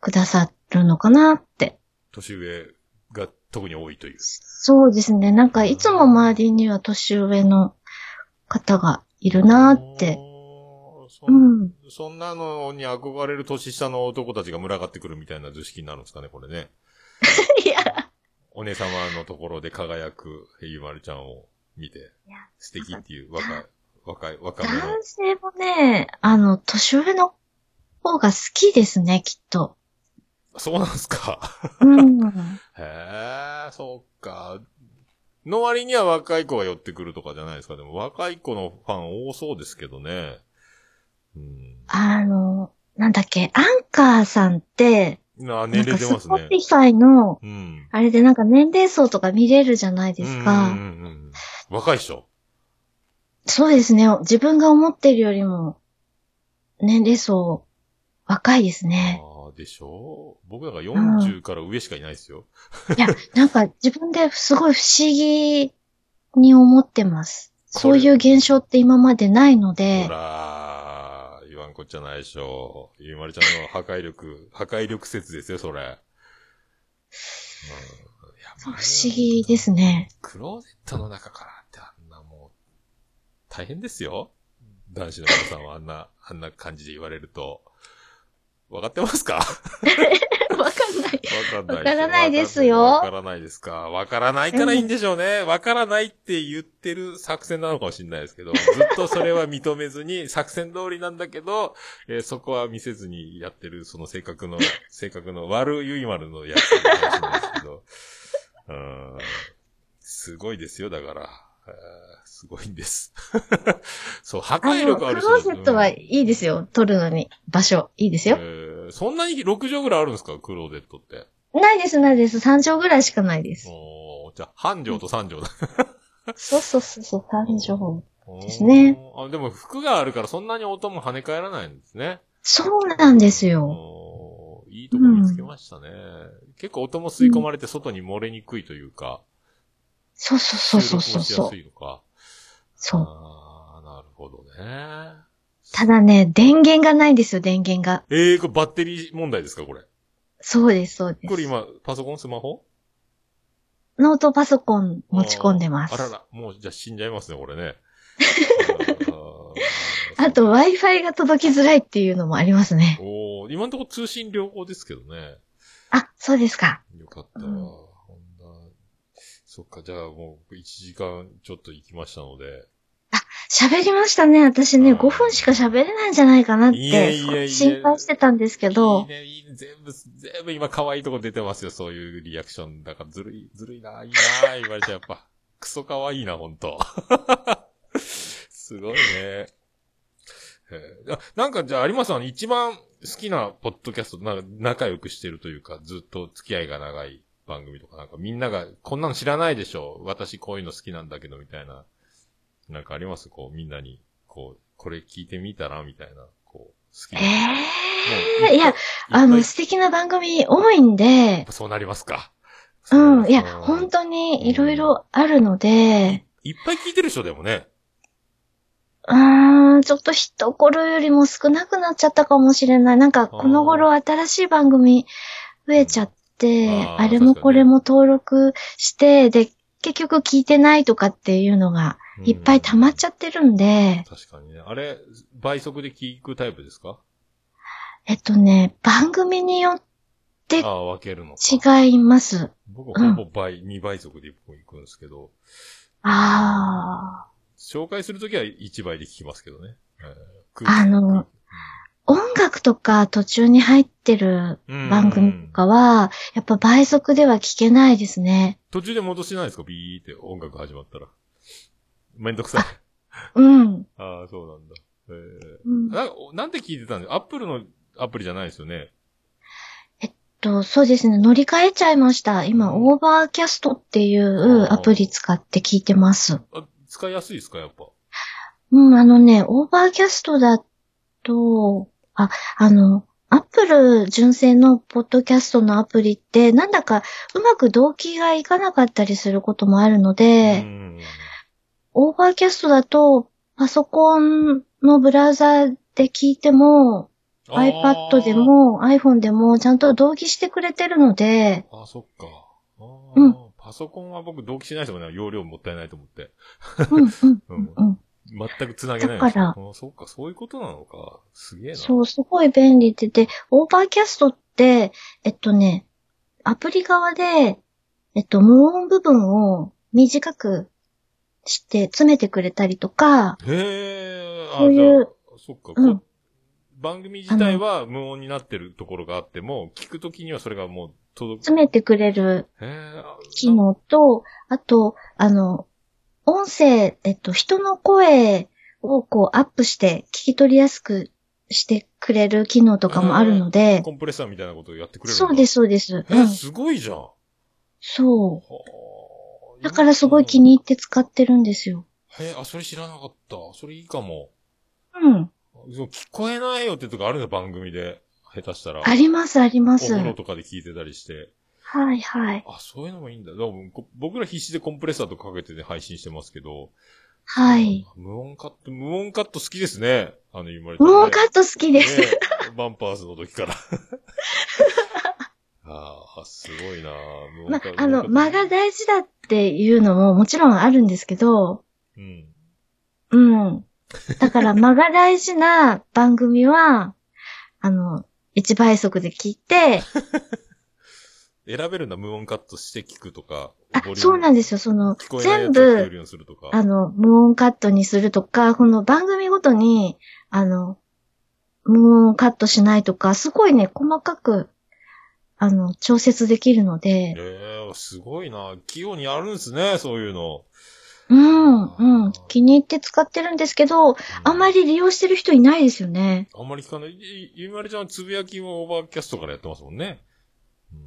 Speaker 1: くださるのかなって。
Speaker 2: 年上が特に多いという。
Speaker 1: そうですね。なんかいつも周りには年上の方がいるなーって。
Speaker 2: おー。そ
Speaker 1: うん。
Speaker 2: そんなのに憧れる年下の男たちが群がってくるみたいな図式になるんですかね、これね。
Speaker 1: いや、
Speaker 2: お姉様のところで輝くゆまるちゃんを見て
Speaker 1: や、
Speaker 2: 素敵っていう若 い、若い、若者。
Speaker 1: 男性もね、あの、年上の方が好きですね、きっと。
Speaker 2: そうなん すか。
Speaker 1: うん。
Speaker 2: へえ、そうか。の割には若い子が寄ってくるとかじゃないですか。でも若い子のファン多そうですけどね。うん。
Speaker 1: あの、なんだっけ、アンカーさんって、
Speaker 2: な
Speaker 1: な
Speaker 2: 年
Speaker 1: んか
Speaker 2: 齢出ます
Speaker 1: スポ
Speaker 2: ね
Speaker 1: テ。ィファイの、
Speaker 2: うん。
Speaker 1: あれでなんか年齢層とか見れるじゃないですか。
Speaker 2: うんうんうんうん若い人。
Speaker 1: そうですね。自分が思ってるよりも、年齢層、若いですね。
Speaker 2: ああ、でしょう僕だから40から上しかいないですよ。
Speaker 1: いや、なんか自分ですごい不思議に思ってます。そういう現象って今までないので
Speaker 2: ほ、らー、言わんこっちゃないでしょゆいまるちゃんの破壊力、破壊力説ですよ、それ。うん、いや
Speaker 1: 不思議で。すね。
Speaker 2: クローゼットの中からってあんなもう、大変ですよ。男子の皆さんはあんな、あんな感じで言われると。わかってますかわ
Speaker 1: わかんない。
Speaker 2: かんない。
Speaker 1: わからないですよ
Speaker 2: わからないですか。わからないからいいんでしょうね。わからないって言ってる作戦なのかもしれないですけど、ずっとそれは認めずに、 作戦通りなんだけど、えーそこは見せずにやってる、その性 格の、性格の悪ゆいまるのやつかもしれないですけど、うーんすごいですよ、だから。えーすごいんです。 そう、破
Speaker 1: あ
Speaker 2: 壊
Speaker 1: の、
Speaker 2: 力あ
Speaker 1: ク
Speaker 2: る
Speaker 1: ローゼットは
Speaker 2: で
Speaker 1: いいですよ。取るのに。場所、いいですよ。
Speaker 2: そんなに6畳ぐらいあるんですか、クローゼットって。
Speaker 1: ないです、ないです。3畳ぐらいしかないです。
Speaker 2: おーじゃあ、半畳と三畳だ。
Speaker 1: そうそうそう、そう3畳。 ですね
Speaker 2: おー。あでも服があるからそんなに音も跳ね返らないんですね。
Speaker 1: そうなんですよ。
Speaker 2: おーいいとこ見つけましたね。結構音も吸い込まれて外に漏れにくいというか、
Speaker 1: そうそうそうそうそう
Speaker 2: 収録
Speaker 1: そ
Speaker 2: も
Speaker 1: う
Speaker 2: し。やすいのか。
Speaker 1: そう。
Speaker 2: あーなるほどね。
Speaker 1: ただね、電源がないんですよ、電源が。
Speaker 2: ええこれバッテリー問題ですか、これ。
Speaker 1: そうです、そうです。
Speaker 2: これ今、パソコン、スマホ
Speaker 1: ノートパソコン持ち込んでます。
Speaker 2: あら
Speaker 1: あ
Speaker 2: ら、もうじゃあ死んじゃいますね、これ ね。あー
Speaker 1: と、、Wi-Fi が届きづらいっていうのもありますね。
Speaker 2: おー今のところ通信良好ですけどね。
Speaker 1: あ、そうですか。
Speaker 2: よかったわ。
Speaker 1: うん
Speaker 2: ほんなそっか、じゃあもう1時間ちょっと行きましたので。
Speaker 1: 喋りましたね。私ね、
Speaker 2: うん
Speaker 1: 5分しか喋れないんじゃないかなっ
Speaker 2: いえいえいえ
Speaker 1: て、心配してたんですけ
Speaker 2: いい
Speaker 1: ど、
Speaker 2: ね、いいね、全部、全部今可愛いとこ出てますよ、そういうリアクション。だからずるい、ずるいな、いいな、言われちゃうやっぱ。 クソ可愛いな、ほんと。すごいね。へえあなんかじゃあ、有馬さん一番好きなポッドキャスト、なんか仲良くしてるというか、ずっと付き合いが長い番組とか、なんかみんなが、こんなの知らないでしょ私こういうの好きなんだけど、みたいな。なんかありますこう、みんなに、こう、これ聞いてみたらみたいな、こう、好
Speaker 1: え
Speaker 2: きな。
Speaker 1: え
Speaker 2: もう
Speaker 1: いや、あ
Speaker 2: い
Speaker 1: の、
Speaker 2: っ
Speaker 1: 素敵な番組多いんで
Speaker 2: ぱ、いそうなりますか。
Speaker 1: うん、いや、
Speaker 2: そう
Speaker 1: 本当にいろいろあるので、
Speaker 2: いっぱい聞いてる人でもね。
Speaker 1: うーん、ちょっと一頃よりも少なくなっちゃったかもしれない。なんか、この頃新しい番組増えちゃって、
Speaker 2: あ
Speaker 1: あ
Speaker 2: ー
Speaker 1: れもこれも登録して、で、結局聞いてないとかっていうのがいっぱい溜まっちゃってるんで、
Speaker 2: 確かにね。あれ、倍速で聞くタイプですか
Speaker 1: えっとね、番組によっ
Speaker 2: ああ、分けるのか。
Speaker 1: て違います。
Speaker 2: 僕ほぼ倍、2倍速で1本行くんですけど、
Speaker 1: あ
Speaker 2: 紹介するときは1倍で聞きますけどね。えー
Speaker 1: あの、あ、音楽とか途中に入ってる番組と
Speaker 2: か
Speaker 1: かは、やっぱ倍速では聞けないですね。
Speaker 2: 途中で戻しないですかビーって音楽始まったら。めんどくさい。
Speaker 1: うん。
Speaker 2: ああ、そうなんだ。え
Speaker 1: うん
Speaker 2: ー、ななんで聞いてたんですかアップルのアプリじゃないですよね。
Speaker 1: と、そうですね。乗り換えちゃいました。今、
Speaker 2: うん
Speaker 1: オーバーキャストっていうアプリ使って聞いてます。
Speaker 2: あ使いやすいですかやっぱ。
Speaker 1: うん、あのね、オーバーキャストだと、あ、あの、アップル純正のポッドキャストのアプリって、なんだかうまく動機がいかなかったりすることもあるので、
Speaker 2: うん
Speaker 1: オーバーキャストだと、パソコンのブラウザで聞いても、iPad で。も iPhone でもちゃんと同期してくれてるの で、
Speaker 2: あーあー、そっか。あー
Speaker 1: うん
Speaker 2: パソコンは僕同期しないですもんね。容量もったいないと思って。
Speaker 1: うんうん
Speaker 2: う
Speaker 1: うんんうん。
Speaker 2: 全く繋げないんですよあーそっか、そういうことなのか。すげえな。
Speaker 1: そう、すごい便利で、で、オーバーキャストって、えっとね、アプリ側で、えっと、無音部分を短くして詰めてくれたりとか、
Speaker 2: へえ、あ
Speaker 1: そういう
Speaker 2: じゃあそっか、こ
Speaker 1: うん
Speaker 2: 番組自体は無音になってるところがあっても、聞くときにはそれがもう届く。
Speaker 1: 詰めてくれる
Speaker 2: へえ、あ
Speaker 1: 機能と、あと、あの、音声、えっと、人の声をこうアップして聞き取りやすくしてくれる機能とかもあるので、
Speaker 2: コンプレッサーみたいなことをやってくれる。
Speaker 1: そうですす、そうです。
Speaker 2: え
Speaker 1: うん、
Speaker 2: すごいじゃん。は
Speaker 1: そ
Speaker 2: あ
Speaker 1: う。だからすごい気に入って使ってるんですよ。
Speaker 2: へえ、あ、それ知らなかった。それいいかも。
Speaker 1: うん。
Speaker 2: そう聞こえないよってとこあるの、番組で。下手したら。
Speaker 1: あります、ありま
Speaker 2: お
Speaker 1: す。
Speaker 2: 風呂
Speaker 1: は
Speaker 2: とかで聞いてたりして。
Speaker 1: い、はい。
Speaker 2: あ、そういうのもいいんだ。でもこ僕ら必死でコンプレッサーとかけてね、配信してますけど。
Speaker 1: はい。
Speaker 2: 無音カット、無音カット好きですね。あの、言われて、
Speaker 1: もうカット好きです。
Speaker 2: ねえバンパーズの時から。 ああ、すごいな無音
Speaker 1: ま
Speaker 2: カッ、ト
Speaker 1: あの、
Speaker 2: 無音カ
Speaker 1: 間
Speaker 2: ット
Speaker 1: が大事だっていうのももちろんあるんですけど、
Speaker 2: うん。
Speaker 1: うん。だ から間が大事な番組は、あの、一倍速で聞いて、
Speaker 2: 選べるんだ、無音カットして聞くとか。
Speaker 1: あ、そうなんですよ。その
Speaker 2: 聞こ、えないや
Speaker 1: 全
Speaker 2: つを聞こえる
Speaker 1: 部、
Speaker 2: ようにするとか。
Speaker 1: あの、無音カットにするとか、この番組ごとに、あの、無音カットしないとか、すごいね、細かく、あの、調節できるので、
Speaker 2: ええすごいな器用にやるんですね、そういうの。
Speaker 1: うん、うん。気に入って使ってるんですけど、あんま
Speaker 2: り。
Speaker 1: り利用してる人いないですよね。
Speaker 2: あんまり聞かない。いゆまりちゃん、つぶやきもオーバーキャストからやってますもんね。うん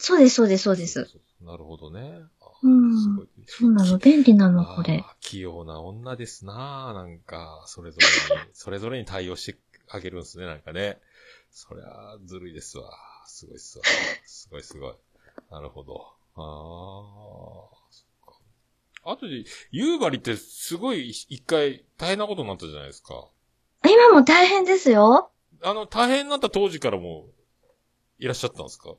Speaker 1: そうです、そうです、そうです。
Speaker 2: そうそう。なるほどね。あ
Speaker 1: うん
Speaker 2: すごい
Speaker 1: そうなの、便利なの、
Speaker 2: あ
Speaker 1: これ。
Speaker 2: ー器用な女ですななんか、それぞ れに、それぞれに対応してあげるんですね、なんかね。そりゃ、ずるいですわ。すごいっすわ。すごいすごい。なるほど。ああ、そっか。あとで、夕張ってすごい一回大変なことになったじゃないですか。
Speaker 1: 今も大変ですよ。
Speaker 2: あの、大変になった当時からもいらっしゃったんですか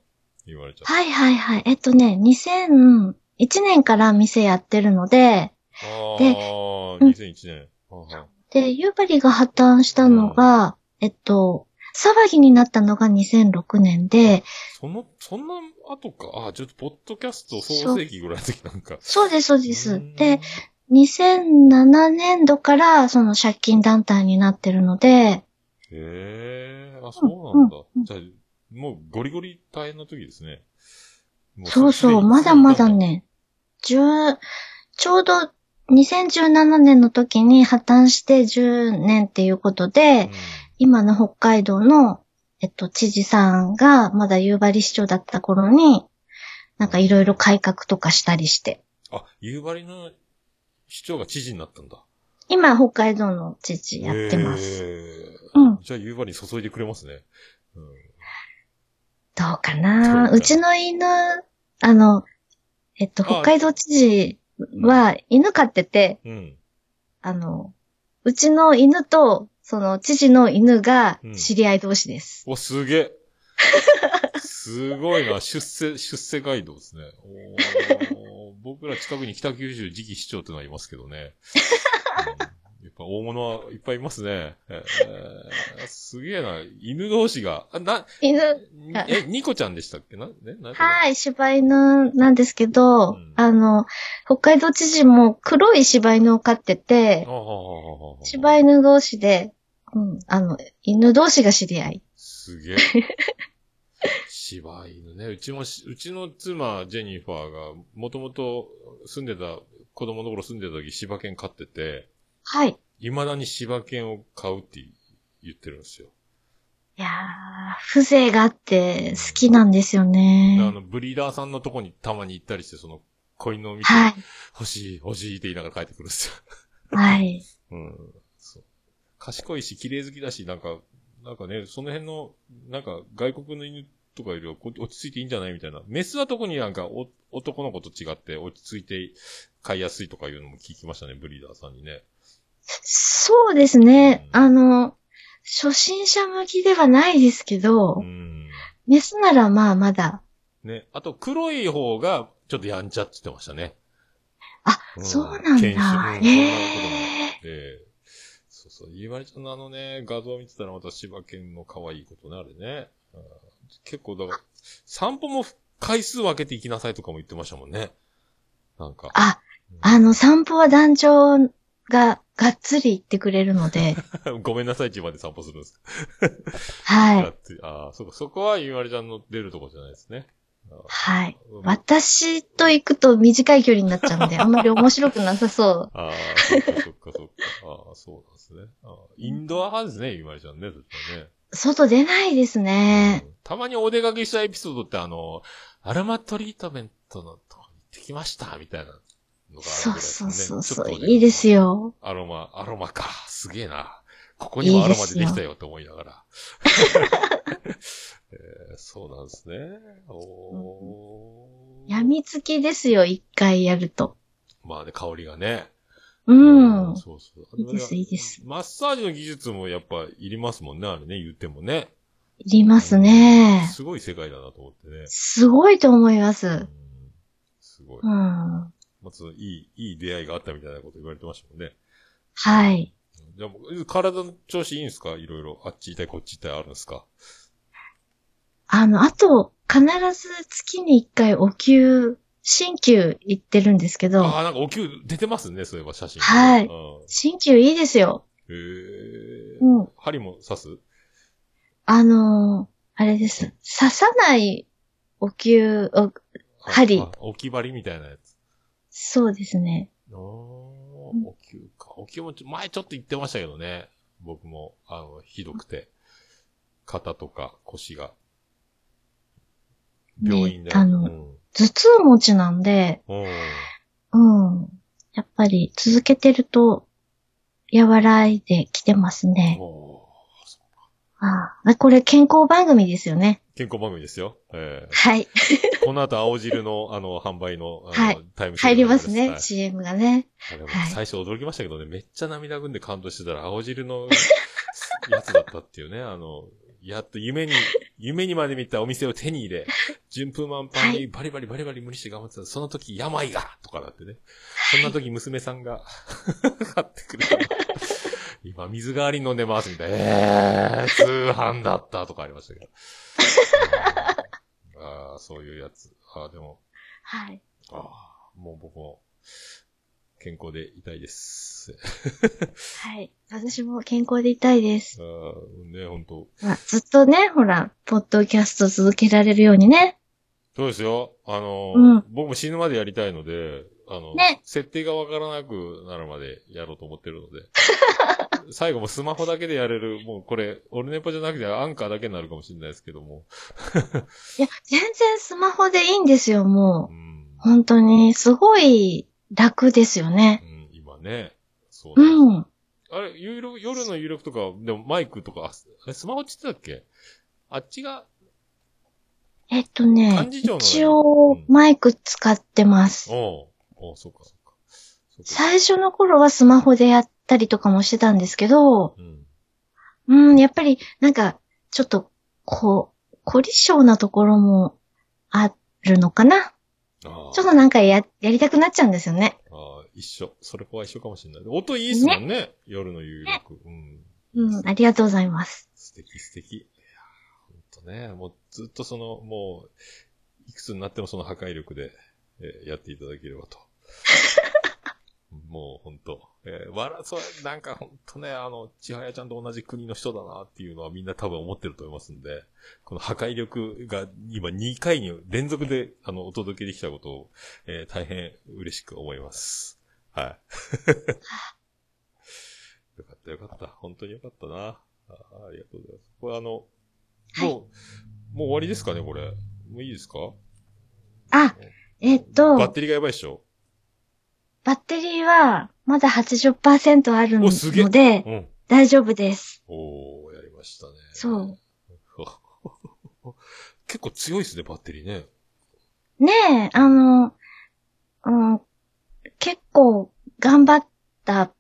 Speaker 2: 夕張ちゃん。
Speaker 1: はいはいはい。えっとね、2001年から店やってるので、
Speaker 2: あ
Speaker 1: で
Speaker 2: あ、2001年。あー
Speaker 1: で、夕張が破綻したのが、えっと、騒ぎになったのが2006年で、
Speaker 2: その、そんな後か。あ、ちょっと、ポッドキャスト創世紀ぐらいの時なんか。
Speaker 1: そうです、そうで
Speaker 2: う
Speaker 1: す
Speaker 2: ん。
Speaker 1: で、、2007年度からその借金団体になってるので、
Speaker 2: へえ、あ、そうなんだ。
Speaker 1: うんうん
Speaker 2: じゃあ、もうゴリゴリ大変な時ですね。も
Speaker 1: そう
Speaker 2: す
Speaker 1: そ
Speaker 2: で
Speaker 1: う、
Speaker 2: に
Speaker 1: まだまだ。ね、10、ちょうど2017年の時に破綻して10年っていうこと
Speaker 2: う
Speaker 1: で、
Speaker 2: ん
Speaker 1: 今の北海道の、えっと、知事さんがまだ夕張市長だった頃に、なんかいろいろ改革とかしたりして、
Speaker 2: あ、夕張の市長が知事になったんだ。
Speaker 1: 今北海道の知事やってます。
Speaker 2: へー
Speaker 1: うん
Speaker 2: じゃあ夕張に注いでくれますね。うん
Speaker 1: どうか
Speaker 2: どうか
Speaker 1: な
Speaker 2: な
Speaker 1: うちの犬、あの、えっと、
Speaker 2: あ
Speaker 1: 北海道知事は犬飼ってて、
Speaker 2: うん。
Speaker 1: あの、うちの犬と、その知事の犬が
Speaker 2: うん
Speaker 1: 知り合い同士です。
Speaker 2: お、すげえ。すごいな。出世、出世ガイドですね。おー 僕ら近くに北九州次期市長ってのはいますけどね。うんやっぱ大物はいっぱいいますね。えーすげえな。犬同士が。あ、な、
Speaker 1: 犬、
Speaker 2: に
Speaker 1: あ
Speaker 2: え、ニコちゃんでしたっけな、ね、なんか
Speaker 1: はい、柴犬なんですけど、
Speaker 2: うん
Speaker 1: あの、北海道知事も黒い柴犬を飼ってて
Speaker 2: あ、あ
Speaker 1: 柴
Speaker 2: 犬。
Speaker 1: 犬同士で、うん、あの、犬同士が知り合い。
Speaker 2: すげえ。柴犬ね。うちもし、うちの妻、ジェニファーが、もともと住んでた、子供の頃住んでた時、柴犬飼ってて、
Speaker 1: はい。
Speaker 2: 未だに柴犬を買うって言ってるんですよ。
Speaker 1: いやー、風情があって好きなんですよ
Speaker 2: で
Speaker 1: ね
Speaker 2: あ。の、ブリーダーさんのとこにたまに行ったりして、その、子犬を見て、
Speaker 1: はい。
Speaker 2: 欲しい、欲しいって言いながら帰ってくるんですよ。
Speaker 1: はい。
Speaker 2: うん。そう。賢いし、綺麗好きだし、なんか、なんかね、その辺の、なんか、外国の犬とかよりはこ落ち着いていいんじゃないみたいな。メスは特になんかお、男の子と違って落ち着いて飼いやすいとかいうのも聞きましたね、ブリーダーさんにね。
Speaker 1: そうですね。
Speaker 2: うん
Speaker 1: あの、初心者向きではないですけど、
Speaker 2: うん。
Speaker 1: メスならまあまだ。
Speaker 2: ね。あと、黒い方が、ちょっとやんちゃって言ってましたね。
Speaker 1: あ、
Speaker 2: うん
Speaker 1: そうなん
Speaker 2: 犬種うんそんな
Speaker 1: だ
Speaker 2: こ。とも
Speaker 1: ええ
Speaker 2: ええそうそう。言われちゃんのあのね、画像を見てたらまた柴犬の可愛いことね、あれね。うん結構、だから、散歩も回数分けて行きなさいとかも言ってましたもんね。なんか。
Speaker 1: あ、あの、散歩は団長ががっつり行ってくれるの で、
Speaker 2: うん、ごめんなさい、って言うまで散歩するんです。
Speaker 1: は
Speaker 2: だ
Speaker 1: い。
Speaker 2: ってああ、そうか、そこは言われちゃんの出るとこじゃないですね。ああ
Speaker 1: はい。
Speaker 2: うん
Speaker 1: 私と行くと短い距離になっちゃうんで、あんまり面白くなさそう。
Speaker 2: ああ、そっかそっかそっか。ああ、そうなんですね。ああインドア派ですね、ゆまりちゃんね、絶対ね。
Speaker 1: 外出ないですね。
Speaker 2: うんたまにお出かけしたエピソードってあの、アロマトリートメントのとこに行ってきました、みたいなのがあるぐらいです
Speaker 1: そ
Speaker 2: ね
Speaker 1: うそうそう
Speaker 2: ち
Speaker 1: そ
Speaker 2: ょっ
Speaker 1: う。
Speaker 2: とね
Speaker 1: いいですよ。
Speaker 2: アロマ、アロマか。すげえな。ここにもアロマでできたよと思いながら。 えーそうなんですね。おー
Speaker 1: やみつきですよ、一回やると。
Speaker 2: まあね、香りがね。
Speaker 1: う。
Speaker 2: うんそうそう。
Speaker 1: いいですいいです
Speaker 2: マッサージの技術もやっぱいりますもんね、あれね、言ってもね。
Speaker 1: いりますね。
Speaker 2: すごい世界だなと思ってね。
Speaker 1: すごいと思いま
Speaker 2: うん
Speaker 1: す。
Speaker 2: すごい。
Speaker 1: うん。
Speaker 2: まあ、そのいい、いい出会いがあったみたいなこと言われてましたもんね。
Speaker 1: はい。
Speaker 2: じゃあもう、体の調子いいんですかいろいろ。あっち行ったりこっち行ったりあるんですか
Speaker 1: あの、あと、必ず月に一回お給、新給行ってるんですけ
Speaker 2: あ
Speaker 1: ど、
Speaker 2: あ、なんかお給出てますね、そういえば写真。
Speaker 1: はい
Speaker 2: うん
Speaker 1: 新給いいですよ。
Speaker 2: へえ。
Speaker 1: うん
Speaker 2: 針も刺す
Speaker 1: あのーあれです。刺さないお給、お
Speaker 2: あ
Speaker 1: 針
Speaker 2: あ置き針みたいなやつ。
Speaker 1: そうですね。
Speaker 2: あーお
Speaker 1: うん
Speaker 2: 給か。お給もちょ前ちょっと言ってましたけどね。僕も、あの、ひどくて。肩とか腰が。
Speaker 1: ね
Speaker 2: 病院で。
Speaker 1: あ
Speaker 2: う
Speaker 1: の、
Speaker 2: ん。
Speaker 1: 頭痛持ちなんで、
Speaker 2: うん。
Speaker 1: うん。やっぱり続けてると、和らいできてますね。
Speaker 2: おー
Speaker 1: ああ。これ健康番組ですよね。
Speaker 2: 健康番組ですよ。ええ
Speaker 1: はい。
Speaker 2: この後、青汁の、あの、販売の、あの
Speaker 1: はい
Speaker 2: タイムセー
Speaker 1: 入り
Speaker 2: ルがあ
Speaker 1: ま
Speaker 2: です
Speaker 1: ね
Speaker 2: は、い
Speaker 1: CM がね。
Speaker 2: あれも
Speaker 1: はい
Speaker 2: 最初驚きましたけどね、めっちゃ涙ぐんで感動してたら、青汁の やつだったっていうね、あの、やっと夢に、夢にまで見たお店を手に入れ、順風満帆
Speaker 1: は
Speaker 2: にバリバリバリバリ無理して頑張ってた、その時 病がとかだってね、そんな時娘さんが買ってくれた。今水代わりに飲んでますみたいな。えー、通販だったとかありましたけ ど。ああ、そういうやつ。ああ、でも、
Speaker 1: はい。
Speaker 2: ああ、もう僕も、健康でいたいです。
Speaker 1: はい。私も健康でいたいです。
Speaker 2: ああ、ね、本当
Speaker 1: まあ、ずっとね、ほら、ポッドキャスト続けられるようにね。
Speaker 2: そうですよ。あの、
Speaker 1: うん
Speaker 2: 僕も死ぬまでやりたいので、あの、
Speaker 1: ね
Speaker 2: 設定がわからなくなるまでやろうと思ってるので。 最後もスマホだけでやれる、もうこれ、オルネポじゃなくてアンカーだけになるかもしれないですけども。
Speaker 1: いや、全然スマホでいいんですよ、も
Speaker 2: う
Speaker 1: う。
Speaker 2: ん。
Speaker 1: 本当に、すごい楽ですよね
Speaker 2: う。ん、今ね。そう
Speaker 1: う
Speaker 2: なん
Speaker 1: ん。
Speaker 2: ですあれ、有力、夜の有力とか、でもマイクとか、ああれスマホって言ってたっけあっちが、
Speaker 1: えっとね
Speaker 2: 幹、事長の
Speaker 1: 一応
Speaker 2: うん
Speaker 1: マイク使ってます。
Speaker 2: おうおうそうか、そうか。そうか。
Speaker 1: 最初の頃はスマホでやったりとかもしてたんですけど、
Speaker 2: うん。
Speaker 1: うん、やっぱりなんか、ちょっと、こう、凝り性なところもあるのかな。
Speaker 2: ああ
Speaker 1: ちょっとなんかや、やりたくなっちゃうんですよね。
Speaker 2: ああ、一緒。それは一緒かもしれない。音いいっすもんね。夜の有力。うん。
Speaker 1: うん、ありがとうございます。
Speaker 2: 素敵素敵。いやーほんとね、もうずっとその、もう、いくつになってもその破壊力で、えーやっていただければと。 もうほんと。えー、わら、そう、なんかほんとね、あの、千早ちゃんと同じ国の人だなっていうのはみんな多分思ってると思いますんで、この破壊力が今2回に連続で、あの、お届けできたことを、えー大変嬉しく思い ます。はい。よかったよかった。本当によかったな。あーありがとうございます。これあの、
Speaker 1: はい
Speaker 2: もう、もう終わりですかね、これ。もういいですか
Speaker 1: あ、えっ
Speaker 2: バッ
Speaker 1: と、
Speaker 2: テリーがやばいっしょ
Speaker 1: バッテリーはまだ80%ある
Speaker 2: おすげえ
Speaker 1: ので、
Speaker 2: うん。
Speaker 1: 大丈夫です。
Speaker 2: おー、やりましたね。。
Speaker 1: そう
Speaker 2: 結構強いですね、バッテリーね。
Speaker 1: ねえ、あの、うん、結構頑張った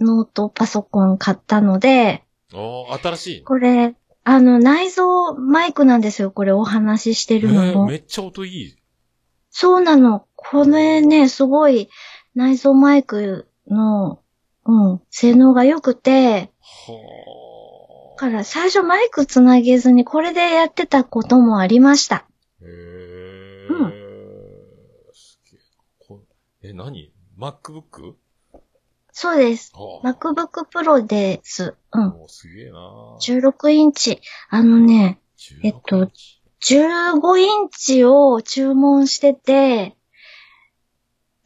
Speaker 1: ノートパソコン買ったので、
Speaker 2: ああ、新しいね。
Speaker 1: これ、あの、内蔵マイクなんですよ。これお話しして
Speaker 2: え
Speaker 1: るの
Speaker 2: ー
Speaker 1: も。
Speaker 2: めっちゃ音いい。
Speaker 1: そうなの。これね、すごい内蔵マイクの、うん、性能が良くて、
Speaker 2: は
Speaker 1: だ
Speaker 2: あ。
Speaker 1: から最初マイクつなげずにこれでやってたこともありました。
Speaker 2: へえ。
Speaker 1: う
Speaker 2: すげえ。こえ、何 ?MacBook?
Speaker 1: そうです。
Speaker 2: は
Speaker 1: MacBook Pro です。うん。
Speaker 2: もうすげえな
Speaker 1: 16インチ。あのね、えっと
Speaker 2: 16イン
Speaker 1: 15インチ
Speaker 2: チ
Speaker 1: を注文してて、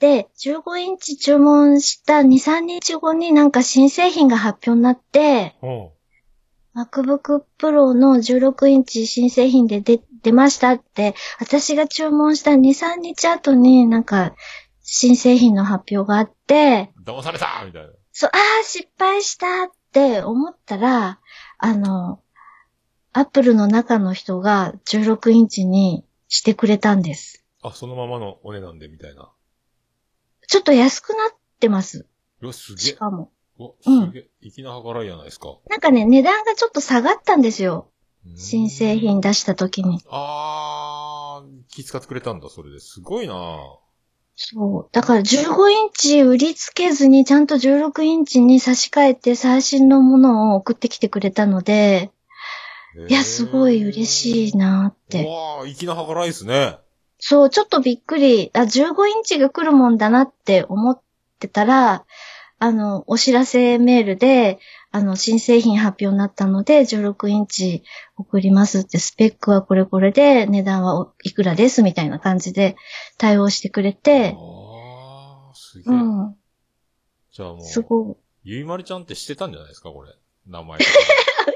Speaker 1: で、15インチ注文した2、3日後になんか新製品が発表になって、
Speaker 2: うん。
Speaker 1: MacBook Pro の16インチ新製品で出、出ましたって、私が注文した2、3日後になんか新製品の発表があって、
Speaker 2: 騙されたみたいな。
Speaker 1: そう、ああ、失敗したって思ったら、あの、Apple の中の人が16インチにしてくれたんです。
Speaker 2: あ、そのままのお値段で、みたいな。
Speaker 1: ちょっと安くなってます。
Speaker 2: うわ、すげ
Speaker 1: し
Speaker 2: え。
Speaker 1: かも。
Speaker 2: うわ、
Speaker 1: うん
Speaker 2: すげえ。粋な計らいじゃないですか。
Speaker 1: なんかね、値段がちょっと下がったんですよ。
Speaker 2: うん
Speaker 1: 新製品。出した時に。
Speaker 2: あー、気遣ってくれたんだ、それで。すごいな
Speaker 1: そう。だから15インチ売りつけずにちゃんと16インチに差し替えて最新のものを送ってきてくれたので、いや、すごい嬉しい
Speaker 2: っ
Speaker 1: なって。
Speaker 2: わー、粋な計らいですね。
Speaker 1: そう、ちょっとびっくり、あ、15インチが来るもんだなって思ってたら、あの、お知らせメールで、あの、新製品発表になったので、16インチ送りますって、スペックはこれこれで、値段はおいくらですみたいな感じで対応してくれて、
Speaker 2: あー、すげ
Speaker 1: う
Speaker 2: え。
Speaker 1: ん、
Speaker 2: じゃあも
Speaker 1: す
Speaker 2: う、
Speaker 1: ごい。
Speaker 2: ゆいまるちゃんって知ってたんじゃないですか、これ。名前と か。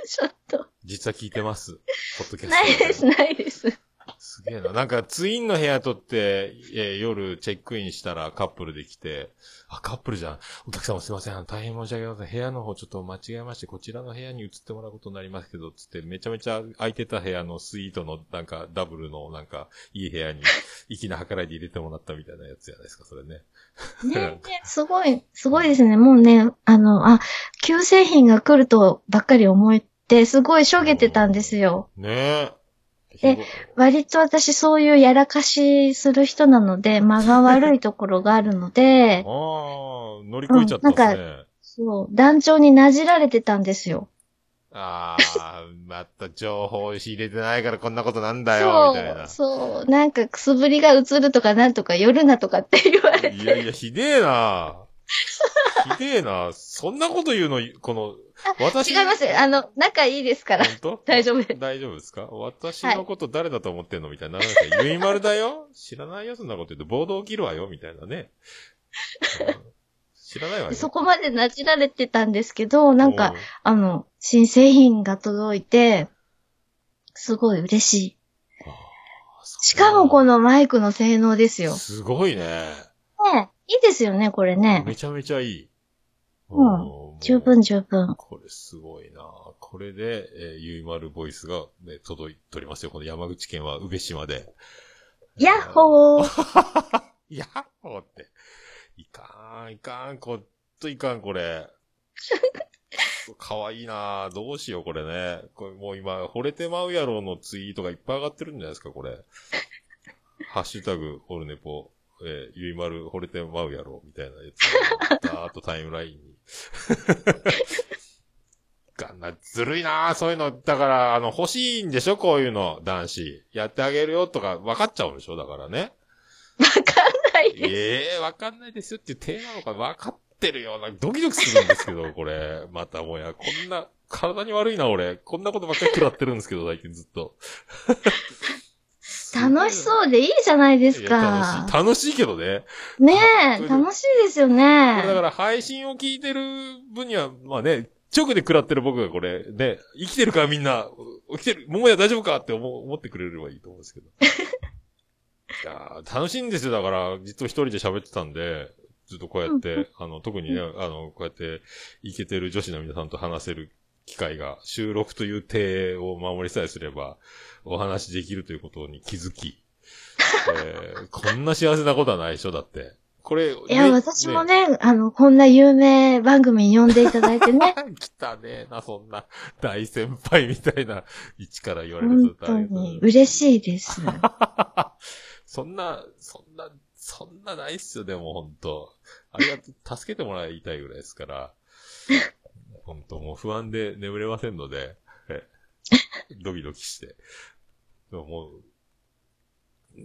Speaker 1: ちょっと。
Speaker 2: 実は聞い てます。ポッドキャスト。
Speaker 1: ないです、。ないです。
Speaker 2: すげえな。なんか、ツインの部屋取って、えー夜チェックインしたらカップルで来て、あ、カップルじゃん。お客様すいません。大変申し訳ありません。部屋の方ちょっと間違えまして、こちらの部屋に移ってもらうことになりますけど、つって、めちゃめちゃ空いてた部屋のスイートの、なんか、ダブルの、なんか、いい部屋に、粋な計らいで入れてもらったみたいなやつじゃないですか、それね。
Speaker 1: ねすごい、すごいですね。もうね、あの、あ、旧製品が来るとばっかり思って、すごいしょげてたんですよ。
Speaker 2: ねえ。
Speaker 1: え割と私そういうやらかしする人なので、間が悪いところがあるので、
Speaker 2: ああ、乗り越えちゃったんですね。
Speaker 1: そう、団長になじられてたんですよ。
Speaker 2: ああ、また情報を仕入れてないからこんなことなんだよ、みたい
Speaker 1: そう、そう、なんかくすぶりが映るとかなんとか夜なとかって言われ
Speaker 2: な。いやいや、ひでえな。ひでえな。そんなこと言うの、この、私。
Speaker 1: 違います。あの、仲いいですから。
Speaker 2: 本当
Speaker 1: 大丈夫です。
Speaker 2: 大丈夫ですか私のこと誰だと思ってんのみたいにならなきゃ。ゆいまるだよ知らないよ、そんなこと言って。暴動起きるわよ、みたいなね。うん知らないわよ。
Speaker 1: そこまでなじられてたんですけど、なんか
Speaker 2: う、、
Speaker 1: あの、新製品が届いて、すごい嬉しい。しかもこの
Speaker 2: の
Speaker 1: マイクの性能ですよ。
Speaker 2: すごいね。
Speaker 1: ねいいですよね、これね。
Speaker 2: めちゃめちゃいい。
Speaker 1: うん
Speaker 2: あーもう
Speaker 1: 十分十分。
Speaker 2: これすごいなこれで、えーゆいまるボイスが、ね、届いておりますよ。この山口県は宇部島で。
Speaker 1: ヤッホー
Speaker 2: いやっほーって。いかん、いかん、こっといかん、これ。かわいいなぁ。どうしよう、これね。これもう今、惚れてまうやろのツイートがいっぱい上がってるんじゃないですか、これ。ハッシュタグ、ホルネポ、えーゆいまる、惚れてまうやろ、みたいなやつが。だーっとタイムラインに。 がんな、ずるいなぁ、そういうの。だから、あの、欲しいんでしょ、こういうの、男子。やってあげるよ、とか、分かっちゃうんでしょ、だからね。
Speaker 1: わかんないです。
Speaker 2: ええわかんないですよっていう手なのかわかってるような、ドキドキするんですけど、これ。またもや、こんな、体に悪いな、俺。こんなことばっかり食らってるんですけど、最近ずっと。
Speaker 1: 楽しそうでいいじゃないです
Speaker 2: いや
Speaker 1: か
Speaker 2: 楽しい。。楽しいけどね。
Speaker 1: ね
Speaker 2: そ
Speaker 1: え、
Speaker 2: れで
Speaker 1: 楽しいですよ
Speaker 2: これだか
Speaker 1: ね。
Speaker 2: ら配信を聞いてる分には、まあね、直で食らってる僕がこれ、ね、生きてるかみんな、う起きてる、桃屋大丈夫かって思思ってくれればいいと思うんですけ ど。いやー楽しいんですよ。だから、ずっと一人で喋ってたんで、ずっとこうやって、
Speaker 1: うん
Speaker 2: あの、特にね、あの、こうやって、イケてる女子の皆さんと話せる機会が、収録という体を守りさえすれば、お話しできるということに気づき、えーこんな幸せなことはないでしょ、だって。これ、
Speaker 1: いや、私もね、あの、こんな有名番組に呼んでいただいて ね。
Speaker 2: 来たねえな、そんな、大先輩みたいな、位置から言われる
Speaker 1: 本
Speaker 2: と
Speaker 1: 当
Speaker 2: 大変だ
Speaker 1: に嬉しいです。
Speaker 2: そんな、そんな、そんなないっすよ、でも本当ありがと、助けてもらいたいぐらいですから。 本当もう不安で眠れませんので、えドキドキして。でももう、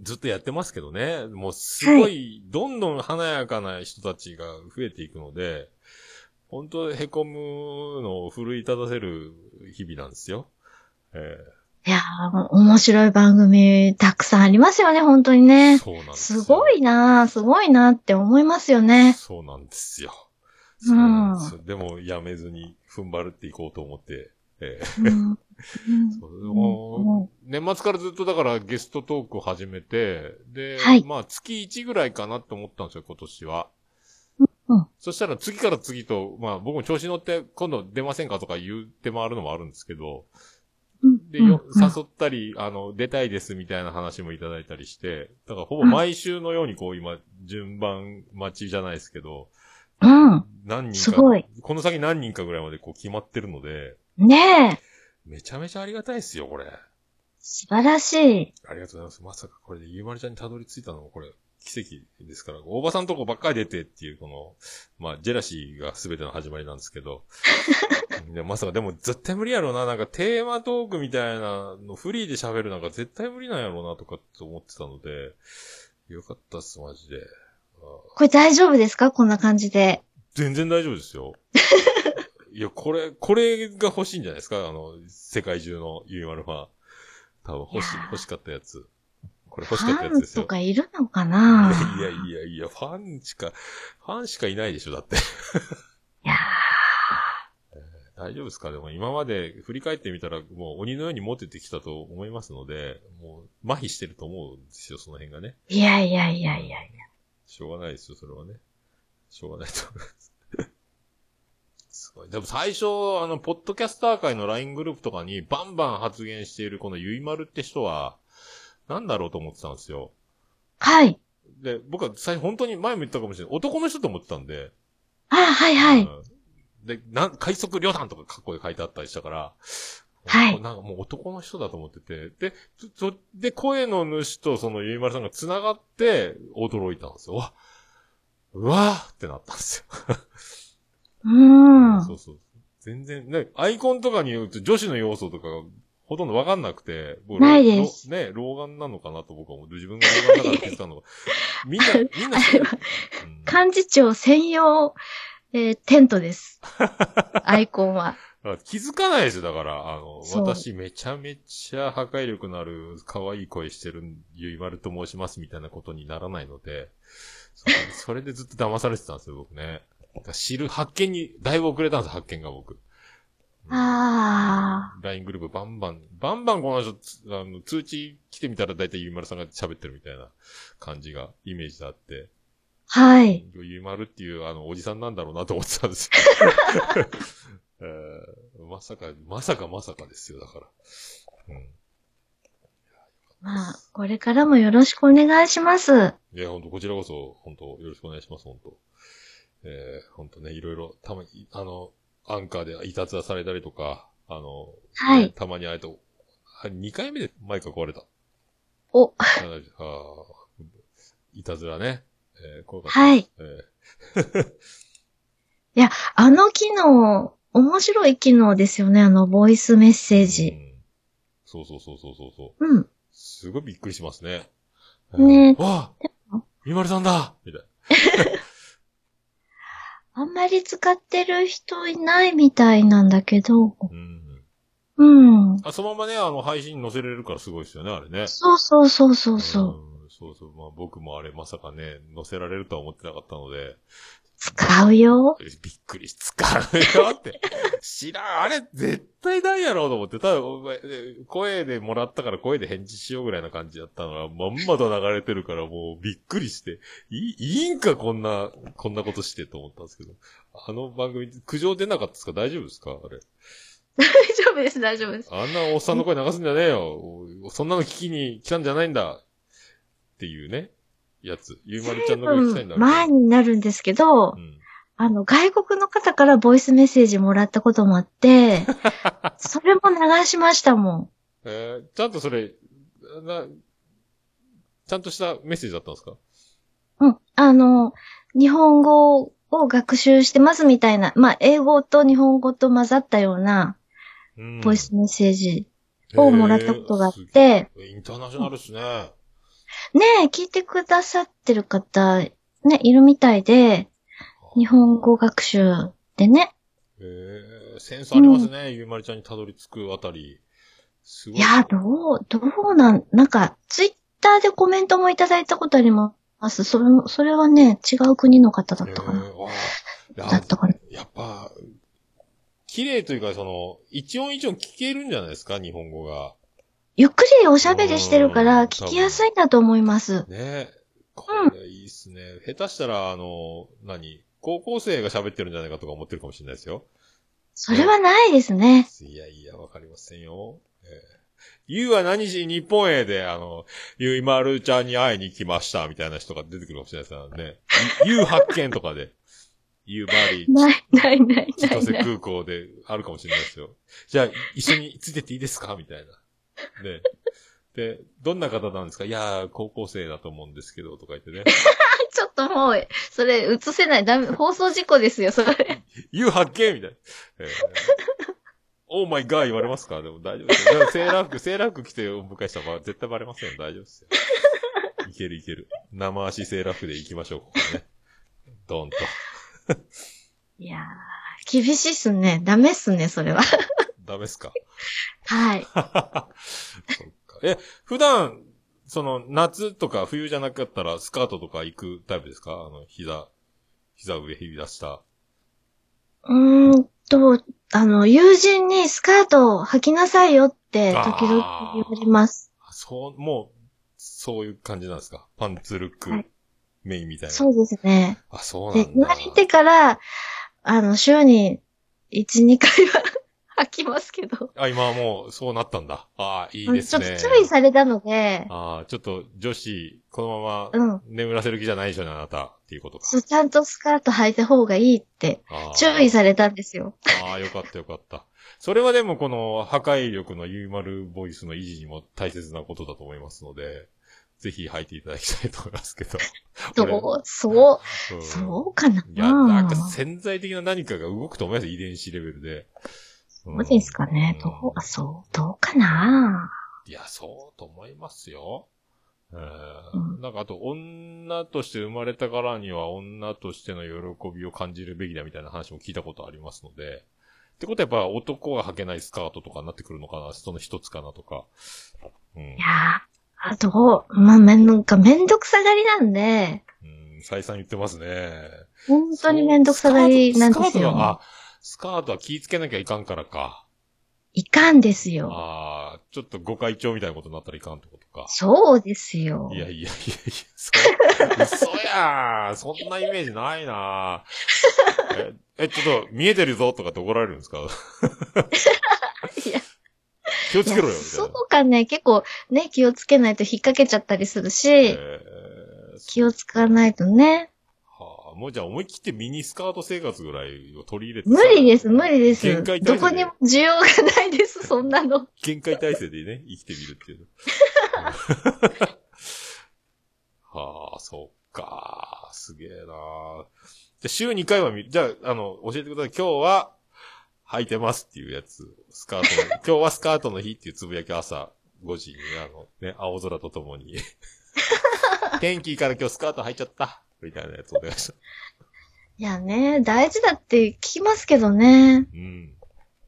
Speaker 2: ずっとやってますけどね、もうすご、
Speaker 1: はい
Speaker 2: どんどん華やかな人たちが増えていくので、本当凹むのを奮い立たせる日々なんですよ。ええ
Speaker 1: いやー、もう面白い番組たくさんありますよね、本当にね。
Speaker 2: そうなんです
Speaker 1: す
Speaker 2: よ
Speaker 1: ごいなー、すごいなーって思いますよね。
Speaker 2: そうなんですよ。
Speaker 1: うん
Speaker 2: そうなんですよでも、やめずに踏ん張るっていこうと思って。えー
Speaker 1: うん
Speaker 2: そう
Speaker 1: うん
Speaker 2: もう年末からずっとだからゲストトークを始めて、で、
Speaker 1: はい
Speaker 2: まあ月1ぐらいかなって思ったんですよ、今年は。
Speaker 1: うん
Speaker 2: そしたら次から次と、まあ僕も調子乗って今度出ませんかとか言って回るのもあるんですけど、
Speaker 1: うん
Speaker 2: で、よ
Speaker 1: うん
Speaker 2: 誘ったり、あの、出たいですみたいな話もいただいたりして、だからほぼ毎週のようにこう今、順番待ちじゃないですけど、
Speaker 1: うん。
Speaker 2: 何人か、
Speaker 1: すごい
Speaker 2: この先何人かぐらいまでこう決まってるので、
Speaker 1: ねえ、
Speaker 2: めちゃめちゃありがたいですよ、これ。あ
Speaker 1: 素晴らしい。
Speaker 2: りがとうございます。まさかこれでゆうまるちゃんにたどり着いたのもこれ、奇跡ですから、おばさんとこばっかり出てっていう、この、まあ、ジェラシーが全ての始まりなんですけど。 でまさか、でも絶対無理やろうな。なんかテーマトークみたいなのフリーで喋るなんか絶対無理なんやろうなとかって思ってたので、よかったっす、マジで。あー
Speaker 1: これ大丈夫ですかこんな感じで。
Speaker 2: 全然大丈夫で すよ。いや、これ、これが欲しいんじゃないですかあの、世界中のゆいまるファン。多分欲しい
Speaker 1: いやー、
Speaker 2: 欲しかったやつ。これ
Speaker 1: フ
Speaker 2: 欲しかったや
Speaker 1: ァ
Speaker 2: つ
Speaker 1: ン
Speaker 2: ですよ。
Speaker 1: とかいるのかない
Speaker 2: やいやいや、ファンしか、ファンしかいないでしょ、だって。
Speaker 1: いや
Speaker 2: 大丈夫ですかでも今まで振り返ってみたら、もう鬼のようにモテてきたと思いますので、もう麻痺してると思うんですよ、その辺がね。
Speaker 1: ーいやいやいやいや。
Speaker 2: しょうがないですよ、それはね。しょうがないと思い ます。すごい。でも最初、あの、ポッドキャスター界の LINE グループとかにバンバン発言しているこのゆいまるって人は、なんだろうと思ってたんですよ。
Speaker 1: はい。
Speaker 2: で、僕は最初本当に前も言ったかもしれない。男の人と思ってたんで。
Speaker 1: あーはいは
Speaker 2: う
Speaker 1: い。
Speaker 2: んで、なん、快速旅団とかかっこいい書いてあったりしたから、
Speaker 1: はい
Speaker 2: なんかもう男の人だと思ってて、で、そ、そで、声の主とそのゆいまるさんが繋がって、驚いたんですよ。わうわーってなったんですよ。
Speaker 1: うん。
Speaker 2: そうそう。全然、ね、アイコンとかによると女子の要素とかがほとんどわかんなくて、僕
Speaker 1: ないです
Speaker 2: ろね、老眼なのかなと僕は思って、自分が老眼だから気づか んのか。みんな、みんなそう、うん
Speaker 1: 幹事長専用、えーテント です。アイコンは。
Speaker 2: だから気づかないですよ、だから。あの、
Speaker 1: そう
Speaker 2: 私めちゃめちゃ破壊力のある可愛い声してるゆいまると申しますみたいなことにならないので、そそれでずっと騙されてたんですよ、僕ね。だから知る、発見に、だいぶ遅れたんです、発見が僕。
Speaker 1: あ
Speaker 2: LINE グループバンバン、バンバンこの人、つあの通知来てみたらだいたいゆいまるさんが喋ってるみたいな感じが、イメージであって、
Speaker 1: あ。はい。
Speaker 2: ゆいまるっていうあの、おじさんなんだろうなと思ってたんですよ。 えーまさか、まさかまさかですよ、だから。うん。
Speaker 1: まあ、これからもよろしくお願いします。
Speaker 2: いや、ほんと、こちらこそ、本当よろしくお願いします、本当えー、本当ね、いろいろ、たまに、あの、アンカーでいたずらされたりとか、あの、
Speaker 1: はい
Speaker 2: ねたまにあれと、2回目でマイクが壊れた。
Speaker 1: お、
Speaker 2: あのあーいたずらね。えー、怖かった。
Speaker 1: はい。
Speaker 2: えー
Speaker 1: あの機能、面白い機能ですよね、あの、ボイスメッセー
Speaker 2: う
Speaker 1: ジ。
Speaker 2: んそうそうそうそうそうそう。
Speaker 1: うん。
Speaker 2: すごいびっくりしますね。
Speaker 1: ね
Speaker 2: えー。わあみまるさんだみたいな。
Speaker 1: あんまり使ってる人いないみたいなんだけど。
Speaker 2: うん。
Speaker 1: うん。
Speaker 2: あ、そのままね、あの、配信に載せれるからすごいですよね、あれね。
Speaker 1: そうそうそうそうそう。
Speaker 2: うん。そうそう。まあ僕もあれまさかね、載せられるとは思ってなかったので、
Speaker 1: 使うよ。
Speaker 2: びっくりつかうよって。知らん、あれ絶対ないやろうと思って、ただお前え声でもらったから声で返事しようぐらいな感じだったのが、まんまと流れてるからもうびっくりして、いい、いいんかこんな、こんなことしてと思ったんですけど。あの番組、苦情出なかったですか大丈夫ですかあれ。
Speaker 1: 大丈夫です、大丈夫です。
Speaker 2: あんなおっさんの声流すんじゃねえよ。おそんなの聞きに来たんじゃないんだ。っていうね、やつ。ゆいまるちゃんの声聞きたいんだ。
Speaker 1: 前になるんですけど、
Speaker 2: うん。
Speaker 1: あの、外国の方からボイスメッセージもらったこともあ って、それも流しましたもん。
Speaker 2: えーちゃんとそれ、な、ちゃんとしたメッセージだったんですか
Speaker 1: うん。あの、日本語を学習してますみたいな、まあ、英語と日本語と混ざったような
Speaker 2: うん
Speaker 1: ボイスメッセージをもらったことがあって、
Speaker 2: えーすげえインターナショナルっすね。
Speaker 1: ねえ、聞いてくださってる方、ね、いるみたいで、日本語学習でね。
Speaker 2: えー、センスありますね。ゆうまりちゃんにたどり着くあたり。すごい。
Speaker 1: いや、どう、どうなん、なんか、ツイッターでコメントもいただいたことあります。それも、それはね、違う国の方だったかな。
Speaker 2: えーあー
Speaker 1: だったかな。
Speaker 2: やっぱ、綺麗というか、その、一音一音聞けるんじゃないですか、日本語が。
Speaker 1: ゆっくりおしゃべりしてるか
Speaker 2: うん
Speaker 1: ら、聞きやすいなと思います。
Speaker 2: ねえ。これいいっすね。下手したら、あの、何高校生が喋ってるんじゃないかとか思ってるかもしれないですよ。
Speaker 1: それはないですね。
Speaker 2: いやいや、わかりませんよ。えー、ゆうは何しに日本へで、あの、ゆいまるちゃんに会いに来ました、みたいな人が出てくるかもしれないですからね。ゆゆう発見とかで。ゆうバリー、
Speaker 1: ない、ない、ない、
Speaker 2: 千
Speaker 1: ない、
Speaker 2: 歳
Speaker 1: ない。
Speaker 2: 空港であるかもしれないですよ。じゃあ、い一緒についてっていいですかみたいな。ね。で、どんな方なんですかいやー、高校生だと思うんですけど、とか言ってね。
Speaker 1: ちょっともう、それ映せない。ダメ、放送事故ですよ、それ。
Speaker 2: 言う発見みたいな。えーオーマイガー言われますかでも大丈夫ですよ。でもセーラー服、セーラー服着てお迎えした場合絶対バレませんよ。大丈夫ですよ。いけるいける。生足セーラー服で行きましょう、ここね。ドンと。
Speaker 1: いやー、厳しいっすね。ダメっすね、それは。
Speaker 2: ダメっすか
Speaker 1: はい。
Speaker 2: そっか。え、普段、その、夏とか冬じゃなかったらスカートとか行くタイプですかあの、膝、膝上、膝下。
Speaker 1: うーんと、あの、友人にスカートを履きなさいよって、時々言われます。
Speaker 2: あそう、もう、そういう感じなんですかパンツルック、
Speaker 1: はい
Speaker 2: メインみたいな。
Speaker 1: そうですね。
Speaker 2: あ、そうな
Speaker 1: で、
Speaker 2: ん
Speaker 1: 言わ
Speaker 2: だ。
Speaker 1: れてから、あの、週に1、2回は 履きますけど。
Speaker 2: あ、今はもう、そうなったんだ。ああ、いいですね。
Speaker 1: ちょっと注意されたので、
Speaker 2: ああ、ちょっと、女子、この
Speaker 1: う
Speaker 2: まま
Speaker 1: ん、
Speaker 2: 眠らせる気じゃないでしょうね、あなた。っていうことか。
Speaker 1: そう、ちゃんとスカート履いた方がいいって、
Speaker 2: ああ
Speaker 1: 注意されたんですよ。
Speaker 2: ああ、よかったよかった。それはでも、この、破壊力のゆいまるボイスの維持にも大切なことだと思いますので、ぜひ履いていただきたいと思いますけ ど。
Speaker 1: そう、そう、
Speaker 2: うん
Speaker 1: そうかない
Speaker 2: や、なんか潜在的な何かが動くと思います、遺伝子レベルで。
Speaker 1: ど
Speaker 2: そう
Speaker 1: ですかね。どう、あ、そう、どうかない
Speaker 2: や、そうと思いますよ。うん
Speaker 1: うん
Speaker 2: なんかあと、女として生まれたからには女としての喜びを感じるべきだみたいな話も聞いたことありますので。ってことはやっぱ男が履けないスカートとかになってくるのかなその一つかなとか。うん
Speaker 1: い。やー、あと、まあ、めんなんかめんどくさがりなんで、
Speaker 2: うん、再三言ってますね。
Speaker 1: 本当にめんどくさがりなんです
Speaker 2: スカートは、
Speaker 1: よ
Speaker 2: あ。、スカートは気ぃつけなきゃいかんからか。
Speaker 1: いかんですよ。
Speaker 2: ああ、ちょっと誤解帳みたいなことになったらいかんってことか。
Speaker 1: そうですよ。
Speaker 2: いやいやいやいや、そ、嘘やーそんなイメージないな ーえ、え、ちょっと、見えてるぞとかって怒られるんですか
Speaker 1: いや
Speaker 2: 気をつけろ
Speaker 1: いや
Speaker 2: よ、みたい
Speaker 1: そ
Speaker 2: な。
Speaker 1: うかね、結構ね、気をつけないと引っ掛けちゃったりするし、
Speaker 2: えー
Speaker 1: 気をつかないとね。
Speaker 2: はあ、もうじゃあ思い切ってミニスカート生活ぐらいを取り入れてさ
Speaker 1: 無理です、無理です。
Speaker 2: 限界体
Speaker 1: ど
Speaker 2: 制
Speaker 1: こにも需要がない です、そんなの。
Speaker 2: 限界体制でね、 生きてみるっていう。はあ、そっか。すげえな。じゃあ、週2回は見、じゃあ、あの、教えてください。今日は、履いてますっていうやつ。スカートの、今日はスカートの日っていうつぶやきを朝5時に、あの、ね、青空とともに。天気いいから今日スカート履いちゃった。みたいなやつお願いします。
Speaker 1: いやね、大事だって聞きますけどね。
Speaker 2: うん。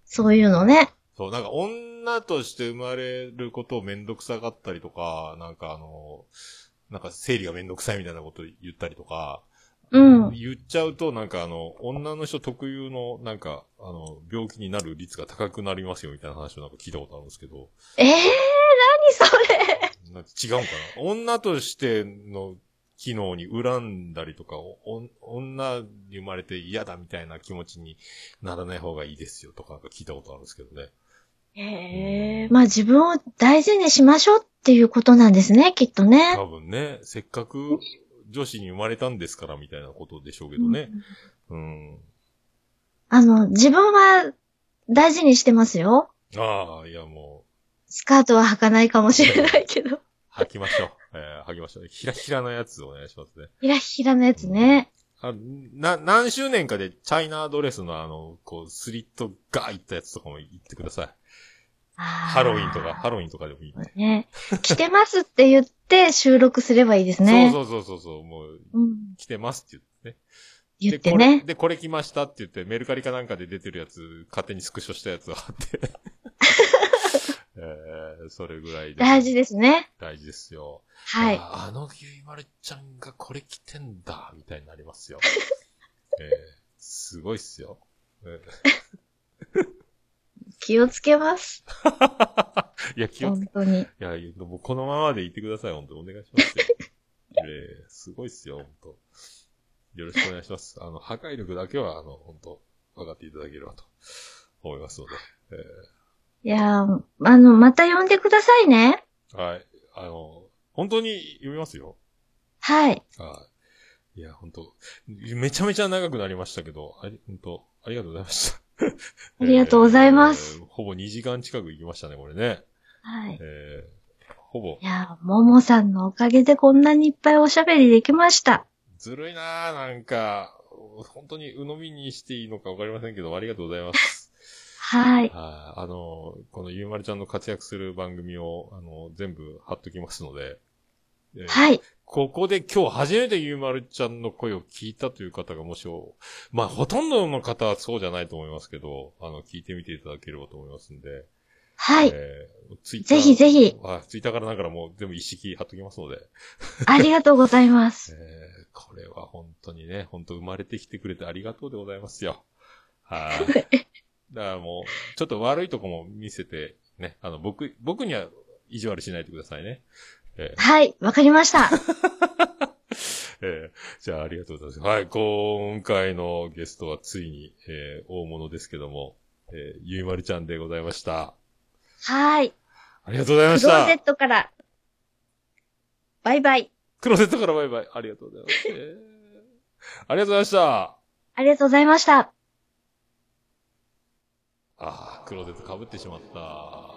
Speaker 1: そういうのね。
Speaker 2: そう、なんか女として生まれることをめんどくさがったりとか、なんかあの、なんか生理がめんどくさいみたいなこと言ったりとか、
Speaker 1: うん。
Speaker 2: 言っちゃうとなんかあの、女の人特有のなんか、あの、病気になる率が高くなりますよみたいな話をなんか聞いたことあるんですけど、
Speaker 1: ええー、何それ。
Speaker 2: なんか違うんかな女としての機能に恨んだりとか、おお女に生まれて嫌だみたいな気持ちにならない方がいいですよとかなんか聞いたことあるんですけどね。
Speaker 1: ええまあ自分を大事にしましょうっていうことなんですね、きっとね。
Speaker 2: 多分ね、せっかく女子に生まれたんですからみたいなことでしょうけどね
Speaker 1: う。ん
Speaker 2: うん。
Speaker 1: あの、自分は大事にしてますよ。
Speaker 2: ああ、いやも
Speaker 1: スカートは履かないかもしれないけ ど。
Speaker 2: う、吐きましょう。えー、吐きましょう。ひらひらのやつお願いしますね。
Speaker 1: ひらひらのやつね。
Speaker 2: あな、何周年かでチャイナドレスのあの、こう、スリットがいったやつとかも言ってください。
Speaker 1: ハ
Speaker 2: ハロウィンとか、。ハロウィンとかでもいい。
Speaker 1: ね。着てますって言って収録すればいいですね。
Speaker 2: そうそうそうそうそう、もう、
Speaker 1: うん、
Speaker 2: 来てますって言ってね。
Speaker 1: 言ってね。
Speaker 2: で、これ、でこれ来ましたって言って、メルカリかなんかで出てるやつ、勝手にスクショしたやつを 貼って。えー、それぐらいで。
Speaker 1: 大事ですね。
Speaker 2: 大事ですよ。
Speaker 1: はい。
Speaker 2: ああのゆいまるちゃんがこれ着てんだ、みたいになりますよ。 えー、すごいっすよ。えー
Speaker 1: 気をつけます。
Speaker 2: いや、気をつ
Speaker 1: 本当に。
Speaker 2: いや、もうこのままでいてください、本当お願いします よ。えー、すごいっすよ、本当よろしくお願いします。あの、破壊力だけは、あの、本当分かっていただければと思いますので。
Speaker 1: いやーあの、また呼んでくださいね。
Speaker 2: はい。あの、本当に読みますよ。
Speaker 1: はい。
Speaker 2: はい。いや、本当めちゃめちゃ長くなりましたけど、あり、本当ありがとうございました。
Speaker 1: ありがとうございます
Speaker 2: えーほぼ2時間近く行きましたね、これね。
Speaker 1: はい。
Speaker 2: えー、ほぼ
Speaker 1: い、やー、ももさんのおかげでこんなにいっぱいおしゃべりできました。
Speaker 2: ずるいなぁ、なんか、本当に鵜呑みにしていいのかわかりませんけど、ありがとうございます。
Speaker 1: はい。
Speaker 2: はいあの、このゆうまるちゃんの活躍する番組を、あの、全部貼っときますので、えー
Speaker 1: はい。
Speaker 2: ここで今日初めてゆうまるちゃんの声を聞いたという方がもしお、まあほとんどの方はそうじゃないと思いますけど、あの、聞いてみていただければと思いますんで。
Speaker 1: はい。
Speaker 2: えー、ツイッター。
Speaker 1: ぜひぜひ、
Speaker 2: はい、ツイッターからなんからもう全部一式貼っときますので。
Speaker 1: ありがとうございま
Speaker 2: え
Speaker 1: す。
Speaker 2: ー、これは本当にね、本当生まれてきてくれてありがとうでございますよ。はい。だからもう、ちょっと悪いとこも見せて、ね、あの、僕、僕には意地悪しないでくださいね。えー
Speaker 1: はい。わかりました。
Speaker 2: えーじゃあありがとうございます。はい、今回のゲストはついに、えー大物ですけども、えーゆいまるちゃんでございました。
Speaker 1: はい。
Speaker 2: ありがとうございまし
Speaker 1: クローゼ
Speaker 2: た
Speaker 1: ッ。トから。バイバイ。
Speaker 2: クローゼットからバイバイ。ありがとうございます。えーありがとうございました。
Speaker 1: ありがとうございました。
Speaker 2: ああ、クローゼット被ってしまった。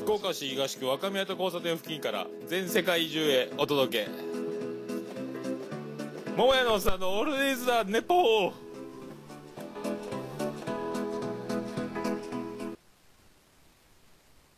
Speaker 2: 福岡市東区若宮と交差点付近から全世界中へお届け。桃屋のおっさんのオールデイズだ、ネポー